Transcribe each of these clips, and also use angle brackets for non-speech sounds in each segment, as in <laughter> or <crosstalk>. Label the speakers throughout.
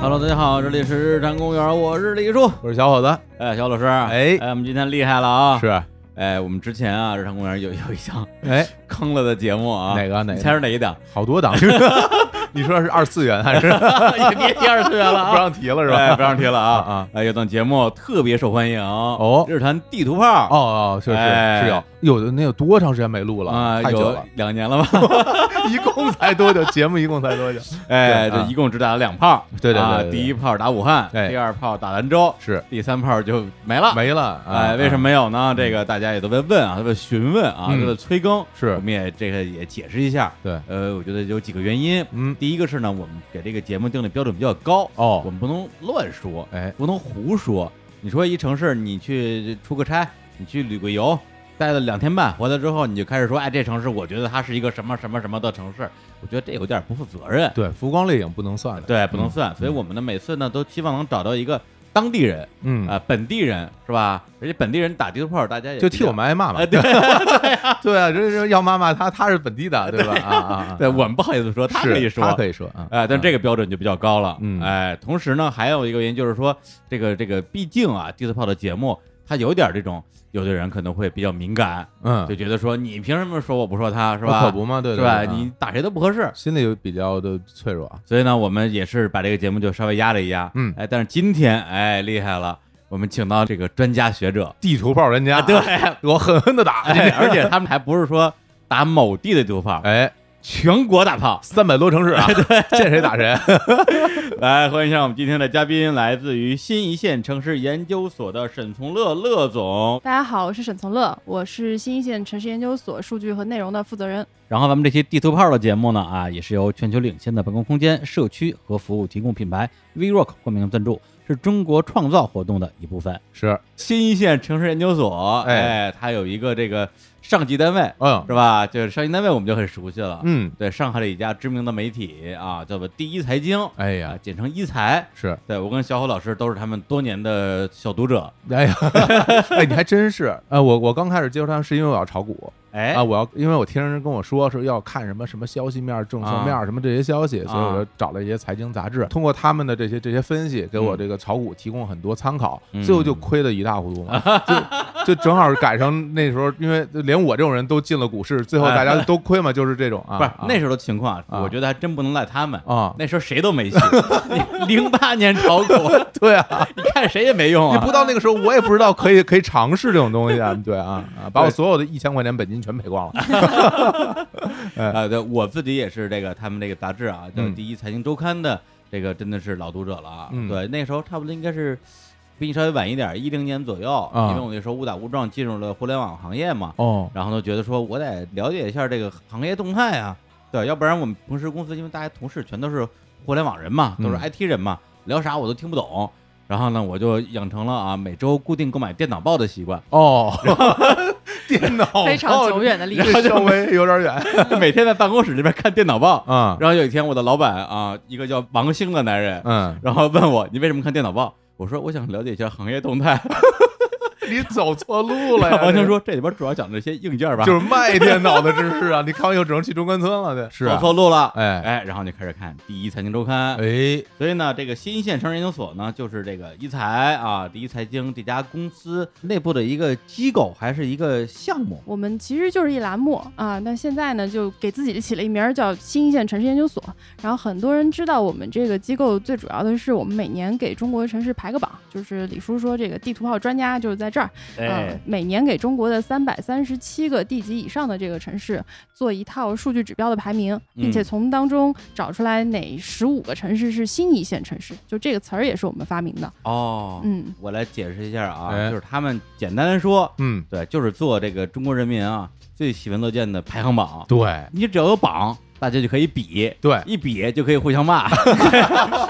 Speaker 1: Hello，大家好，这里是日坛公园，我是李叔。
Speaker 2: 我是小伙子，
Speaker 1: 哎，小老师，
Speaker 2: 哎
Speaker 1: 哎，我们今天厉害了啊！
Speaker 2: 是，
Speaker 1: 哎，我们之前啊，日坛公园 <laughs> 有有一项
Speaker 2: 哎，
Speaker 1: 坑了的节目啊，
Speaker 2: 哪个哪
Speaker 1: 你
Speaker 2: 个
Speaker 1: 猜是哪一档？<laughs>
Speaker 2: 好多档，你说是二次元还是
Speaker 1: 也别第二次元了
Speaker 2: <laughs> 不
Speaker 1: 啊！
Speaker 2: 让提了是
Speaker 1: 哎，
Speaker 2: 吧？
Speaker 1: 不让提了啊
Speaker 2: 啊啊！
Speaker 1: 哎，有档节目特别受欢迎
Speaker 2: 哦
Speaker 1: 日坛地图炮
Speaker 2: 哦哦，就是
Speaker 1: 哎
Speaker 2: 是有有的那有多长时间没录
Speaker 1: 啊
Speaker 2: 了？，太久
Speaker 1: 有
Speaker 2: 了，
Speaker 1: 两年了吧？
Speaker 2: 一共才多久？节目一共才多久？
Speaker 1: 哎，
Speaker 2: 对
Speaker 1: 这
Speaker 2: 啊
Speaker 1: 一共只打了两炮，
Speaker 2: 对对对
Speaker 1: 啊
Speaker 2: 对对
Speaker 1: 第一炮打武汉，
Speaker 2: 哎
Speaker 1: 第二炮打兰州，
Speaker 2: 是
Speaker 1: 第三炮就没了。
Speaker 2: 没了？啊
Speaker 1: 哎，为什么？没有呢？这个大家也都在问啊，都在询问啊，
Speaker 2: 嗯
Speaker 1: 都在催更。
Speaker 2: 是
Speaker 1: 我们也这个也解释一下。
Speaker 2: 对
Speaker 1: 呃，我觉得有几个原因。
Speaker 2: 嗯
Speaker 1: 第一个是呢，我们给这个节目定的标准比较高，
Speaker 2: 哦
Speaker 1: 我们不能乱说，
Speaker 2: 哎，
Speaker 1: 不能胡说。你说一城市，你去出个差，你去旅个游，待了两天半，回来之后你就开始说，哎，这城市我觉得它是一个什么什么什么的城市，我觉得这有点不负责任。
Speaker 2: 对，浮光掠影不能算的。，
Speaker 1: 对，不能
Speaker 2: 嗯
Speaker 1: 算。所以我们呢，每次呢都希望能找到一个当地人。
Speaker 2: 嗯
Speaker 1: 啊、，本地人是吧？而且本地人打地图炮，大家也
Speaker 2: 就
Speaker 1: 比
Speaker 2: 替
Speaker 1: 较
Speaker 2: 我们挨骂嘛
Speaker 1: 哎，。对
Speaker 2: 对啊，这这要骂骂他，他是本地 <laughs> 的，对吧？啊啊啊，
Speaker 1: 对，我们不好意思说，他
Speaker 2: 是
Speaker 1: 可以说，
Speaker 2: 他可以说啊。
Speaker 1: 哎，但这个标准就比较高了，
Speaker 2: 嗯
Speaker 1: 哎，同时呢，还有一个原因就是说，这个这个，毕竟啊，地图炮的节目，它有点这种，有的人可能会比较敏感，
Speaker 2: 嗯
Speaker 1: 就，觉得说你凭什么说我不说他是吧？
Speaker 2: 可不嘛，对
Speaker 1: 是
Speaker 2: 对
Speaker 1: 吧？
Speaker 2: 对啊
Speaker 1: 你打谁都不合适。
Speaker 2: 心里有比较的脆弱啊。
Speaker 1: 所以呢，我们也是把这个节目就稍微压了一压，
Speaker 2: 嗯
Speaker 1: 哎，但是今天哎厉害了，我们请到这个专家学
Speaker 2: <laughs>
Speaker 1: 者，
Speaker 2: 地图炮人家，
Speaker 1: 对，
Speaker 2: 我狠狠的打，
Speaker 1: 哎，而且他们还不是说打某地的地图炮，
Speaker 2: 哎，
Speaker 1: 全国打炮。
Speaker 2: 三百多城市啊， <laughs> 见谁打谁。
Speaker 1: 来，欢迎一下我们今天的嘉宾，来自于新一线城市研究所的沈从乐乐总。
Speaker 3: 大家好，我是沈从乐，我是新一线城市研究所数据和内容的负责人。
Speaker 1: 然后咱们这期地图炮的节目呢，啊，也是由全球领先的办公空间、社区和服务提供品牌 VROCK 冠名赞助，是中国创造活动的一部分。
Speaker 2: 是，
Speaker 1: 新一线城市研究所，
Speaker 2: 哎
Speaker 1: 哎，它有一个这个上级单位，
Speaker 2: 嗯
Speaker 1: 是吧？就是上级单位我们就很熟悉了。
Speaker 2: 嗯，
Speaker 1: 对，上海的一家知名的媒体啊，叫做第一财经，
Speaker 2: 哎
Speaker 1: 啊
Speaker 2: 呀，，
Speaker 1: 简称一财。
Speaker 2: 是，
Speaker 1: 对我跟小虎老师都是他们多年的小读者，
Speaker 2: 哎 <laughs> 呀，哎，你还真是，哎，我我刚开始接触他们是因为我要炒股
Speaker 1: 哎
Speaker 2: 啊，我要因为我听人跟我说说要看什么什么消息面、政策
Speaker 1: 啊
Speaker 2: 面什么这些消息，所以我就找了一些财经杂
Speaker 1: 嗯
Speaker 2: 志，通过他们的这些这些分析，给我这个炒股提供很多参考，
Speaker 1: 嗯
Speaker 2: 最后就亏得一塌糊涂嘛，就 <laughs> 就正好赶上那时候，因为连我这种人都进了股市，最后大家都亏嘛，就是这种
Speaker 1: 哎
Speaker 2: 啊，
Speaker 1: 不是
Speaker 2: 啊
Speaker 1: 那时候的情况，
Speaker 2: 啊
Speaker 1: 我觉得还真不能赖他们。
Speaker 2: 啊，
Speaker 1: 那时候谁都没
Speaker 2: <laughs>
Speaker 1: 戏，零八年炒股，
Speaker 2: 对啊。
Speaker 1: 你看谁也没用
Speaker 2: 你
Speaker 1: 啊。
Speaker 2: 不到那个时候，我也不知道可以可以尝试这种东西
Speaker 1: <laughs>
Speaker 2: 啊，对啊啊，把我所有的一千块钱本金全赔光了。
Speaker 1: 啊，对我自己也是这个他们这个杂志啊，叫《
Speaker 2: 嗯
Speaker 1: 第一财经周刊》的这个真的是老读者了啊。
Speaker 2: 嗯
Speaker 1: 对，那时候差不多应该是比你稍微晚一点，一零年左右，
Speaker 2: 啊
Speaker 1: 因为我那时候误打误撞进入了互联网行业嘛，
Speaker 2: 哦，
Speaker 1: 然后呢觉得说我得了解一下这个行业动态啊，对，要不然我们平时公司因为大家同事全都是互联网人嘛，都是
Speaker 2: 嗯
Speaker 1: IT 人嘛，聊啥我都听不懂。然后呢，我就养成了啊每周固定购买电脑报的习
Speaker 2: <laughs>
Speaker 1: 惯，
Speaker 2: 哦，电脑
Speaker 3: 非常久远的历史
Speaker 2: 这稍微有点远
Speaker 1: 每天在办公室里边看电脑报。
Speaker 2: 啊，
Speaker 1: 然后有一天，我的老板啊，一个叫王兴的男人，
Speaker 2: 嗯，
Speaker 1: 然后问我你为什么看电脑报？我说我想了解一下行业动态。
Speaker 2: <laughs> 你走错路了呀。
Speaker 1: <laughs> 王兴
Speaker 2: 这
Speaker 1: 说这里边主要讲的些硬件吧， <laughs>
Speaker 2: 就是卖电脑的知识啊，你看完以后只能去中关村了，对，是
Speaker 1: 走
Speaker 2: 啊，
Speaker 1: 错路了。
Speaker 2: 哎
Speaker 1: 哎，然后就开始看《第一财经周刊》，
Speaker 2: 哎，
Speaker 1: 所以呢，这个新一线城市研究所呢，就是这个一财啊、第一财经这家公司内部的一个机构，还是一个项目。
Speaker 3: 我们其实就是一栏目啊，那现在呢就给自己起了一名儿叫新一线城市研究所。然后很多人知道我们这个机构，最主要的是我们每年给中国城市排个榜，就是李叔说这个地图炮专家就是在这
Speaker 1: 嗯
Speaker 3: 儿。
Speaker 1: 哎
Speaker 3: 呃，，每年给中国的三百三十七个地级以上的这个城市做一套数据指标的排名，并且
Speaker 1: 嗯
Speaker 3: 从当中找出来哪十五个城市是新一线城市，就这个词儿也是我们发明的。
Speaker 1: 哦，
Speaker 3: 嗯，
Speaker 1: 我来解释一下啊，
Speaker 2: 哎
Speaker 1: 就是他们简单地说，
Speaker 2: 嗯，
Speaker 1: 对，就是做这个中国人民啊最喜闻乐见的排行榜。
Speaker 2: 对
Speaker 1: 你只要有榜，大家就可以比，
Speaker 2: 对
Speaker 1: 一比就可以互相 <laughs> 骂，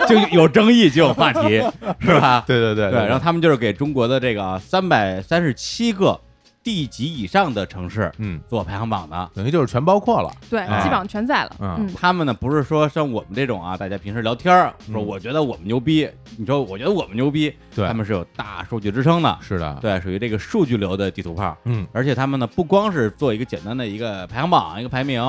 Speaker 1: 就有争议，就有话题，是吧？
Speaker 2: 对对对
Speaker 1: 对，然后他们就是给中国的这个三百三十七个地级以上的城市
Speaker 2: 嗯，
Speaker 1: 做排行榜的。
Speaker 2: 等于就是全包括了，
Speaker 3: 对，
Speaker 1: 哎
Speaker 3: 基本上全在了。
Speaker 2: 嗯
Speaker 3: 嗯，
Speaker 1: 他们呢不是说像我们这种啊，大家平时聊天儿说
Speaker 2: 嗯
Speaker 1: 我觉得我们牛逼，你说我觉得我们牛逼，
Speaker 2: 对
Speaker 1: 他们是有大数据支撑的，
Speaker 2: 是的，
Speaker 1: 对，属于这个数据流的地图炮。
Speaker 2: 嗯，
Speaker 1: 而且他们呢不光是做一个简单的一个排行榜、一个排名，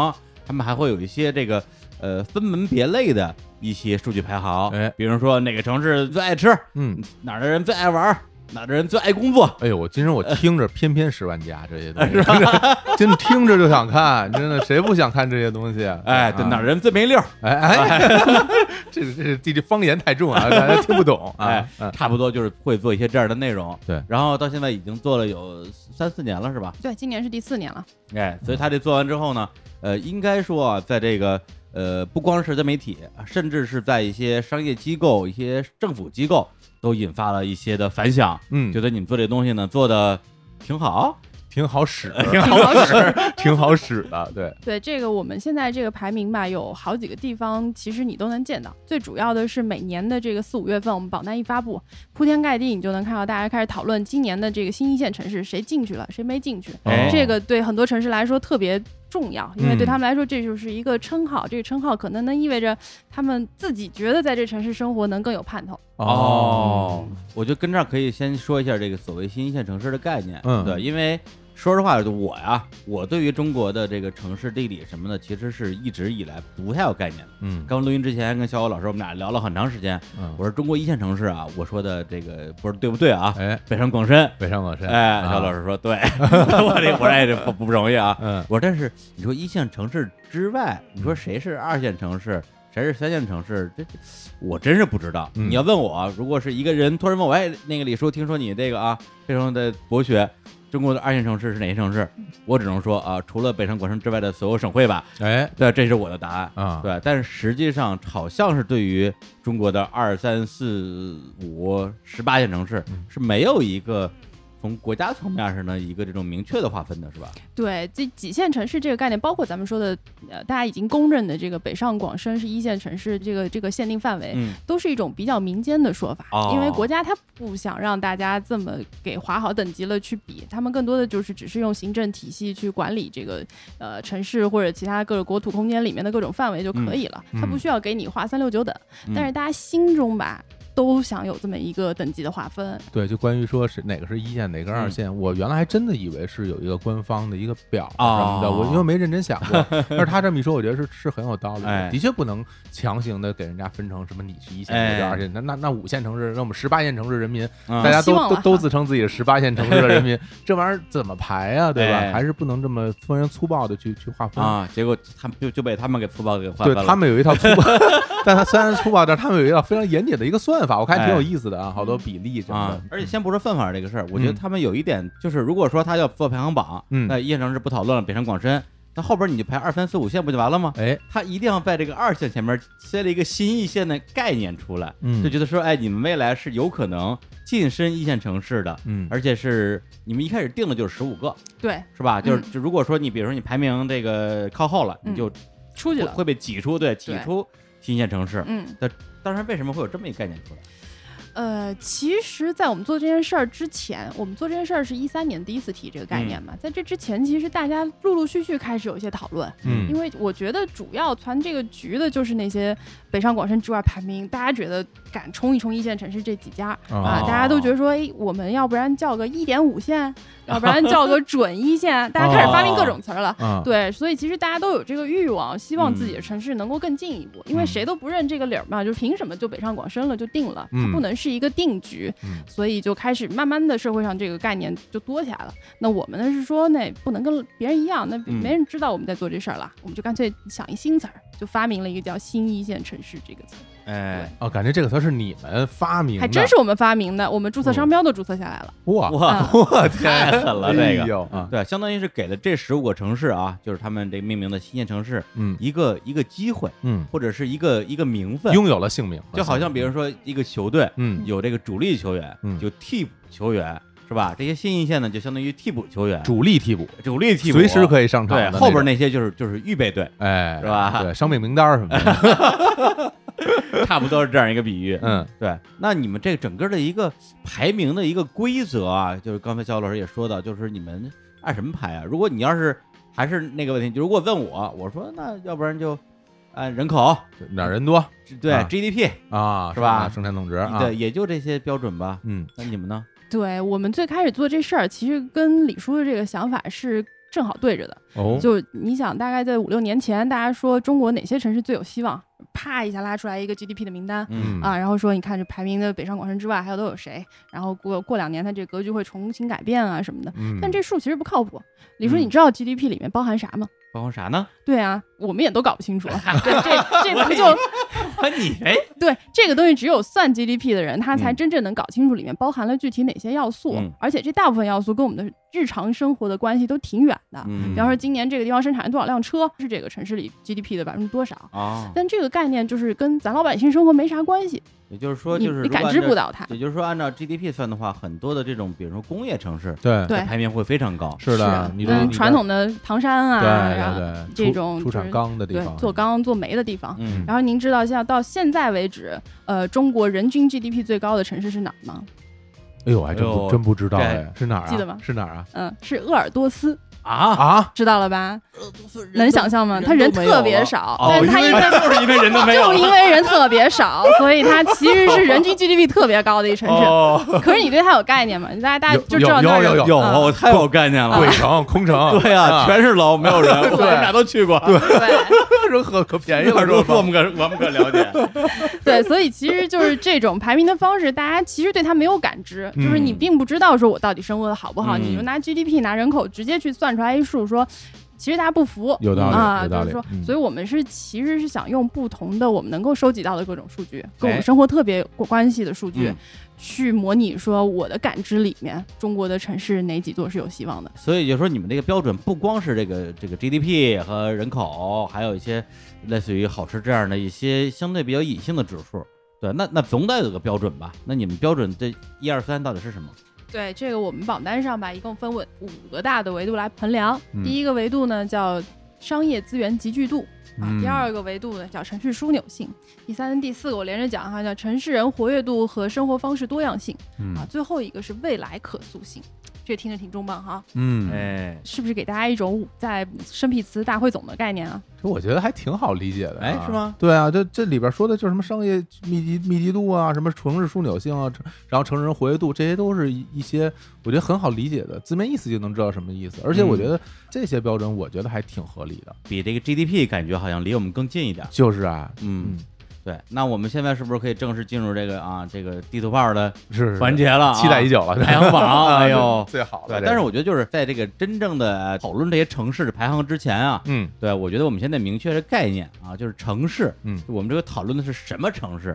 Speaker 1: 他们还会有一些这个呃分门别类的一期数据排行，
Speaker 2: 哎
Speaker 1: 比如说哪个城市最爱吃， <laughs>
Speaker 2: 嗯，
Speaker 1: 哪儿的人最爱玩，哪儿的人最爱工作，
Speaker 2: 哎呦，我今儿我听着偏偏十万加这些东西，真的真的听着就想看，真的谁不想看这些东西？
Speaker 1: 哎，对，
Speaker 2: 对啊
Speaker 1: 哪儿的人最没溜儿，
Speaker 2: 哎哎， <laughs> 这这这地区方言太重啊，大家听不懂啊。
Speaker 1: 哎
Speaker 2: 嗯，
Speaker 1: 差不多就是会做一些这样的内容。
Speaker 2: 对
Speaker 1: 然后到现在已经做了有三四年了，是吧？
Speaker 3: 对，今年是第四年了，
Speaker 1: 哎，所以他这做完之后呢，呃，应该说啊，在这个呃，不光是在媒体，甚至是在一些商业机构、一些政府机构，都引发了一些的反响，
Speaker 2: 嗯，
Speaker 1: 觉得你们做这东西呢做的挺好，
Speaker 2: 挺好使，
Speaker 1: 挺好
Speaker 3: 好使。
Speaker 2: 挺好使的，对，
Speaker 3: 对这个，我们现在这个排名吧，有好几个地方其实你都能见到。最主要的是每年的这个四五月份，我们榜单一发布，铺天盖地，你就能看到大家开始讨论今年的这个新一线城市谁进去了，谁没进去。
Speaker 1: 哎
Speaker 3: 这个对很多城市来说特别重要，因为对
Speaker 2: 哦嗯
Speaker 3: 他们来说这就是一个称号，这个称号可能能意味着他们自己觉得在这城市生活能更有盼头。
Speaker 1: 哦，我觉得跟这儿可以先说一下这个所谓新一线城市的概念，
Speaker 2: 嗯
Speaker 1: 对，因为说实话，我呀，我对于中国的这个城市地理什么的，其实是一直以来不太有概念的。
Speaker 2: 嗯
Speaker 1: 刚录音之前跟小欧老师我们俩聊了很长时间，
Speaker 2: 嗯，
Speaker 1: 我说中国一线城市啊，我说的这个不是对不对啊？
Speaker 2: 哎，
Speaker 1: 北上广深，
Speaker 2: 北上广深，
Speaker 1: 哎，
Speaker 2: 啊
Speaker 1: 小老，师说
Speaker 2: <laughs>
Speaker 1: 对，我这我这不不容易啊。
Speaker 2: 嗯
Speaker 1: 我说但是你说一线城市之外，你说谁是二线城市，谁是三线城市？这这我真是不知道。
Speaker 2: 嗯
Speaker 1: 你要问我，如果是一个人突然问我，哎，那个李叔，听说你这个啊，非常的博学，中国的二线城市是哪些城市？我只能说啊，除了北上广深之外的所有省会吧。
Speaker 2: 哎
Speaker 1: 对，这是我的答案。
Speaker 2: 啊，
Speaker 1: 对，但是实际上好像是对于中国的二三四五十八线城市
Speaker 2: 嗯
Speaker 1: 是没有一个从国家层面上的一个这种明确的划分的，是吧？
Speaker 3: 对，这几线城市这个概念，包括咱们说的，呃，大家已经公认的这个北上广深是一线城市这个这个限定范围。
Speaker 1: 嗯，
Speaker 3: 都是一种比较民间的说法，
Speaker 1: 哦
Speaker 3: 因为国家它不想让大家这么给划好等级了去比，他们更多的就是只是用行政体系去管理这个呃城市或者其他各个国土空间里面的各种范围就可以了，
Speaker 2: 嗯
Speaker 3: 它不需要给你划三六九等。
Speaker 1: 嗯
Speaker 3: 但是大家心中吧都想有这么一个等级的划分，
Speaker 2: 对，就关于说是哪个是一线，哪
Speaker 1: 嗯
Speaker 2: 个是二线，我原来还真的以为是有一个官方的一个表啊什么的，
Speaker 1: 哦
Speaker 2: 我因为没认真想
Speaker 1: <laughs>
Speaker 2: 过，但是他这么一说，我觉得是是很有道理
Speaker 1: 哎
Speaker 2: 的，的确不能强行的给人家分成什么你是一线，
Speaker 1: 哎
Speaker 2: 我是二线，那那那五线城市，那我们十八线城市人民
Speaker 1: 嗯
Speaker 2: 大家都
Speaker 3: 希望啊
Speaker 2: 都
Speaker 3: 吧
Speaker 2: 都自称自己是十八线城市的人民， <laughs> 这玩意儿怎么排啊？对吧？
Speaker 1: 哎
Speaker 2: 还是不能这么非常粗暴的去去划分。
Speaker 1: 啊，结果他们就就被他们给粗暴地给划分
Speaker 2: 对
Speaker 1: 了。
Speaker 2: 他们有一套粗
Speaker 1: <laughs>
Speaker 2: 暴， <laughs> 但他虽然粗暴，但是他们有一套非常严谨的一个
Speaker 1: 哎
Speaker 2: 算法，我看还挺有意思的啊，好多比例什么
Speaker 1: 啊
Speaker 2: 的，。
Speaker 1: 而且先不说算法这个事儿，我觉得
Speaker 2: 嗯
Speaker 1: 他们有一点就是，如果说他要做排行榜，
Speaker 2: 嗯
Speaker 1: 那一线城市不讨论了，北上广深，那后边你就排二三四五线不就完了吗？
Speaker 2: 哎，
Speaker 1: 他一定要在这个二线前面塞了一个新一线的概念出来。
Speaker 2: 嗯，
Speaker 1: 就觉得说，哎，你们未来是有可能晋升一线城市的，
Speaker 2: 嗯，
Speaker 1: 而且是你们一开始定的就是十五个，
Speaker 3: 对，
Speaker 1: 是吧？就是
Speaker 3: 嗯
Speaker 1: 就如果说你比如说你排名这个靠后了，
Speaker 3: 嗯
Speaker 1: 你就
Speaker 3: 出去
Speaker 1: 会
Speaker 3: 了，
Speaker 1: 会被挤出，对，挤
Speaker 3: 对
Speaker 1: 出新一线城市。
Speaker 3: 嗯。
Speaker 1: 当然，为什么会有这么一个概念出来？
Speaker 3: 呃，其实，在我们做这件事儿之前，我们做这件事儿是一三年第一次提这个概念嘛，
Speaker 1: 嗯
Speaker 3: 在这之前，其实大家陆陆续续开始有一些讨论，
Speaker 2: 嗯
Speaker 3: 因为我觉得主要传这个局的就是那些北上广深之外排名，大家觉得敢冲一冲一线城市这几家、啊，
Speaker 2: 啊
Speaker 3: 大家都觉得说，哎，我们要不然叫个一点五线，要不然叫个准一线，大家开始发明各种词儿了。
Speaker 2: 啊，
Speaker 3: 对，所以其实大家都有这个欲望，希望自己的城市能够更进一步，因为谁都不认这个理儿嘛，就凭什么就北上广深了就定了？它
Speaker 2: 嗯
Speaker 3: 不能是一个定局，
Speaker 2: 嗯
Speaker 3: 所以就开始慢慢的社会上这个概念就多起来了。那我们呢是说，那不能跟别人一样，那
Speaker 1: 嗯
Speaker 3: 没人知道我们在做这事儿了，我们就干脆想一新词儿，就发明了一个叫“新一线城市”这个词儿，
Speaker 1: 哎，
Speaker 2: 哦，感觉这个词是你们发明的，
Speaker 3: 还真是我们发明的，我们注册商标都注册下来了。
Speaker 2: 哇，
Speaker 3: 嗯
Speaker 1: <laughs> 哇，
Speaker 2: 我
Speaker 1: 太狠了这
Speaker 3: 哎
Speaker 1: 个。嗯
Speaker 2: 啊，
Speaker 1: 对，相当于是给了这十五个城市啊，就是他们这命名的新一线城市
Speaker 2: 嗯
Speaker 1: 一个一个机会，
Speaker 2: 嗯，
Speaker 1: 或者是一个一个名分，
Speaker 2: 拥有了姓名，
Speaker 1: 就好像比如说一个球队，
Speaker 2: 嗯
Speaker 1: 有这个主力球员，
Speaker 2: 嗯
Speaker 1: 有替补球员，是吧？这些新一线呢，就相当于替补球员，
Speaker 2: 主力替补，
Speaker 1: 主力替补，啊
Speaker 2: 随时可以上场
Speaker 1: 对
Speaker 2: 的，
Speaker 1: 后边
Speaker 2: 那
Speaker 1: 那些就是就是预备
Speaker 2: <laughs>
Speaker 1: 队，
Speaker 2: 种哎
Speaker 1: 是吧
Speaker 2: 对，伤病名单儿什
Speaker 1: <laughs>
Speaker 2: 么的，
Speaker 1: 差不多是这样一个比喻。
Speaker 2: 嗯
Speaker 1: 对，那你们这整个的一个排名的一个规则啊，就是刚才肖老师也说到，就是你们按什么排啊？如果你要是还是那个问题，如果问我，我说那要不然就按人口，
Speaker 2: 哪儿人多
Speaker 1: 对、
Speaker 2: 啊
Speaker 1: GDP，
Speaker 2: 啊，
Speaker 1: 是吧
Speaker 2: 生产总值啊，
Speaker 1: 对，也就这些标准吧。
Speaker 2: 嗯，
Speaker 1: 那你们呢？
Speaker 3: 对我们最开始做这事儿，其实跟李叔的这个想法是正好对着的。
Speaker 2: 哦，
Speaker 3: 就你想，大概在五六年前，大家说中国哪些城市最有希望？啪一下拉出来一个 GDP 的名单。
Speaker 1: 嗯
Speaker 3: 啊，然后说你看这排名的北上广深之外还有都有谁，然后过过两年它这格局会重新改变啊什么的，
Speaker 2: 嗯，
Speaker 3: 但这数其实不靠谱。李叔，
Speaker 1: 嗯
Speaker 3: 你知道 GDP 里面包含啥吗？
Speaker 1: 包括啥
Speaker 2: <laughs>
Speaker 1: 呢？
Speaker 3: 对啊，我们也都搞不清楚。
Speaker 1: <laughs>
Speaker 3: 这这这不就
Speaker 1: 啊你哎，
Speaker 3: 对这个东西，只有算 GDP 的人，他才
Speaker 1: 嗯
Speaker 3: 真正能搞清楚里面包含了具体哪些要素，
Speaker 1: 嗯
Speaker 3: 而且这大部分要素跟我们的日常生活的关系都挺远的。
Speaker 1: 嗯
Speaker 3: 比方说，今年这个地方生产了多少辆车，是这个城市里 GDP 的百分之多少。
Speaker 1: 啊，
Speaker 3: 但这个概念就是跟咱老百姓生活没啥关系，
Speaker 1: 也就是说，
Speaker 3: 你
Speaker 1: 就是
Speaker 3: 你
Speaker 1: 如果
Speaker 3: 感
Speaker 1: 按
Speaker 3: 知
Speaker 1: 照
Speaker 3: 不。到它。
Speaker 1: 也就是说，按照 GDP 算的话，很多的这种，比如说工业城市，
Speaker 2: 对
Speaker 3: 对嗯
Speaker 1: 排名会非常高。
Speaker 2: 是的
Speaker 3: 的，
Speaker 2: 你这
Speaker 3: 跟
Speaker 2: 你
Speaker 3: 啊传
Speaker 2: 这
Speaker 3: 统的唐山啊，
Speaker 2: 对
Speaker 3: 然后
Speaker 2: 对对，
Speaker 3: 这
Speaker 2: 出
Speaker 3: 种
Speaker 2: 出
Speaker 3: 就
Speaker 2: 产
Speaker 3: 是
Speaker 2: 钢的地方，
Speaker 3: 做钢做煤的地方。
Speaker 1: 嗯，
Speaker 3: 然后您知道像到现在为止，呃，中国人均 GDP 最高的城市是哪儿吗？
Speaker 2: 哎呦，还真
Speaker 1: 哎
Speaker 2: 不
Speaker 1: 呦
Speaker 2: 真不知道
Speaker 1: 这
Speaker 2: 哎，是哪儿啊？
Speaker 3: 记得吗
Speaker 2: 是哪儿啊？
Speaker 3: 嗯，是鄂尔多斯，
Speaker 1: 啊，
Speaker 2: 啊，
Speaker 3: 知道了吧？能
Speaker 1: 人
Speaker 3: 想象吗？
Speaker 1: 人
Speaker 3: 他人
Speaker 1: 都没有
Speaker 3: 特别
Speaker 1: 了
Speaker 3: 少，
Speaker 1: 哦，
Speaker 3: 但是他因
Speaker 1: 因
Speaker 3: 为
Speaker 2: <laughs>
Speaker 1: 就是因为人都没
Speaker 3: <laughs>
Speaker 1: 有
Speaker 3: 就因为人特别少，所以它其实是
Speaker 2: 哦
Speaker 3: 人均 GDP 特别高的一城市。
Speaker 1: 哦，
Speaker 3: 可是你对它有概念吗？大家大家
Speaker 2: 有
Speaker 3: 就知道那儿
Speaker 2: 有有
Speaker 1: 有
Speaker 3: 嗯
Speaker 1: 我太有概念了
Speaker 2: 鬼。城、空城，
Speaker 1: 啊 <laughs>
Speaker 2: 啊
Speaker 1: 对呀，全是楼，没有人，嗯我们俩都去过。对，
Speaker 3: 对
Speaker 2: 全可可便宜
Speaker 1: 说
Speaker 2: 了，是
Speaker 1: 我
Speaker 2: 吧？
Speaker 1: 们可我们可了解。
Speaker 3: 对，所以其实就是这种排名的方式，大家其实对它没有感知，
Speaker 2: 嗯
Speaker 3: 就是你并不知道说我到底生活的好不好，
Speaker 1: 嗯
Speaker 3: 你就拿 GDP 拿人口直接去算出来一数说。其实大家不服，
Speaker 2: 有道理
Speaker 3: 啊，
Speaker 2: 有道
Speaker 3: 就是
Speaker 2: 理
Speaker 3: 说，
Speaker 2: 嗯
Speaker 3: 所以我们是其实是想用不同的我们能够收集到的各种数据，跟
Speaker 1: 哎
Speaker 3: 我们生活特别有关系的数据，
Speaker 1: <laughs> 嗯
Speaker 3: 去模拟说我的感知里面中国的城市哪几座是有希望的。
Speaker 1: 所以就说你们这个标准不光是这个这个 GDP 和人口，还有一些类似于好吃这样的一些相对比较隐性的指数。对，那那总得有个标准吧？那你们标准这一二三到底是什么？
Speaker 3: 对这个我们榜单上吧，一共分为五个大的维度来衡量。
Speaker 2: 嗯
Speaker 3: 第一个维度呢叫商业资源集聚度。啊
Speaker 2: 嗯，
Speaker 3: 第二个维度呢叫城市枢纽性，第三、第四个我连着讲哈，叫城市人活跃度和生活方式多样性啊，
Speaker 2: 嗯
Speaker 3: 最后一个是未来可塑性，这听着挺重磅哈，
Speaker 2: 嗯，
Speaker 1: 哎，
Speaker 3: 是不是给大家一种在生僻词大汇总的概念啊？
Speaker 2: 这我觉得还挺好理解的，
Speaker 1: 哎是吗？
Speaker 2: 对啊，这这里边说的就是什么商业密集密集度啊，什么城市枢纽性啊，城然后城市人活跃度，这些都是一一些我觉得很好理解的，字面意思就能知道什么意思。而且
Speaker 1: 嗯
Speaker 2: 我觉得这些标准，我觉得还挺合理的。
Speaker 1: 比这个 GDP 感觉好像离我们更近一点。
Speaker 2: 就是啊，
Speaker 1: 嗯，，对。那我们现在是不是可以正式进入这个啊这个地图炮的
Speaker 2: 是是
Speaker 1: 环节了、啊？
Speaker 2: 期待已久了，，
Speaker 1: 排行榜，哎呦
Speaker 2: <laughs> 最好
Speaker 1: 对
Speaker 2: 的。。
Speaker 1: 但是我觉得就是在这个真正的讨论这些城市的排行之前啊，
Speaker 2: 嗯
Speaker 1: 对我觉得我们现在明确的概念啊，就是城市，
Speaker 2: 嗯
Speaker 1: 我们这个讨论的是什么城市？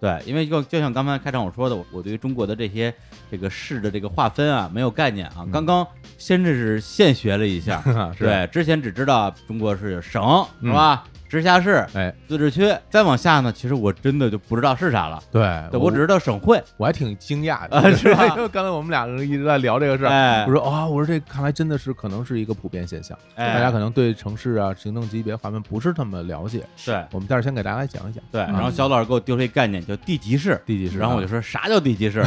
Speaker 1: 对，因为就就像刚才开场我说的，我我对于中国的这些这个市的这个划分啊没有概念啊。
Speaker 2: 嗯
Speaker 1: 刚刚先这是现学了一下，
Speaker 2: 是，嗯
Speaker 1: 对，之前只知道中国是有省是吧？直辖市、
Speaker 2: 哎，
Speaker 1: 自治区，再往下呢，其实我真的就不知道是啥了。
Speaker 2: 对
Speaker 1: 对，我只知道省会，
Speaker 2: 我还挺惊讶
Speaker 1: 啊
Speaker 2: <laughs> 的，
Speaker 1: 是吧
Speaker 2: 因为刚才我们俩人一直在聊这个事儿。
Speaker 1: 哎，
Speaker 2: 我说啊、我说这看来真的是可能是一个普遍现象，
Speaker 1: 哎
Speaker 2: 大家可能对城市啊、行政级别划分不是那么了解。
Speaker 1: 对
Speaker 2: 我们待会儿先给大家讲一讲
Speaker 1: 对。
Speaker 2: 嗯
Speaker 1: 然后小老师给我丢了一概念，叫地级市，
Speaker 2: 地级市啊。
Speaker 1: 然后我就说啥叫地
Speaker 2: <laughs>
Speaker 1: 级市？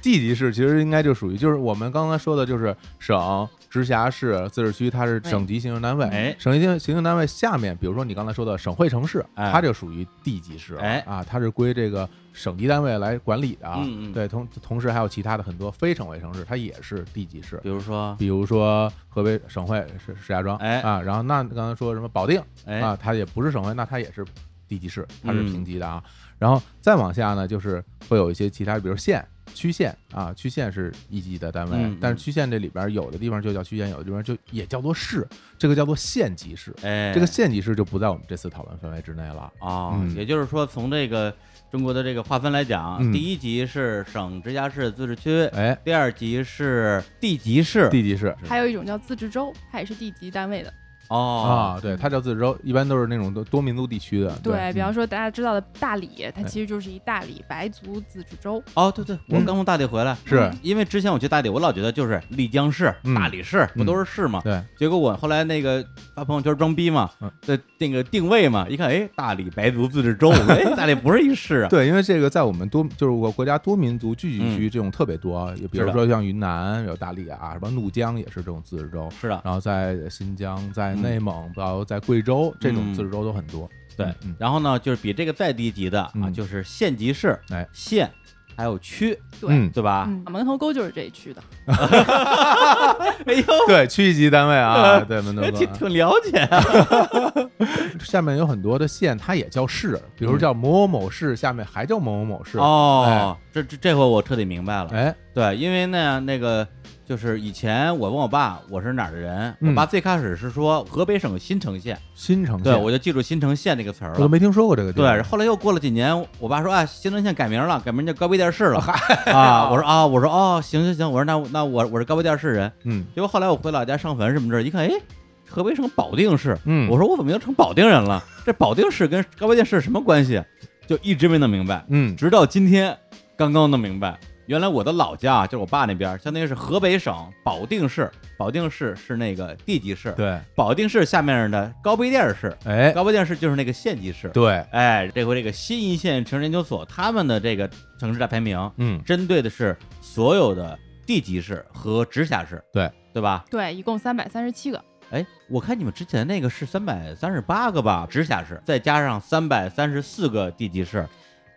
Speaker 2: 地级市其实应该就属于就是我们刚才说的，就是省、直辖市、自治区，它是省级行政单位。
Speaker 1: 哎
Speaker 2: 省级行政单位下面，比如说你刚才说的省会城市，
Speaker 1: 哎
Speaker 2: 它就属于地级市了。
Speaker 1: 哎
Speaker 2: 啊，它是归这个省级单位来管理的啊。
Speaker 1: 嗯嗯
Speaker 2: 对，同同时还有其他的很多非省会城市，它也是地级市。
Speaker 1: 比如说，
Speaker 2: 比如说河北省会石石家庄，
Speaker 1: 哎
Speaker 2: 啊，然后那刚才说什么保定
Speaker 1: 哎，
Speaker 2: 啊，它也不是省会，那它也是地级市，它是
Speaker 1: 嗯
Speaker 2: 平级的啊。然后再往下呢，就是会有一些其他，比如县、区县啊，区县是一级的单位，
Speaker 1: 嗯嗯
Speaker 2: 但是区县这里边有的地方就叫区县，有的地方就也叫做市，这个叫做县级市。
Speaker 1: 哎，
Speaker 2: 这个县级市就不在我们这次讨论范围之内了。
Speaker 1: 啊、
Speaker 2: 嗯
Speaker 1: 也就是说，从这个中国的这个划分来讲，
Speaker 2: 嗯
Speaker 1: 第一级是省、直辖市、自治区，
Speaker 2: 哎，
Speaker 1: 第二级是地级市。
Speaker 2: 地级市
Speaker 1: 是
Speaker 3: 还有一种叫自治州，它也是地级单位的。
Speaker 1: 哦
Speaker 2: 啊，对，它叫自治州，一般都是那种多多民族地区的。对，
Speaker 3: 比
Speaker 2: 嗯
Speaker 3: 方说大家知道的大理，它其实就是一大理白族自治州。
Speaker 1: 哦，对对，我
Speaker 2: 嗯
Speaker 1: 刚从大理回来，
Speaker 2: 是
Speaker 1: 因为之前我去大理，我老觉得就是丽江市、
Speaker 2: 嗯
Speaker 1: 大理市，不都是市吗？
Speaker 2: 对，
Speaker 1: 结果我后来那个发朋友圈装逼嘛
Speaker 2: 嗯，
Speaker 1: 在、那个定位嘛，一看，哎，大理白族自治
Speaker 2: <laughs>
Speaker 1: 州，我说哎，大理不是一市啊。
Speaker 2: 对，因为这个在我们多就是我国家多民族聚集区这种特别多，也
Speaker 1: 嗯
Speaker 2: 比
Speaker 1: 是
Speaker 2: 如
Speaker 1: 的
Speaker 2: 说像云南有大理啊，什么怒江也是这种自治州，
Speaker 1: 是的，
Speaker 2: 然后在新疆、在
Speaker 1: 嗯
Speaker 2: 内蒙、然后在贵州这种
Speaker 1: 嗯
Speaker 2: 自治州都很多。
Speaker 1: 对
Speaker 2: 嗯，
Speaker 1: 然后呢，就是比这个再低级的啊，
Speaker 2: 嗯
Speaker 1: 就是县级市、
Speaker 2: 哎
Speaker 1: 县还有区，
Speaker 3: 对，
Speaker 2: 嗯，
Speaker 1: 对吧？
Speaker 3: 嗯，门头沟就是这一区的。
Speaker 1: 哎呦，哎
Speaker 2: 对，区一级单位啊，
Speaker 1: 呃 <laughs>
Speaker 2: 对，门头
Speaker 1: 哦哎
Speaker 2: 沟
Speaker 1: 挺挺了解啊。
Speaker 2: 下面有很多的县，它也叫市，比如
Speaker 1: 嗯
Speaker 2: 叫某某某市，下面还叫某某某市。
Speaker 1: 哦，这这这回我彻底明白了。
Speaker 2: 哎，
Speaker 1: 对，因为呢，那个就是以前我问我爸我是哪儿的人，
Speaker 2: 嗯
Speaker 1: 我爸最开始是说河北省新城县，
Speaker 2: 新城县，
Speaker 1: 对我就记住新城县这个词儿
Speaker 2: 我都
Speaker 1: 了。
Speaker 2: 没听说过这个地方。
Speaker 1: 对，后来又过了几年，我爸说啊，新城县改名了，改名叫高碑店市
Speaker 2: <laughs>
Speaker 1: 了。啊，我说啊，我说哦，行行行，我说那那我我是高碑店市人。
Speaker 2: 嗯
Speaker 1: 结果后来我回老家上坟什么这儿一看，哎，河北省保定市，
Speaker 2: 嗯，
Speaker 1: 我说我怎么又成保定人了？这保定市跟高碑店市什么关系？就一直没弄明白。
Speaker 2: 嗯
Speaker 1: 直到今天刚刚弄明白，原来我的老家啊，就是我爸那边，相当于是河北省保定市，保定市是那个地级市，
Speaker 2: 对，
Speaker 1: 保定市下面的高碑店市，
Speaker 2: 哎
Speaker 1: 高碑店市就是那个县级市。
Speaker 2: 对，
Speaker 1: 哎，这回这个新一县城市研究所他们的这个城市大排名，
Speaker 2: 嗯
Speaker 1: 针对的是所有的地级市和直辖市，
Speaker 2: 对
Speaker 1: 对吧？
Speaker 3: 对，一共三百三十七个。
Speaker 1: 哎，我看你们之前那个是三百三十八个吧，直辖市，再加上三百三十四个地级市，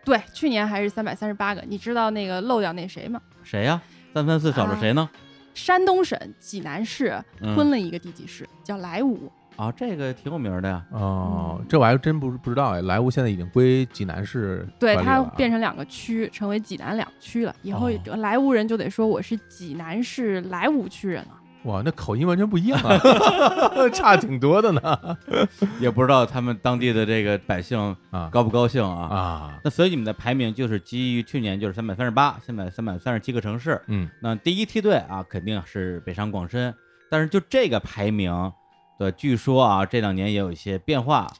Speaker 3: 对，去年还是三百三十八个。你知道那个漏掉那谁吗？
Speaker 1: 谁呀、三三四少了谁呢？
Speaker 3: 山东省济南市
Speaker 1: 嗯
Speaker 3: 分了一个地级市，叫莱芜。
Speaker 1: 啊，这个挺有名儿的呀。
Speaker 3: 嗯
Speaker 2: 哦，这我还真不不知道哎，莱芜现在已经归济南市
Speaker 3: 对，
Speaker 2: 管理
Speaker 3: 它
Speaker 2: 了啊
Speaker 3: 变成两个区，成为济南两区了。以后
Speaker 1: 哦
Speaker 3: 莱芜人就得说我是济南市莱芜区人了。
Speaker 2: 哇，那口音完全不一样啊，
Speaker 3: <laughs>
Speaker 2: <laughs> 差挺多的呢
Speaker 1: 也不知道他们当地的这个百姓
Speaker 2: 啊
Speaker 1: 高不高兴啊。
Speaker 2: 啊，
Speaker 1: 那所以你们的排名就是基于去年就是三百三十八，现在三百三十七个城市。
Speaker 2: 嗯
Speaker 1: 那第一梯队啊，肯定是北上广深。但是就这个排名，对，据说啊，这两年也有一些变化。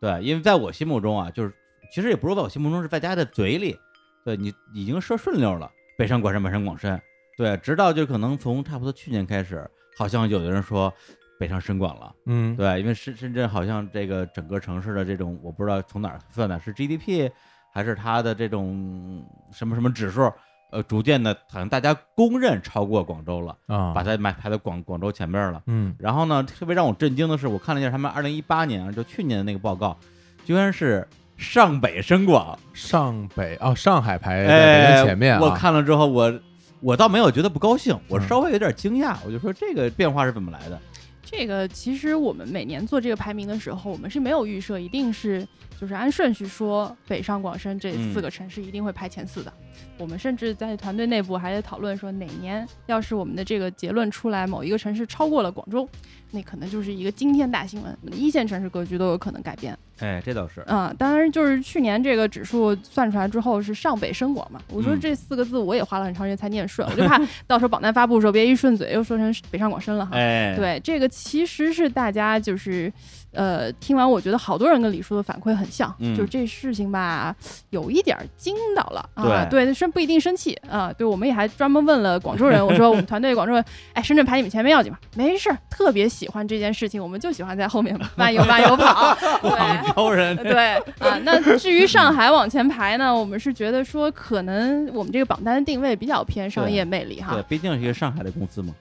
Speaker 1: 对，因为在我心目中啊，就是其实也不是在我心目中，是在大家的嘴里，对你已经说顺溜了，北上广深，北上广深。对，直到就可能从差不多去年开始，好像有的人说北上深广了。
Speaker 2: 嗯，
Speaker 1: 对，因为深深圳好像这个整个城市的这种，我不知道从哪儿算的，是 GDP 还是它的这种什么什么指数，呃，逐渐的好像大家公认超过广州了，
Speaker 2: 啊，
Speaker 1: 把它买排到广广州前面了。
Speaker 2: 嗯
Speaker 1: 然后呢，特别让我震惊的是，我看了一下他们二零一八年，啊就去年的那个报告，居然是上北深广
Speaker 2: 上北哦，上海排在北
Speaker 1: 哎，
Speaker 2: 京前面啊，
Speaker 1: 我看了之后，我我倒没有觉得不高兴，我
Speaker 2: 嗯
Speaker 1: 稍微有点惊讶，我就说这个变化是怎么来的？
Speaker 3: 这个其实我们每年做这个排名的时候，我们是没有预设一定是就是按顺序说北上广深这四个城市一定会排前四的。我们甚至在团队内部还在讨论说，哪年要是我们的这个结论出来，某一个城市超过了广州，那可能就是一个惊天大新闻，我们的一线城市格局都有可能改变。
Speaker 1: 哎，这倒是，
Speaker 3: 啊、当然就是去年这个指数算出来之后是上北深广嘛。我说
Speaker 1: 嗯
Speaker 3: 这四个字我也花了很长时间才念顺，我就怕到时候榜单发布的时候别一顺嘴又说成北上广深了哈。
Speaker 1: 哎，。 <laughs>
Speaker 3: 对，这个其实是大家就是，呃，听完我觉得好多人跟李叔的反馈很像，
Speaker 1: 嗯
Speaker 3: 就是这事情吧，有一点儿惊到了啊。
Speaker 1: 对
Speaker 3: 对，深不一定生气啊。对，我们也还专门问了广州人，我说我们团队广州人，哎，深圳排你们前面要紧吗？没事儿，特别喜欢这件事情，我们就喜欢在后面慢悠慢
Speaker 1: <laughs>
Speaker 3: 悠跑。对。
Speaker 1: 广州人
Speaker 3: 对啊，那至于上海往前排呢，我们是觉得说，可能我们这个榜单定位比较偏商业魅力哈
Speaker 1: 对，。毕竟是一个上海的公司嘛。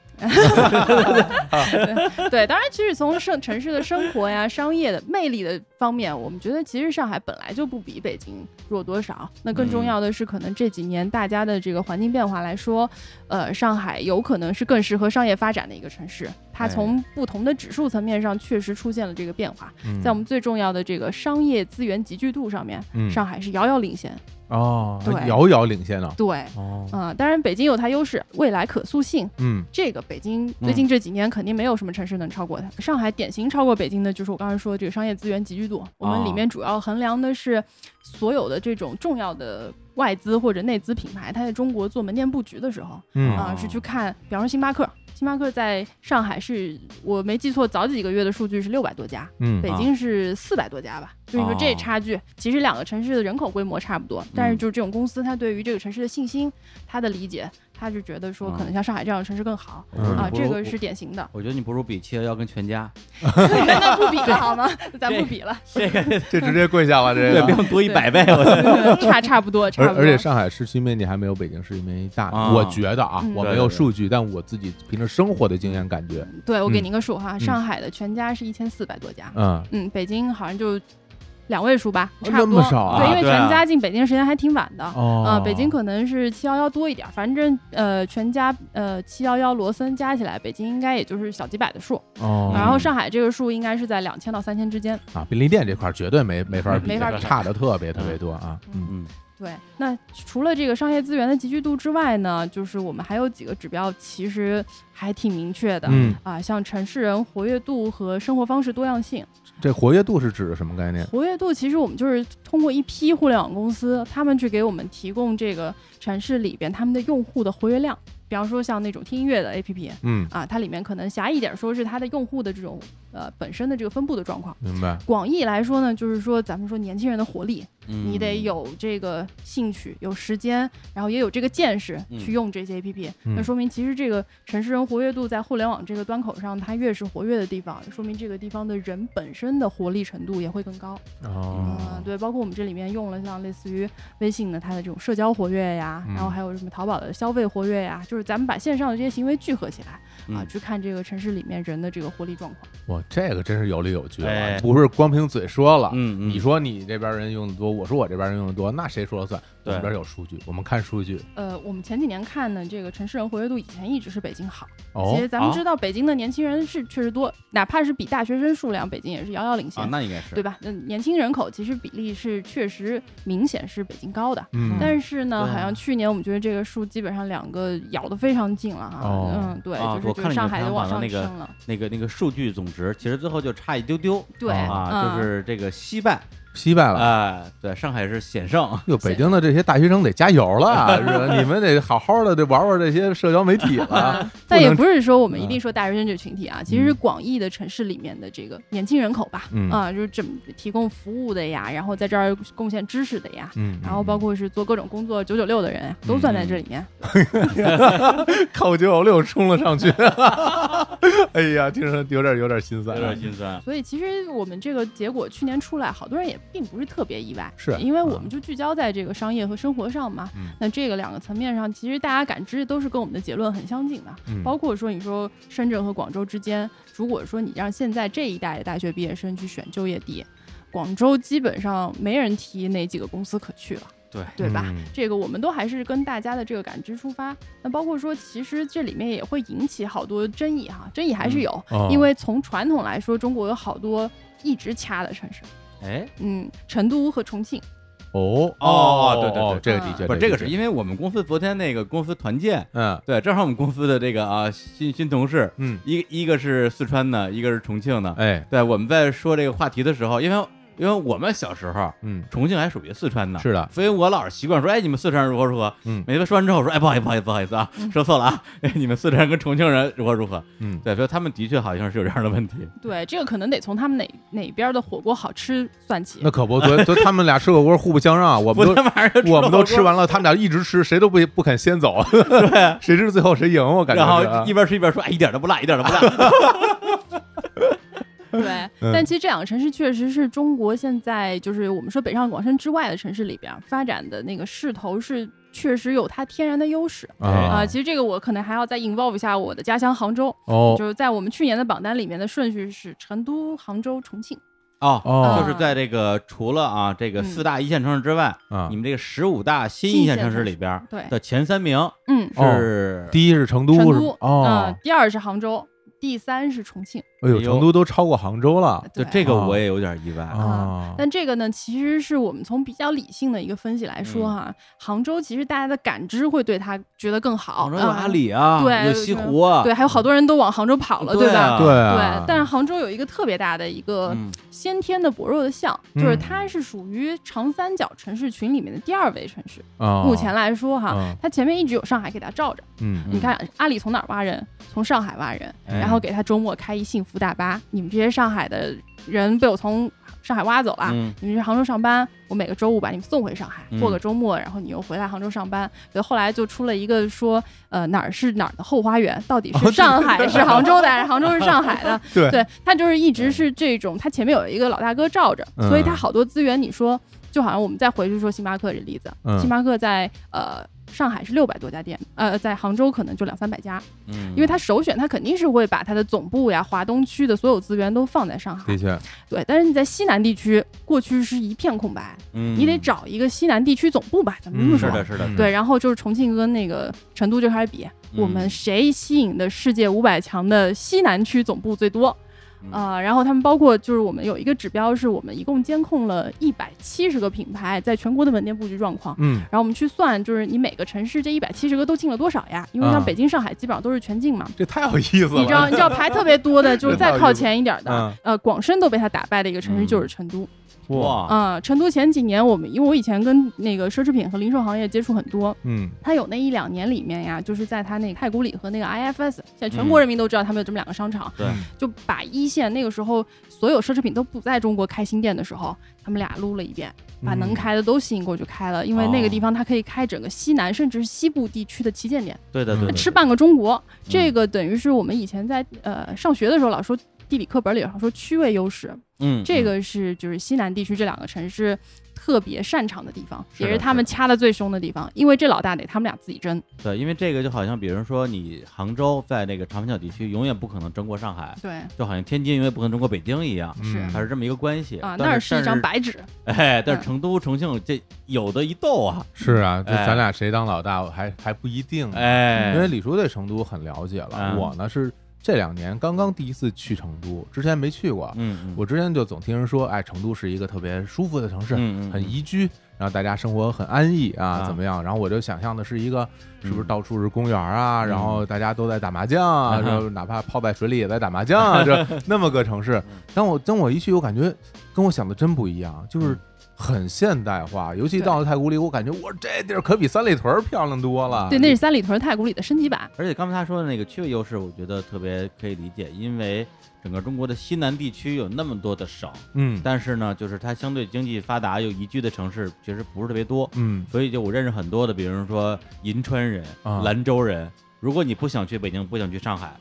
Speaker 3: 对，当然，其实从生城市的生活呀、商业的魅力的方面，我们觉得其实上海本来就不比北京弱多少。那更
Speaker 2: 嗯
Speaker 3: 重要的是，可能这几年大家的这个环境变化来说，呃，上海有可能是更适合商业发展的一个城市。
Speaker 2: 哎
Speaker 3: 它从不同的指数层面上确实出现了这个变化，
Speaker 2: 嗯
Speaker 3: 在我们最重要的这个商业资源集聚度上面，
Speaker 2: 嗯
Speaker 3: 上海是遥遥领先。
Speaker 2: 哦，
Speaker 3: 对
Speaker 2: 还遥遥领先了
Speaker 3: 对。
Speaker 2: 哦，
Speaker 3: 啊、当然，北京有它优势，未来可塑性，
Speaker 2: 嗯
Speaker 3: 这个北京最近这几年肯定没有什么城市能超过它。上海典型超过北京的就是我刚才说的这个商业资源集聚度。我们里面主要衡量的是所有的这种重要的外资或者内资品牌，它在中国做门店布局的时候
Speaker 2: 嗯
Speaker 1: 啊哦
Speaker 3: 啊、是去看，比方说星巴克，星巴克在上海是我没记错，早几个月的数据是六百多家，
Speaker 2: 嗯
Speaker 3: 北
Speaker 1: 啊
Speaker 3: 京是四百多家吧，就是说这
Speaker 1: 哦
Speaker 3: 差距，其实两个城市的人口规模差不多，但是
Speaker 1: 嗯
Speaker 3: 就是这种公司，它对于这个城市的信心，它的理解，它就觉得说可能像上海这样的城市更好
Speaker 2: 嗯
Speaker 3: 啊，
Speaker 1: 我
Speaker 3: 这个。
Speaker 1: 我，
Speaker 3: 是典 <laughs> 型的
Speaker 1: 我觉得你不如比七幺幺跟全家，
Speaker 3: 那不比了好吗？ <laughs> 咱不比了，
Speaker 1: <laughs> 这个
Speaker 2: 这直接跪下了，这
Speaker 1: 对，比
Speaker 2: 个。
Speaker 1: 我们多一百倍。我觉得
Speaker 3: <laughs> 差差不多，差
Speaker 2: 而
Speaker 3: 不多。
Speaker 2: 而且上海市区面积还没有北京市区面积大，
Speaker 1: 啊
Speaker 2: 我觉得啊
Speaker 3: 嗯，
Speaker 2: 我
Speaker 1: 对
Speaker 2: 没
Speaker 1: 对
Speaker 2: 有
Speaker 1: 对
Speaker 2: 数据，但我自己凭着生活的经验感觉，
Speaker 3: 对我给
Speaker 2: 嗯
Speaker 3: 您个数哈，上海的全家是一千四百多家，
Speaker 2: 嗯
Speaker 3: 嗯，北京好像就两位数吧，
Speaker 2: 那
Speaker 3: 差不多。
Speaker 2: 么少啊
Speaker 3: 对，因为
Speaker 1: 对啊
Speaker 3: 全家进北京时间还挺晚的。
Speaker 2: 哦
Speaker 3: 呃，北京可能是七幺幺多一点儿，反正呃，全家呃七幺幺罗森加起来，北京应该也就是小几百的数，
Speaker 2: 哦，
Speaker 3: 然后上海这个数应该是在两千到三千之间。
Speaker 2: 啊，便利店这块儿绝对没没法比，
Speaker 3: 没法比
Speaker 2: 差的特别特别多啊。
Speaker 1: <laughs>
Speaker 2: 嗯，
Speaker 1: 嗯
Speaker 3: 对，那除了这个商业资源的集聚度之外呢，就是我们还有几个指标其实还挺明确的。
Speaker 2: 嗯，
Speaker 3: 啊，像城市人活跃度和生活方式多样性，
Speaker 2: 这活跃度是指的什么概念？
Speaker 3: 活跃度其实我们就是通过一批互联网公司，他们去给我们提供这个城市里边他们的用户的活跃量，比方说像那种听音乐的 APP
Speaker 2: 嗯，
Speaker 3: 啊，它里面可能狭义点说是它的用户的这种呃本身的这个分布的状况。
Speaker 2: 明白。
Speaker 3: 广义来说呢，就是说咱们说年轻人的活力，
Speaker 1: 嗯，
Speaker 3: 你得有这个兴趣、有时间，然后也有这个见识
Speaker 1: 嗯
Speaker 3: 去用这些 APP，、
Speaker 2: 嗯
Speaker 3: 那说明其实这个城市人活跃度在互联网这个端口上，它越是活跃的地方，说明这个地方的人本身的活力程度也会更高。
Speaker 2: 哦
Speaker 3: 嗯，，对，包括我们这里面用了像类似于微信的它的这种社交活跃呀，
Speaker 2: 嗯
Speaker 3: 然后还有什么淘宝的消费活跃呀，就是咱们把线上的这些行为聚合起来、啊，
Speaker 1: 嗯
Speaker 3: 去看这个城市里面人的这个活力状况。
Speaker 2: 哇，这个真是有理有据啊，
Speaker 1: 哎
Speaker 2: 不是光凭嘴说了。
Speaker 1: 嗯，嗯
Speaker 2: 你说你这边人用的多，我说我这边人用的多，那谁说了算？我
Speaker 1: 对
Speaker 2: 们这儿有数据，我们看数据。
Speaker 3: 呃，我们前几年看呢，这个城市人活跃度以前一直是北京好。
Speaker 2: 哦
Speaker 3: 其，实咱们
Speaker 1: 啊
Speaker 3: 知道，北京的年轻人是确实多，哪怕是比大学生数量，北京也是遥遥领先，
Speaker 1: 啊，那应该是
Speaker 3: 对吧？嗯，年轻人口其实比例是确实明显是北京高的。
Speaker 2: 嗯，
Speaker 3: 但是呢，
Speaker 1: 对啊
Speaker 3: 好像去年我们觉得这个数基本上两个咬得非常近了哈，
Speaker 2: 哦
Speaker 3: 嗯，对，
Speaker 1: 啊
Speaker 3: 就是
Speaker 1: 我
Speaker 3: 这
Speaker 1: 看
Speaker 3: 个
Speaker 1: 了
Speaker 3: 上
Speaker 1: 你
Speaker 3: 海
Speaker 1: 们
Speaker 3: 就
Speaker 1: 采
Speaker 3: 往
Speaker 1: 访
Speaker 3: 上
Speaker 1: 的那个
Speaker 3: 升了，
Speaker 1: 那个那个数据总值，其实最后就差一丢丢
Speaker 3: 对
Speaker 1: 啊，就
Speaker 3: 嗯
Speaker 1: 是这个惜败，
Speaker 2: 惜败了。
Speaker 1: 哎，对，上海是险 <laughs> 胜，
Speaker 2: 哟，北京的这些大学生得加油
Speaker 1: <laughs>
Speaker 2: 了，啊是你们得好好的得玩玩这些社交媒
Speaker 3: <laughs>
Speaker 2: 体了。
Speaker 3: 但
Speaker 2: 不
Speaker 3: 也
Speaker 2: 能
Speaker 3: 不是说我们一
Speaker 2: 嗯
Speaker 3: 定说大学生这个群体啊，其
Speaker 1: 嗯
Speaker 3: 实是广义的城市里面的这个年轻人口吧，
Speaker 2: 嗯
Speaker 3: 啊，就是整提供服务的呀，然后在这儿贡献知识的呀，
Speaker 2: 嗯，
Speaker 3: 然后包括是做各种工作九九六的人呀，都算在这里面。 <laughs>
Speaker 2: 靠九九六冲了上去， <laughs> 哎呀，听着有点有点心
Speaker 1: <laughs> 有
Speaker 2: 酸啊
Speaker 1: 点。心酸。
Speaker 3: 所以其实我们这个结果去年出来，好多人也并不是特别意外，
Speaker 2: 是
Speaker 3: 因为我
Speaker 2: 嗯
Speaker 3: 们就聚焦在这个商业和生活上嘛。
Speaker 2: 嗯
Speaker 3: 那这个两个层面上，其实大家感知都是跟我们的结论很相近的。
Speaker 2: 嗯
Speaker 3: 包括说，你说深圳和广州之间，如果说你让现在这一代的大学毕业生去选就业地，广州基本上没人提哪几个公司可去了。
Speaker 1: 对
Speaker 3: 对吧？
Speaker 2: 嗯
Speaker 3: 这个我们都还是跟大家的这个感知出发。那包括说，其实这里面也会引起好多争议哈，争议还是有，
Speaker 2: 哦
Speaker 3: 因为从传统来说，中国有好多一直掐的城市，
Speaker 1: 哎，
Speaker 3: 嗯，成都和重庆，
Speaker 2: 哦
Speaker 1: 哦对对对
Speaker 2: 哦这个的确
Speaker 1: 不，这个是
Speaker 2: 一
Speaker 1: 因为我们公司昨天那个公司团建，
Speaker 2: 嗯
Speaker 1: 对，正好我们公司的这个啊新新同事，
Speaker 2: 嗯，
Speaker 1: 一一个是四川的，一个是重庆的。
Speaker 2: 哎
Speaker 1: 对，我们在说这个话题的时候，因为因为我们小时候
Speaker 2: 嗯
Speaker 1: 重庆还属于四川呢，
Speaker 2: 是的，
Speaker 1: 所以我老是习惯说，哎，你们四川人如何如何。
Speaker 2: 嗯
Speaker 1: 每次说完之后，我说，哎，不好意思，不好意思，不好意思啊，
Speaker 2: <laughs>
Speaker 1: 说错了啊， <laughs> 哎，你们四川人跟重庆人如何如何。
Speaker 2: 嗯
Speaker 1: 对，所以他们的确好像是有这样的问题。
Speaker 3: 对，这个可能得从他们哪哪边的火锅好吃算起
Speaker 2: <laughs> 那。可不，昨昨他们俩吃火锅 <laughs> 互不相让，我
Speaker 1: 昨
Speaker 2: 们都
Speaker 1: 天晚上就
Speaker 2: 我们都
Speaker 1: 火锅
Speaker 2: 吃，完了，他们俩一直吃，谁都不不肯先走， <laughs> 谁知道最后谁赢？我感觉
Speaker 1: 然
Speaker 2: 是啊，
Speaker 1: 后一边吃一边说，哎，一点都不辣，一点都不
Speaker 2: <laughs>
Speaker 1: 辣。
Speaker 3: 对，
Speaker 2: 嗯
Speaker 3: 但其实这两个城市确实是中国现在就是我们说北上广深之外的城市里边发展的那个势头是确实有它天然的优势。啊、
Speaker 2: 啊
Speaker 3: 其实这个我可能还要再 involve 一下我的家乡杭州，
Speaker 2: 哦
Speaker 3: 就是在我们去年的榜单里面的顺序是成都、杭州、重庆。
Speaker 1: 哦
Speaker 2: 哦
Speaker 1: 就是在这个除了啊这个
Speaker 3: 嗯
Speaker 1: 四大一线城市之外，
Speaker 2: 啊
Speaker 1: 你，们这个十五大新一线城市里边
Speaker 3: 对，
Speaker 1: 的前三名
Speaker 3: 嗯，
Speaker 2: 哦
Speaker 1: 是
Speaker 2: 第一是成都，
Speaker 3: 成
Speaker 2: 是
Speaker 3: 都
Speaker 2: 吧，哦
Speaker 3: 嗯，，第二是杭州，第三是重庆。
Speaker 2: 哎
Speaker 1: 哎
Speaker 2: 呦，
Speaker 1: 呦
Speaker 2: 成都都超过杭州了
Speaker 1: 啊就
Speaker 3: 对
Speaker 1: 这个
Speaker 2: 哦
Speaker 1: 我也有点意外。
Speaker 2: 啊，
Speaker 3: 哎但这个呢，其实是我们从比较理性的一个分析来
Speaker 1: 嗯
Speaker 3: 说哈，杭州其实大家的感知会对它觉得更好。
Speaker 1: 杭州有
Speaker 3: 嗯
Speaker 1: 阿、里啊，
Speaker 3: 对
Speaker 1: 有西湖啊，
Speaker 3: 对，还有好多人都往杭州跑了，
Speaker 1: 对
Speaker 3: 吧？
Speaker 1: 啊
Speaker 2: 对
Speaker 3: 对
Speaker 2: 啊，，
Speaker 3: 但是杭州有一个特别大的一个
Speaker 1: 嗯
Speaker 3: 先天的薄弱的项，就是
Speaker 2: 嗯
Speaker 3: 它是属于长三角城市群里面的第二位城市。
Speaker 1: 哦
Speaker 2: 啊
Speaker 3: 目前来说哈，
Speaker 2: 嗯
Speaker 3: 它前面一直有上海给它罩着。
Speaker 2: 嗯
Speaker 1: 嗯
Speaker 3: 你看阿里从哪儿挖人？从上海挖人，
Speaker 1: 哎
Speaker 3: 然后给他周末开一幸福大巴。你们这些上海的人被我从上海挖走了。
Speaker 1: 嗯
Speaker 3: 你们去杭州上班，我每个周五把你们送回上海
Speaker 1: 嗯，
Speaker 3: 过个周末，然后你又回来杭州上班。所以后来就出了一个说，呃，哪儿是哪儿的后花园？到底是上海是杭州的，还是杭州是上海的？
Speaker 2: 对
Speaker 3: 对，它就是一直是这种，它前面有一个老大哥罩着，
Speaker 2: 嗯
Speaker 3: 所以它好多资源，你说就好像我们再回去说星巴克这例子，
Speaker 2: 嗯
Speaker 3: 星巴克在呃上海是六百多家店，呃，在杭州可能就两三百家，
Speaker 1: 嗯，
Speaker 3: 因为它首选，它肯定是会把它的总部呀、华东区的所有资源都放在上海。
Speaker 2: 的确，
Speaker 3: 对，但是你在西南地区，过去是一片空白，你
Speaker 1: 你
Speaker 3: 得找一个西南地区总部吧，咱们这么
Speaker 2: 嗯
Speaker 3: 说。
Speaker 1: 嗯是的，是的，
Speaker 2: 嗯
Speaker 3: 对，然后就是重庆跟那个成都就开始比，我
Speaker 1: 嗯
Speaker 3: 们谁吸引的世界五百强的西南区总部最多
Speaker 1: 嗯？
Speaker 3: 啊、然后他们包括就是我们有一个指标，是我们一共监控了一百七十个品牌在全国的门店布局状况。
Speaker 2: 嗯
Speaker 3: 然后我们去算，就是你每个城市这一百七十个都进了多少呀？因为像
Speaker 2: 啊
Speaker 3: 北京、上海基本上都是全
Speaker 2: <laughs>
Speaker 3: 进嘛。
Speaker 2: 这太有意思了，<laughs>
Speaker 3: 你知道，你知道排特别多的，就是再靠前一点的，
Speaker 2: 嗯
Speaker 3: 呃，广深都被他打败的一个城市就是成都。
Speaker 2: 哇，
Speaker 1: 哇，
Speaker 3: 啊、成都前几年我们，因为我以前跟那个奢侈品和零售行业接触很多，
Speaker 2: 嗯
Speaker 3: 它有那一两年里面呀，就是在它那个太古里和那个 IFS，现在全国
Speaker 2: 嗯
Speaker 3: 人民都知道他们有这么两个商场，
Speaker 1: 对
Speaker 3: 就把一线那个时候所有奢侈品都不在中国开新店的时候，他们俩撸了一遍，把能开的都吸引过去开了，因为那个地
Speaker 1: 哦
Speaker 3: 方它可以开整个西南甚至是西部地区的旗舰店，
Speaker 1: 对的，对嗯的，
Speaker 3: 吃半个中国。这个等于是我们以前在呃上学的时候老说。地理课本里老说区位优势，
Speaker 1: 嗯，
Speaker 3: 这个是就是西南地区这两个城市特别擅长的地方，
Speaker 2: 是的
Speaker 3: 也是他们掐的最凶的地方，因为这老大得他们俩自己争。
Speaker 1: 对，因为这个就好像，比如说你杭州在那个长三角地区永远不可能争过上海，
Speaker 3: 对，
Speaker 1: 就好像天津永远不可能争过北京一样，
Speaker 3: 是
Speaker 2: 嗯
Speaker 1: 它是这么一个关系
Speaker 3: 啊，
Speaker 1: 但
Speaker 3: 那儿
Speaker 1: 是
Speaker 3: 是一张。
Speaker 1: 但
Speaker 3: 白纸。
Speaker 1: 哎，但是
Speaker 3: 嗯
Speaker 1: 成都、重庆这有的一斗啊，
Speaker 2: 是啊，就
Speaker 1: 哎
Speaker 2: 咱俩谁当老大还还不一定呢，
Speaker 1: 哎，
Speaker 2: 嗯因为李叔对成都很了解了，
Speaker 1: 嗯
Speaker 2: 我呢是这两年刚刚第一次去成都，之前没去过。
Speaker 1: 嗯，嗯
Speaker 2: 我之前就总听人说，哎，成都是一个特别舒服的城市，
Speaker 1: 嗯嗯
Speaker 2: 很宜居，然后大家生活很安逸啊，
Speaker 1: 啊
Speaker 2: 怎么样？然后我就想象的是一个，是不是
Speaker 1: 嗯
Speaker 2: 到处是公园啊，
Speaker 1: 嗯
Speaker 2: 然后大家都在打麻将啊，
Speaker 3: <laughs>
Speaker 1: 嗯
Speaker 2: 然后哪怕泡在水里也在打麻将啊，这那么个
Speaker 3: <laughs>
Speaker 2: 城
Speaker 3: 嗯
Speaker 2: 市。但我等我一去，我感觉跟我想的真不一样，就是
Speaker 1: 嗯。
Speaker 2: 很现代化，尤其
Speaker 3: 对
Speaker 2: 到了太古里，我感觉我这地儿可比三里屯儿漂亮多了。
Speaker 3: 对，那是三里屯太古里的升级版。
Speaker 1: 而且刚才他说的那个区位优势，我觉得特别可以理解，因为整个中国的西南地区有那么多的省，
Speaker 2: 嗯
Speaker 1: 但是呢，就是它相对经济发达又宜居的城市其实不是特别多，
Speaker 2: 嗯
Speaker 1: 所以就我认识很多的，比如说银川人、
Speaker 2: 啊
Speaker 1: 兰州人，如果你不想去北京，不想去上海，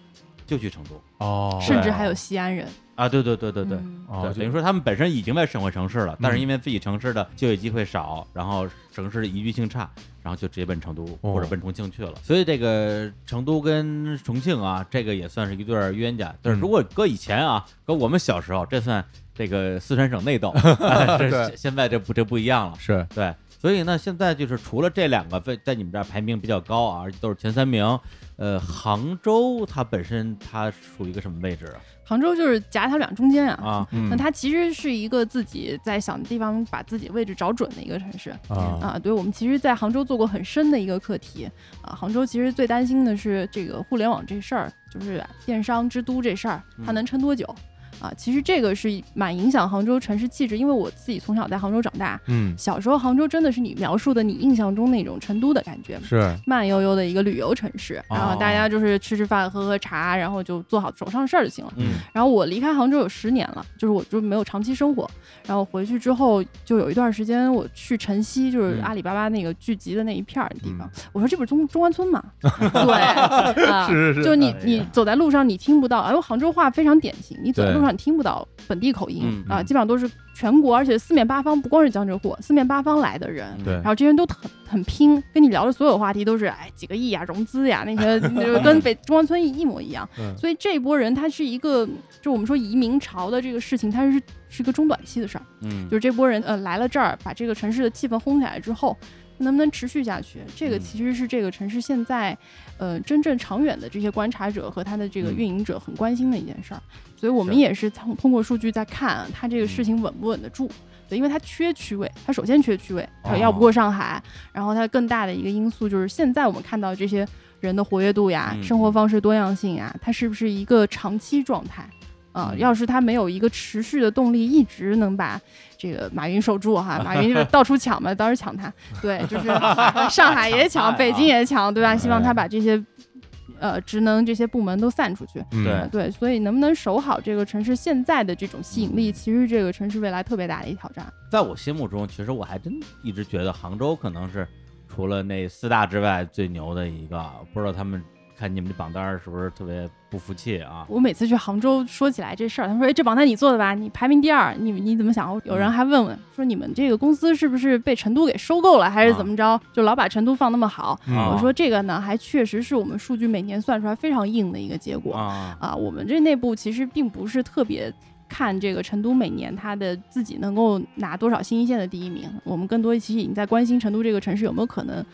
Speaker 1: 就去成都
Speaker 2: 哦，
Speaker 3: 甚至还有西安人。
Speaker 1: 啊！对对对对对。
Speaker 3: 嗯
Speaker 2: 哦，
Speaker 1: 对，
Speaker 2: 就
Speaker 1: 等于说他们本身已经在省会城市了，但是
Speaker 2: 嗯
Speaker 1: 因为自己城市的就业机会少，然后城市的宜居性差，然后就直接奔成都
Speaker 2: 哦
Speaker 1: 或者奔重庆去了。所以这个成都跟重庆啊，这个也算是一对儿冤家。但是如果搁以前啊，搁我们小时候，这算这个四川省内 <laughs> 斗，哎这
Speaker 2: 对
Speaker 1: 现在这不这不一样了。
Speaker 2: 是
Speaker 1: 对，所以呢，现在就是除了这两个在在你们这儿排名比较高啊，而且都是前三名，呃，杭州它本身它属于一个什么位置啊？
Speaker 3: 杭州就是夹他们俩中间啊。
Speaker 1: 啊，
Speaker 2: 嗯
Speaker 3: 那它其实是一个自己在想的地方把自己位置找准的一个城市
Speaker 2: 啊
Speaker 3: 啊。对，我们其实，在杭州做过很深的一个课题啊。杭州其实最担心的是呃这个互联网这事儿，就是电商之都这事儿，它
Speaker 1: 嗯
Speaker 3: 能撑多久？啊，其实这个是蛮影响杭州城市气质，因为我自己从小在杭州长大，
Speaker 2: 嗯
Speaker 3: 小时候杭州真的是你描述的你印象中那种成都的感觉，
Speaker 2: 是
Speaker 3: 慢悠悠的一个旅游城市，然后大家就是吃吃饭、喝喝茶，然后就做好手上事儿就行了。
Speaker 1: 嗯
Speaker 3: 然后我离开杭州有十年了，就是我就没有长期生活。然后回去之后，就有一段时间我去晨曦，就是
Speaker 1: 嗯
Speaker 3: 阿里巴巴那个聚集的那一片儿地方。我说这不是中中关
Speaker 1: <laughs>
Speaker 3: 村吗？对，啊、
Speaker 2: 是是
Speaker 3: 就是你
Speaker 1: 哎呀
Speaker 3: 你走在路上你听不到，哎呦，杭州话非常典型，你走在
Speaker 2: 对
Speaker 3: 路上你听不到本地口音
Speaker 1: 嗯
Speaker 3: 啊，
Speaker 2: 嗯
Speaker 3: 基本上都是全国，而且四面八方，不光是江浙沪，四面八方来的人。
Speaker 1: 嗯
Speaker 2: 嗯对
Speaker 3: 然后这些人都很很拼，跟你聊的所有话题都是哎几个亿呀、融资呀、那
Speaker 1: <laughs>
Speaker 3: 些就是跟北中关村一模一样。
Speaker 2: 嗯
Speaker 3: 所以这一波人他是一个，就我们说移民潮的这个事情，它是是一个中短期的事儿。
Speaker 1: 嗯，
Speaker 3: 就是这波人呃来了这儿，把这个城市的气氛烘起来之后，能不能持续下去？这个
Speaker 1: 嗯
Speaker 3: 其实是这个城市现在呃真正长远的这些观察者和他的这个
Speaker 1: 嗯
Speaker 3: 运营者很关心的一件事儿。所以我们
Speaker 1: 是
Speaker 3: 也是通通过数据在看它这个
Speaker 1: 嗯
Speaker 3: 事情稳不稳得住。对，因为它缺区位，它首先缺区位，它
Speaker 1: 哦
Speaker 3: 要不过上海，然后它更大的一个因素就是现在我们看到这些人的活跃度呀、
Speaker 1: 嗯
Speaker 3: 生活方式多样性呀，它是不是一个长期状态？啊、
Speaker 1: 嗯
Speaker 3: 要是它没有一个持续的动力，一直能把这个马云守住哈，
Speaker 1: <laughs>
Speaker 3: 马云就是到处抢嘛，到处抢他，对，就是上海也
Speaker 1: 抢他呀
Speaker 3: 抢，北京也抢，对吧？
Speaker 1: 哎
Speaker 3: 希望他把这些呃职能这些部门都散出去，呃
Speaker 2: 嗯
Speaker 1: 对
Speaker 3: 对，所以能不能守好这个城市现在的这种吸引力，
Speaker 1: 嗯
Speaker 3: 其实是这个城市未来特别大的一挑战。
Speaker 1: 在我心目中，其实我还真一直觉得杭州可能是除了那四大之外最牛的一个，不知道他们看你们这榜单儿是不是特别不服气啊？
Speaker 3: 我每次去杭州说起来这事儿，他们说：“哎，这榜单你做的吧？你排名第二，你你怎么想？”有
Speaker 1: 嗯
Speaker 3: 人还问问说：“你们这个公司是不是被成都给收购了，还是怎么着？就老把成都放那么好？”
Speaker 2: 嗯
Speaker 1: 啊
Speaker 3: 我说：“这个呢，还确实是我们数据每年算出来非常硬的一个结果
Speaker 1: 啊，
Speaker 3: 啊。我们这内部其实并不是特别。”看这个成都每年它的自己能够拿多少新一线的第一名，我们更多其实已经在关心成都这个城市有没有可能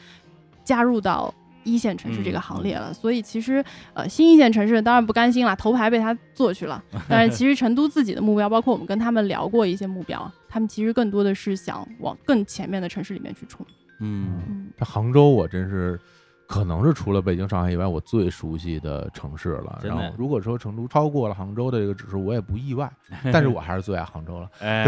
Speaker 3: 加入到一线城市这个行列了。所以其实呃，新一线城市当然不甘心啦，头牌被他做去了。但是其实成都自己的目标，包括我们跟他们聊过一些目标，他们其实更多的是想往更前面的城市里面去冲。
Speaker 1: 嗯
Speaker 3: 嗯，
Speaker 2: 这杭州我真是，可能是除了北京、上海以外，我最熟悉的城市了。
Speaker 1: 真
Speaker 2: 然
Speaker 1: 的
Speaker 2: 后如果说成都超过了杭州的这个指数，我也不意
Speaker 1: <laughs>
Speaker 2: 外，但是我还是最爱杭州了。
Speaker 1: 哎，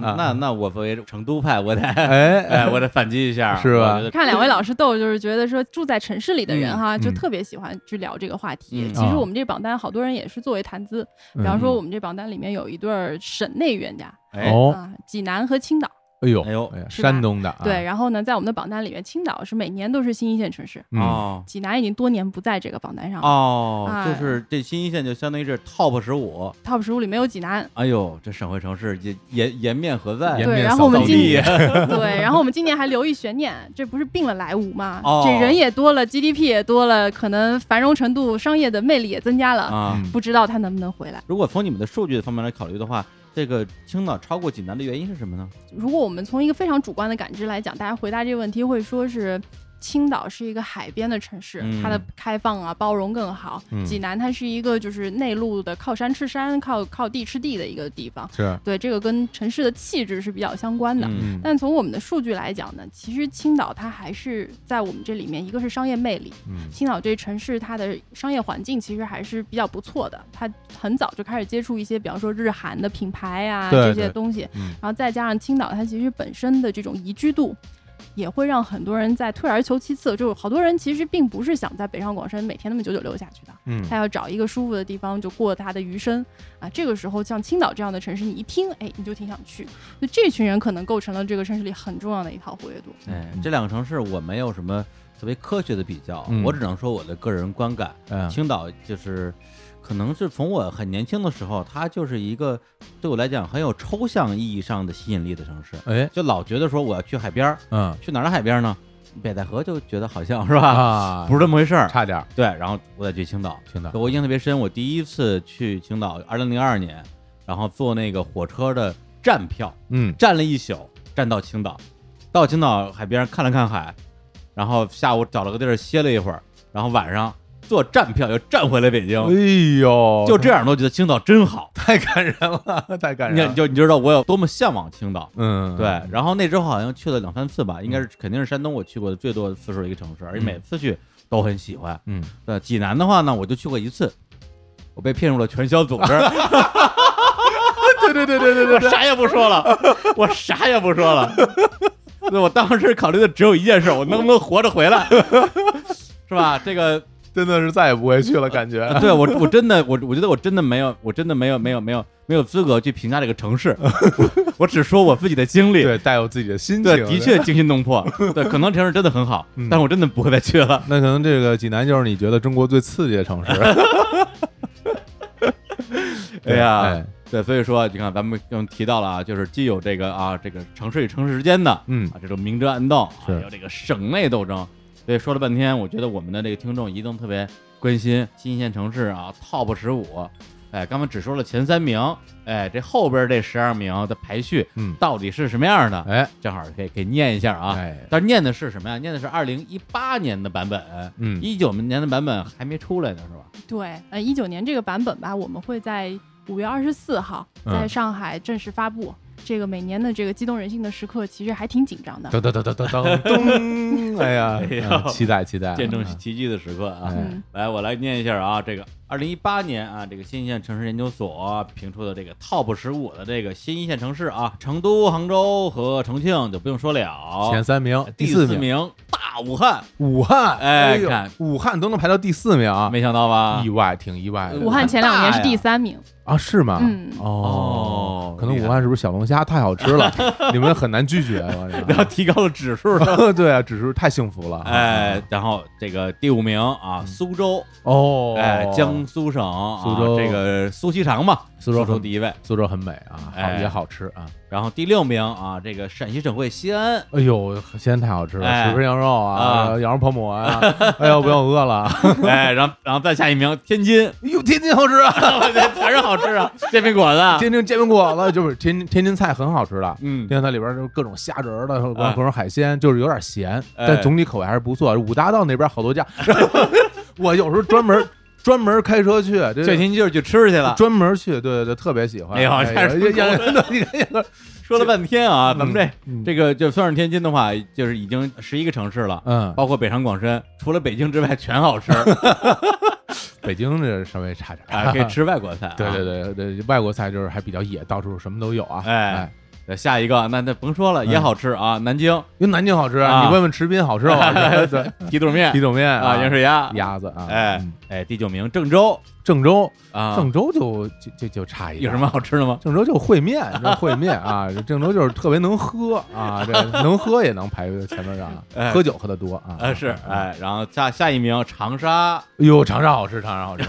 Speaker 1: 那
Speaker 2: <laughs>
Speaker 1: 那那我作为成都派，我得
Speaker 2: 哎
Speaker 1: <laughs> 哎，我得反击一下，
Speaker 2: 是吧
Speaker 1: 我觉得
Speaker 3: 看两位老师逗，就是觉得说住在城市里的人哈，
Speaker 2: 嗯
Speaker 3: 就特别喜欢去聊这个话题。
Speaker 1: 嗯
Speaker 3: 其实
Speaker 2: 啊
Speaker 3: 我们这榜单好多人也是作为谈资，比方说我们这榜单里面有一对儿省内冤家
Speaker 1: 哎，
Speaker 2: 哦，
Speaker 3: 啊，济南和青岛。
Speaker 2: 哎呦，
Speaker 1: 哎呦
Speaker 2: 呀
Speaker 3: 是吧
Speaker 2: 山东的啊，
Speaker 3: 对，然后呢，在我们的榜单里面，青岛是每年都是新一线城市，
Speaker 2: 嗯，
Speaker 1: 哦
Speaker 3: 济南已经多年不在这个榜单上了。
Speaker 1: 哦，
Speaker 3: 啊哎
Speaker 1: 就是这新一线就相当于是 top 十五，
Speaker 3: Top 十五里没有济
Speaker 1: <laughs>
Speaker 3: 南，
Speaker 1: 哎呦，这省会城市颜颜颜面何在？
Speaker 2: 颜
Speaker 3: 对，
Speaker 2: 面
Speaker 3: 然
Speaker 2: 扫
Speaker 3: 后我们
Speaker 1: 扫
Speaker 3: 今
Speaker 1: 地
Speaker 2: 地
Speaker 3: 年对，然后我们今年还留一悬念，这不是并了莱芜吗？
Speaker 1: 哦
Speaker 3: 这人也多了，GDP 也多了，可能繁荣程度、商业的魅力也增加了，
Speaker 1: 啊。
Speaker 2: 嗯
Speaker 3: 不知道他能不能回来。
Speaker 1: 如果从你们的数据方面来考虑的话，这个青岛超过济南的原因是什么呢？
Speaker 3: 如果我们从一个非常主观的感知来讲，大家回答这个问题会说是。青岛是一个海边的城市，
Speaker 1: 嗯
Speaker 3: 它的开放啊包容更好。
Speaker 2: 嗯
Speaker 3: 济南它是一个就是内陆的，靠山吃山，靠靠地吃地的一个地方。
Speaker 2: 是，
Speaker 3: 对，这个跟城市的气质是比较相关的。
Speaker 1: 嗯
Speaker 2: 嗯
Speaker 3: 但从我们的数据来讲呢，其实青岛它还是在我们这里面，一个是商业魅力，
Speaker 2: 嗯
Speaker 3: 青岛这城市它的商业环境其实还是比较不错的，它很早就开始接触一些，比方说日韩的品牌啊
Speaker 2: 对
Speaker 3: 这些
Speaker 2: 对
Speaker 3: 东西，
Speaker 2: 嗯
Speaker 3: 然后再加上青岛它其实本身的这种宜居度。也会让很多人在退而求其次，就是好多人其实并不是想在北上广深每天那么久久留下去的，
Speaker 2: 嗯
Speaker 3: 他要找一个舒服的地方就过他的余生啊。这个时候，像青岛这样的城市，你一听，哎，你就挺想去。就这群人可能构成了这个城市里很重要的一套活跃度。
Speaker 1: 哎，
Speaker 2: 嗯
Speaker 1: 这两个城市我没有什么特别科学的比较，
Speaker 2: 嗯
Speaker 1: 我只能说我的个人观感。
Speaker 2: 嗯
Speaker 1: 青岛就是，可能是从我很年轻的时候，它就是一个对我来讲很有抽象意义上的吸引力的城市，
Speaker 2: 哎
Speaker 1: 就老觉得说我要去海边儿，
Speaker 2: 嗯
Speaker 1: 去哪儿的海边儿呢？北戴河就觉得好像是吧，
Speaker 2: 啊，
Speaker 1: <laughs> 不是这么回事儿。
Speaker 2: 差点儿
Speaker 1: 对，然后我再去青岛，
Speaker 2: 青岛
Speaker 1: 我印象特别深，我第一次去青岛，二零零二年，然后坐那个火车的站票，
Speaker 2: 嗯
Speaker 1: 站了一宿，站到青岛，到青岛海边上看了看海，然后下午找了个地儿歇了一会儿，然后晚上坐站票又站回来北京，
Speaker 2: 哎呦，
Speaker 1: 就这样都觉得青岛真好，
Speaker 2: 太感人了，太感
Speaker 1: 你
Speaker 2: 人了
Speaker 1: 你，就你知道我有多么向往青岛。
Speaker 2: 嗯
Speaker 1: 对，然后那之后好像去了两三次吧，应该是肯定是山东我去过的最多的次数的一个城市，而且每次去都很喜欢。
Speaker 2: 嗯
Speaker 1: 对，济南的话呢，我就去过一次，我被骗入了传销组织，
Speaker 2: <laughs> 对对对对对
Speaker 1: 我啥也不说了，我啥也不说了。对，我当时考虑的只有一件事，我能不能活着回来，是吧？这个，
Speaker 2: 真的是再也不会去了，感觉。
Speaker 1: <laughs> 对我我真的我我觉得我真的没有，我真的没有没有没有没有资格去评价这个城市，我我只说我自己的经历。
Speaker 2: 对，带有自己的心情。
Speaker 1: 对，的，确惊心动
Speaker 2: <laughs>
Speaker 1: 魄。对，可能城市真的很好，
Speaker 2: 嗯
Speaker 1: 但我真的不会再去了。
Speaker 2: 那可能这个济南就是你觉得中国最刺激的城市。
Speaker 1: 哎
Speaker 2: 对
Speaker 1: 呀
Speaker 2: 哎，
Speaker 1: <laughs> 对，所以说你看，咱们刚提到了啊，就是既有这个啊，这个城市与城市之间的
Speaker 2: 嗯
Speaker 1: 啊，这种明争暗斗，
Speaker 2: 是
Speaker 1: 还有这个省内斗争。所以说了半天，我觉得我们的这个听众一定特别关心新一线城市啊，Top 十五。哎，刚才只说了前三名，哎，这后边这十二名的排序
Speaker 2: 嗯，
Speaker 1: 到底是什么样的？
Speaker 2: 哎
Speaker 1: 正好可以给念一下啊。
Speaker 2: 哎，
Speaker 1: 但是念的是什么呀？念的是二零一八年的版本，
Speaker 2: 嗯
Speaker 1: 一九年的版本还没出来呢，是吧？
Speaker 3: 对，呃，一九年这个版本吧，我们会在五月二十四号
Speaker 2: 嗯
Speaker 3: 在上海正式发布。这个每年的这个激动人心的时刻，其实还挺紧张的。
Speaker 2: 噔噔噔噔噔噔咚！哎呀，
Speaker 1: 哎呦
Speaker 2: 嗯期待期待，
Speaker 1: 见证
Speaker 2: 嗯
Speaker 1: 奇迹的时刻啊！
Speaker 2: 哎
Speaker 3: 嗯，
Speaker 1: 来，我来念一下啊，这个二零一八年啊，这个新一线城市研究所评出的这个 top 十五的这个新一线城市啊，成都、杭州和重庆就不用说了，
Speaker 2: 前三名，
Speaker 1: 第
Speaker 2: 四
Speaker 1: 四
Speaker 2: 名，
Speaker 1: 名大武汉，
Speaker 2: 武汉，
Speaker 1: 哎
Speaker 2: 呦
Speaker 1: 看
Speaker 2: 武汉都能排到第四名啊，
Speaker 1: 没想到吧
Speaker 2: 意？外，挺意外的
Speaker 3: 武汉前两年是第三名，
Speaker 2: 啊，是吗？
Speaker 3: 嗯
Speaker 2: 哦
Speaker 1: 哦，
Speaker 2: 可能
Speaker 1: 厉害
Speaker 2: 武汉是不是小龙虾太好吃
Speaker 1: <laughs>
Speaker 2: 了，你们很难拒绝啊？
Speaker 1: 然 <laughs> 后提高了指数了，
Speaker 2: 这 <laughs> 对啊，只是太幸福了。
Speaker 1: 哎，，然后这个第五名啊，
Speaker 2: 嗯
Speaker 1: 苏州，
Speaker 2: 哦，
Speaker 1: 哎，江苏省啊，
Speaker 2: 苏州
Speaker 1: 这个苏锡常嘛，
Speaker 2: 苏
Speaker 1: 苏
Speaker 2: 州很
Speaker 1: 第一位。
Speaker 2: 苏州很美啊，好
Speaker 1: 哎
Speaker 2: 也好吃啊。
Speaker 1: 然后第六名啊，这个陕西省会西
Speaker 2: <laughs>
Speaker 1: 安，
Speaker 2: 哎呦，西安太好吃了，
Speaker 1: 哎
Speaker 2: 水盆羊肉啊，
Speaker 1: 啊
Speaker 2: 羊肉泡馍
Speaker 1: <laughs>
Speaker 2: 啊，哎呦，不要饿了。
Speaker 1: 哎，然后然后再下一名天津，
Speaker 2: 哎呦，天津好吃啊，
Speaker 1: <laughs> 还是好吃
Speaker 2: <laughs>
Speaker 1: 啊，煎饼果子，
Speaker 2: 天津煎饼果子就是天津天津菜很好吃的。
Speaker 1: 嗯
Speaker 2: 天，津菜里边就是各种虾仁儿的，各
Speaker 1: 哎
Speaker 2: 种各种海鲜，就是有点咸，
Speaker 1: 哎
Speaker 2: 但总体口味还是不错。五大道那边好多家， <laughs> 我有时候专门专门开车去，这
Speaker 1: 这天就是去吃去了。
Speaker 2: 专门去，对对对，特别喜欢。
Speaker 1: 啊哎呦这是
Speaker 2: 呀呀呀你看呀
Speaker 1: 说了半天啊，咱们这
Speaker 2: 嗯
Speaker 1: 这个就算是天津的话，就是已经十一个城市了，
Speaker 2: 嗯，
Speaker 1: 包括北上广深，除了北京之外全好
Speaker 2: <laughs>
Speaker 1: 吃
Speaker 2: 北京这稍微差点儿
Speaker 1: 啊，可以。吃外国菜啊。
Speaker 2: <laughs> 对对对对，外国菜就是还比较野，到处什么都有啊。
Speaker 1: 哎
Speaker 2: 哎，嗯
Speaker 1: 对，下一个那那甭说了，也好吃啊，南京
Speaker 2: 因为南京好吃，
Speaker 1: 啊
Speaker 2: 你问问池滨好吃不
Speaker 1: <laughs>
Speaker 2: 好吃？对，
Speaker 1: 皮肚面
Speaker 2: 皮桶面
Speaker 1: 啊，盐水鸭，
Speaker 2: 鸭子啊。
Speaker 1: 哎
Speaker 2: 嗯，
Speaker 1: 哎，第九名郑州
Speaker 2: 郑州，
Speaker 1: 啊，
Speaker 2: 郑州就就就就差一点
Speaker 1: 有什么？好吃的吗？
Speaker 2: 郑州就是烩面，
Speaker 1: <laughs>
Speaker 2: 这烩面啊，郑州就是特别能喝啊，这能喝也能排前面上
Speaker 1: 哎，
Speaker 2: 喝酒喝的多啊。
Speaker 1: 呃，是，哎，然后下下一名长沙，
Speaker 2: 哎呦，长沙好吃，长
Speaker 1: <laughs>
Speaker 2: 沙好吃，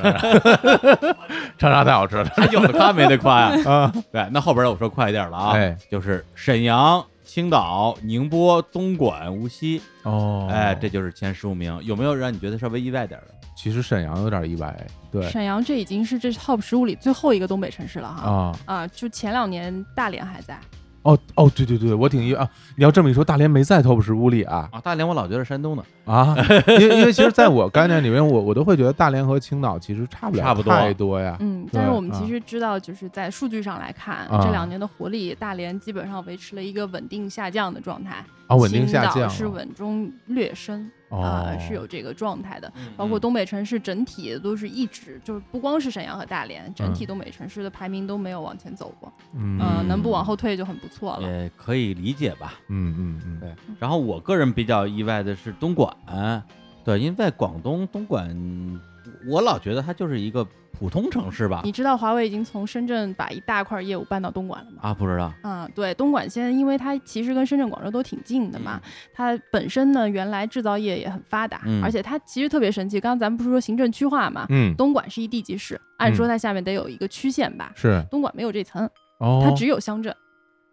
Speaker 2: 长沙太好吃了
Speaker 1: 还有的夸哎没得夸 <laughs> 呀。
Speaker 2: 啊！
Speaker 1: 对，那后边我说快一点了啊，
Speaker 2: 哎
Speaker 1: 就是沈阳、青岛、宁波、东莞、无锡，
Speaker 2: 哦，
Speaker 1: 哎，这就是前十五名。有没有让你觉得稍微意外点儿的？
Speaker 2: 其实沈阳有点意外，对
Speaker 3: 沈阳这已经是这 top 十五里最后一个东北城市了哈。
Speaker 2: 啊，
Speaker 3: 啊，就前两年大连还在，
Speaker 2: 哦哦，对对对，我挺意啊，你要这么一说，大连没在 top 十五里啊
Speaker 1: 啊，大连我老觉得山东呢，
Speaker 2: 啊，因为因为其实在我概念里面，我我都会觉得大连和青岛其实差不了
Speaker 1: 差不多
Speaker 2: 太多呀，
Speaker 3: 嗯，但是
Speaker 2: 对
Speaker 3: 我们
Speaker 2: 啊
Speaker 3: 其实知道，就是在数据上来看，
Speaker 2: 啊
Speaker 3: 这两年的活力，大连基本上维持了一个稳定下降的状态，
Speaker 2: 啊，稳定下
Speaker 3: 青
Speaker 2: 降
Speaker 3: 岛
Speaker 2: 啊
Speaker 3: 是稳中略升啊、
Speaker 2: 哦，
Speaker 3: 是有这个状态的。包
Speaker 1: 嗯
Speaker 3: 括东北城市整体都是一直就是不光是沈阳和大连，整体东北城市的排名都没有往前走过，
Speaker 2: 嗯
Speaker 3: 呃
Speaker 1: 嗯
Speaker 3: 能不往后退就很不错了。
Speaker 1: 也可以理解吧。
Speaker 2: 嗯嗯嗯，
Speaker 1: 对，然后我个人比较意外的是东莞，对，因为在广东东莞，我老觉得它就是一个普通城市吧
Speaker 3: 你。知道华为已经从深圳把一大块业务搬到东莞了吗？
Speaker 1: 啊，不知道，
Speaker 3: 啊、对，东莞现在因为它其实跟深圳、广州都挺近的嘛，它本身呢原来制造业也很发达，
Speaker 1: 嗯
Speaker 3: 而且它其实特别神奇。刚刚咱们不是说行政区划嘛，
Speaker 2: 嗯
Speaker 3: 东莞是一地级市，
Speaker 1: 嗯
Speaker 3: 按说它下面得有一个区县吧，
Speaker 2: 是
Speaker 3: 东莞没有这层，
Speaker 2: 哦，
Speaker 3: 它只有乡镇，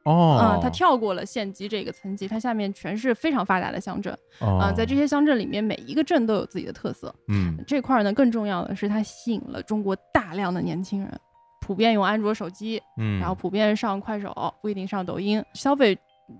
Speaker 3: 啊、
Speaker 2: 哦，
Speaker 3: 它跳过了县级这个层级，它下面全是非常发达的乡镇，啊、
Speaker 2: 啊
Speaker 3: 在这些乡镇里面，每一个镇都有自己的特色。
Speaker 2: 嗯
Speaker 3: 这块儿呢，更重要的是它吸引了中国大量的年轻人，普遍用安卓手机，
Speaker 2: 嗯，
Speaker 3: 然后普遍上快手，不一定上抖音，消费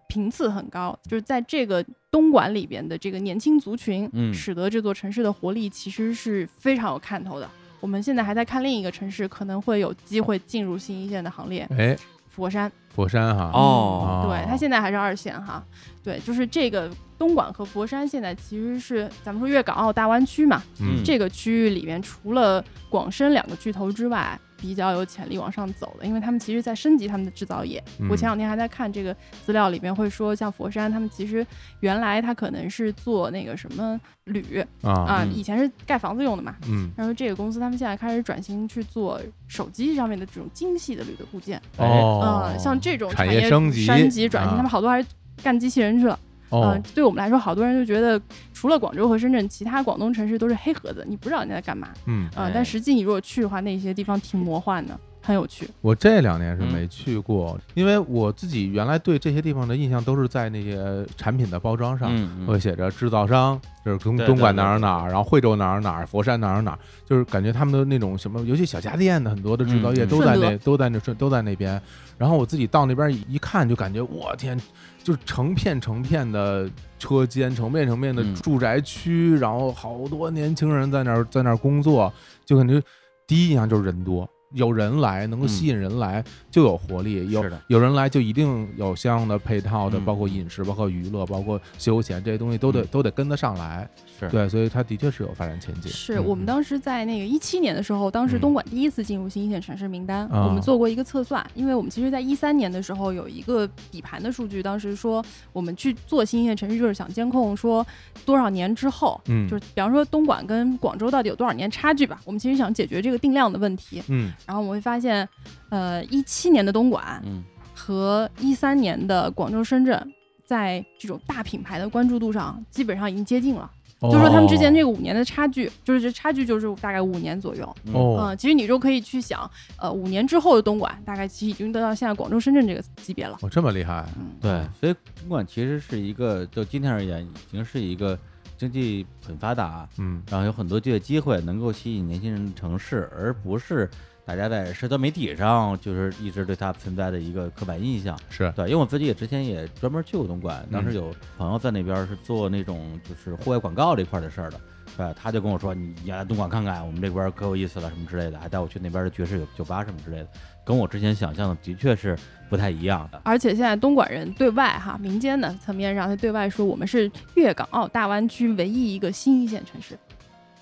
Speaker 3: 频次很高。就是在这个东莞里边的这个年轻族群，
Speaker 1: 嗯
Speaker 3: 使得这座城市的活力其实是非常有看头的。我们现在还在看另一个城市，可能会有机会进入新一线的行列
Speaker 2: 哎，
Speaker 3: ——佛山。
Speaker 2: 佛山哈
Speaker 1: 哦
Speaker 2: 哦
Speaker 3: 嗯对，它现在还是二线哈。对，就是这个东莞和佛山现在其实是咱们说粤港澳大湾区嘛，
Speaker 2: 嗯
Speaker 3: 这个区域里面，除了广深两个巨头之外，比较有潜力往上走的，因为他们其实在升级他们的制造业。
Speaker 2: 嗯
Speaker 3: 我前两天还在看这个资料，里面会说，像佛山，他们其实原来他可能是做那个什么铝
Speaker 2: 啊
Speaker 3: 啊，
Speaker 1: 嗯
Speaker 3: 以前是盖房子用的嘛。
Speaker 2: 嗯
Speaker 3: 然后这个公司他们现在开始转型去做手机上面的这种精细的铝的部件，
Speaker 1: 哎
Speaker 2: 哦
Speaker 3: 嗯，，像这种
Speaker 2: 产
Speaker 3: 业
Speaker 2: 升级
Speaker 3: 升级转型，
Speaker 2: 啊
Speaker 3: 他们好多还是干机器人去了。
Speaker 2: 哦
Speaker 3: 嗯，对我们来说，好多人就觉得除了广州和深圳，其他广东城市都是黑盒子，你不知道人家在干嘛。
Speaker 2: 嗯，
Speaker 3: 啊、
Speaker 1: 哎
Speaker 3: 但实际你如果去的话，那些地方挺魔幻的，很有趣。
Speaker 2: 我这两年是
Speaker 1: 嗯
Speaker 2: 没去过，因为我自己原来对这些地方的印象都是在那些产品的包装上。
Speaker 1: 嗯，
Speaker 2: 会写着制造商，就是东
Speaker 1: 对
Speaker 2: 东莞
Speaker 1: 对
Speaker 2: 哪儿
Speaker 1: 对
Speaker 2: 哪儿，然后惠州哪儿哪儿，佛山哪儿哪儿，就是感觉他们的那种什么，尤其小家电的很多的制造业
Speaker 1: 嗯
Speaker 2: 都在
Speaker 3: 顺
Speaker 2: 那
Speaker 3: 德
Speaker 2: 都在那顺都在那边。然后我自己到那边一看，就感觉我天，就是成片成片的车间，成片成片的
Speaker 1: 嗯
Speaker 2: 住宅区，然后好多年轻人在那儿在那儿工作，就感觉第一印象就是人多。有人来，能够
Speaker 1: 嗯
Speaker 2: 吸引人来，就有活力。有
Speaker 1: 是的
Speaker 2: 有人来，就一定有相应的配套的，
Speaker 1: 嗯
Speaker 2: 包括饮食、包括娱乐、包括休闲这些东西，都得
Speaker 1: 嗯
Speaker 2: 都得跟得上来。
Speaker 1: 是
Speaker 2: 对，所以它的确是有发展前景。
Speaker 3: 是
Speaker 2: 嗯
Speaker 3: 我们当时在那个一七年的时候，当时
Speaker 2: 嗯
Speaker 3: 东莞第一次进入新一线城市名单，
Speaker 2: 啊
Speaker 3: 我们做过一个测算，因为我们其实在一三年的时候有一个底盘的数据，当时说我们去做新一线城市就是想监控说多少年之后，
Speaker 2: 嗯
Speaker 3: 就是比方说东莞跟广州到底有多少年差距吧，我们其实想解决这个定量的问题，
Speaker 2: 嗯
Speaker 3: 然后我们会发现，呃，一七年的东莞
Speaker 1: 嗯
Speaker 3: 和一三年的广州、深圳。在这种大品牌的关注度上，基本上已经接近了。
Speaker 2: 哦
Speaker 3: 就说他们之间这个五年的差距，就是这差距就是大概五年左右。
Speaker 1: 嗯
Speaker 3: 嗯、
Speaker 2: 哦，
Speaker 3: 其实你就可以去想，呃，五年之后的东莞，大概其实已经都到现在广州、深圳这个级别了。
Speaker 2: 哦这么厉害，
Speaker 3: 嗯，
Speaker 1: 对，所以东莞其实是一个，就今天而言，已经是一个经济很发达，
Speaker 2: 嗯
Speaker 1: 啊然后有很多就业机会能够吸引年轻人的城市，而不是大家在社交媒体上就是一直对它存在的一个刻板印象。 <laughs>
Speaker 2: 是
Speaker 1: 对，因为我自己也之前也专门去过东莞，当时有朋友在那边是做那种就是户外广告这块的事儿的，对，他就跟我说你你要来东莞看看，我们这边可有意思了什么之类的，还带我去那边的爵士酒酒吧什么之类的，跟我之前想象的的确是不太一样的。
Speaker 3: 而且现在东莞人对外哈民间的层面上，他对外说我们是粤港澳大湾区唯一一个新一线城市，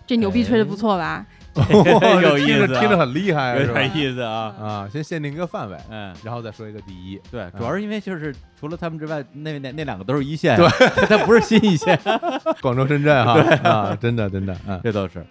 Speaker 3: 这牛逼吹的不错吧？
Speaker 1: 有意思
Speaker 2: 哦听着
Speaker 1: 啊
Speaker 2: 听着很厉害啊，
Speaker 1: 有
Speaker 2: 是吧
Speaker 1: 点意思啊，
Speaker 2: 啊，先限定一个范围，
Speaker 1: 嗯。
Speaker 2: 然后再说一个第一。
Speaker 1: 对，主
Speaker 2: 嗯
Speaker 1: 要是因为就是除了他们之外，那那那两个都是一线，对， <laughs> 他不是新一线， <laughs>
Speaker 2: 广州、深圳哈啊，真的真的，嗯
Speaker 1: 这都是。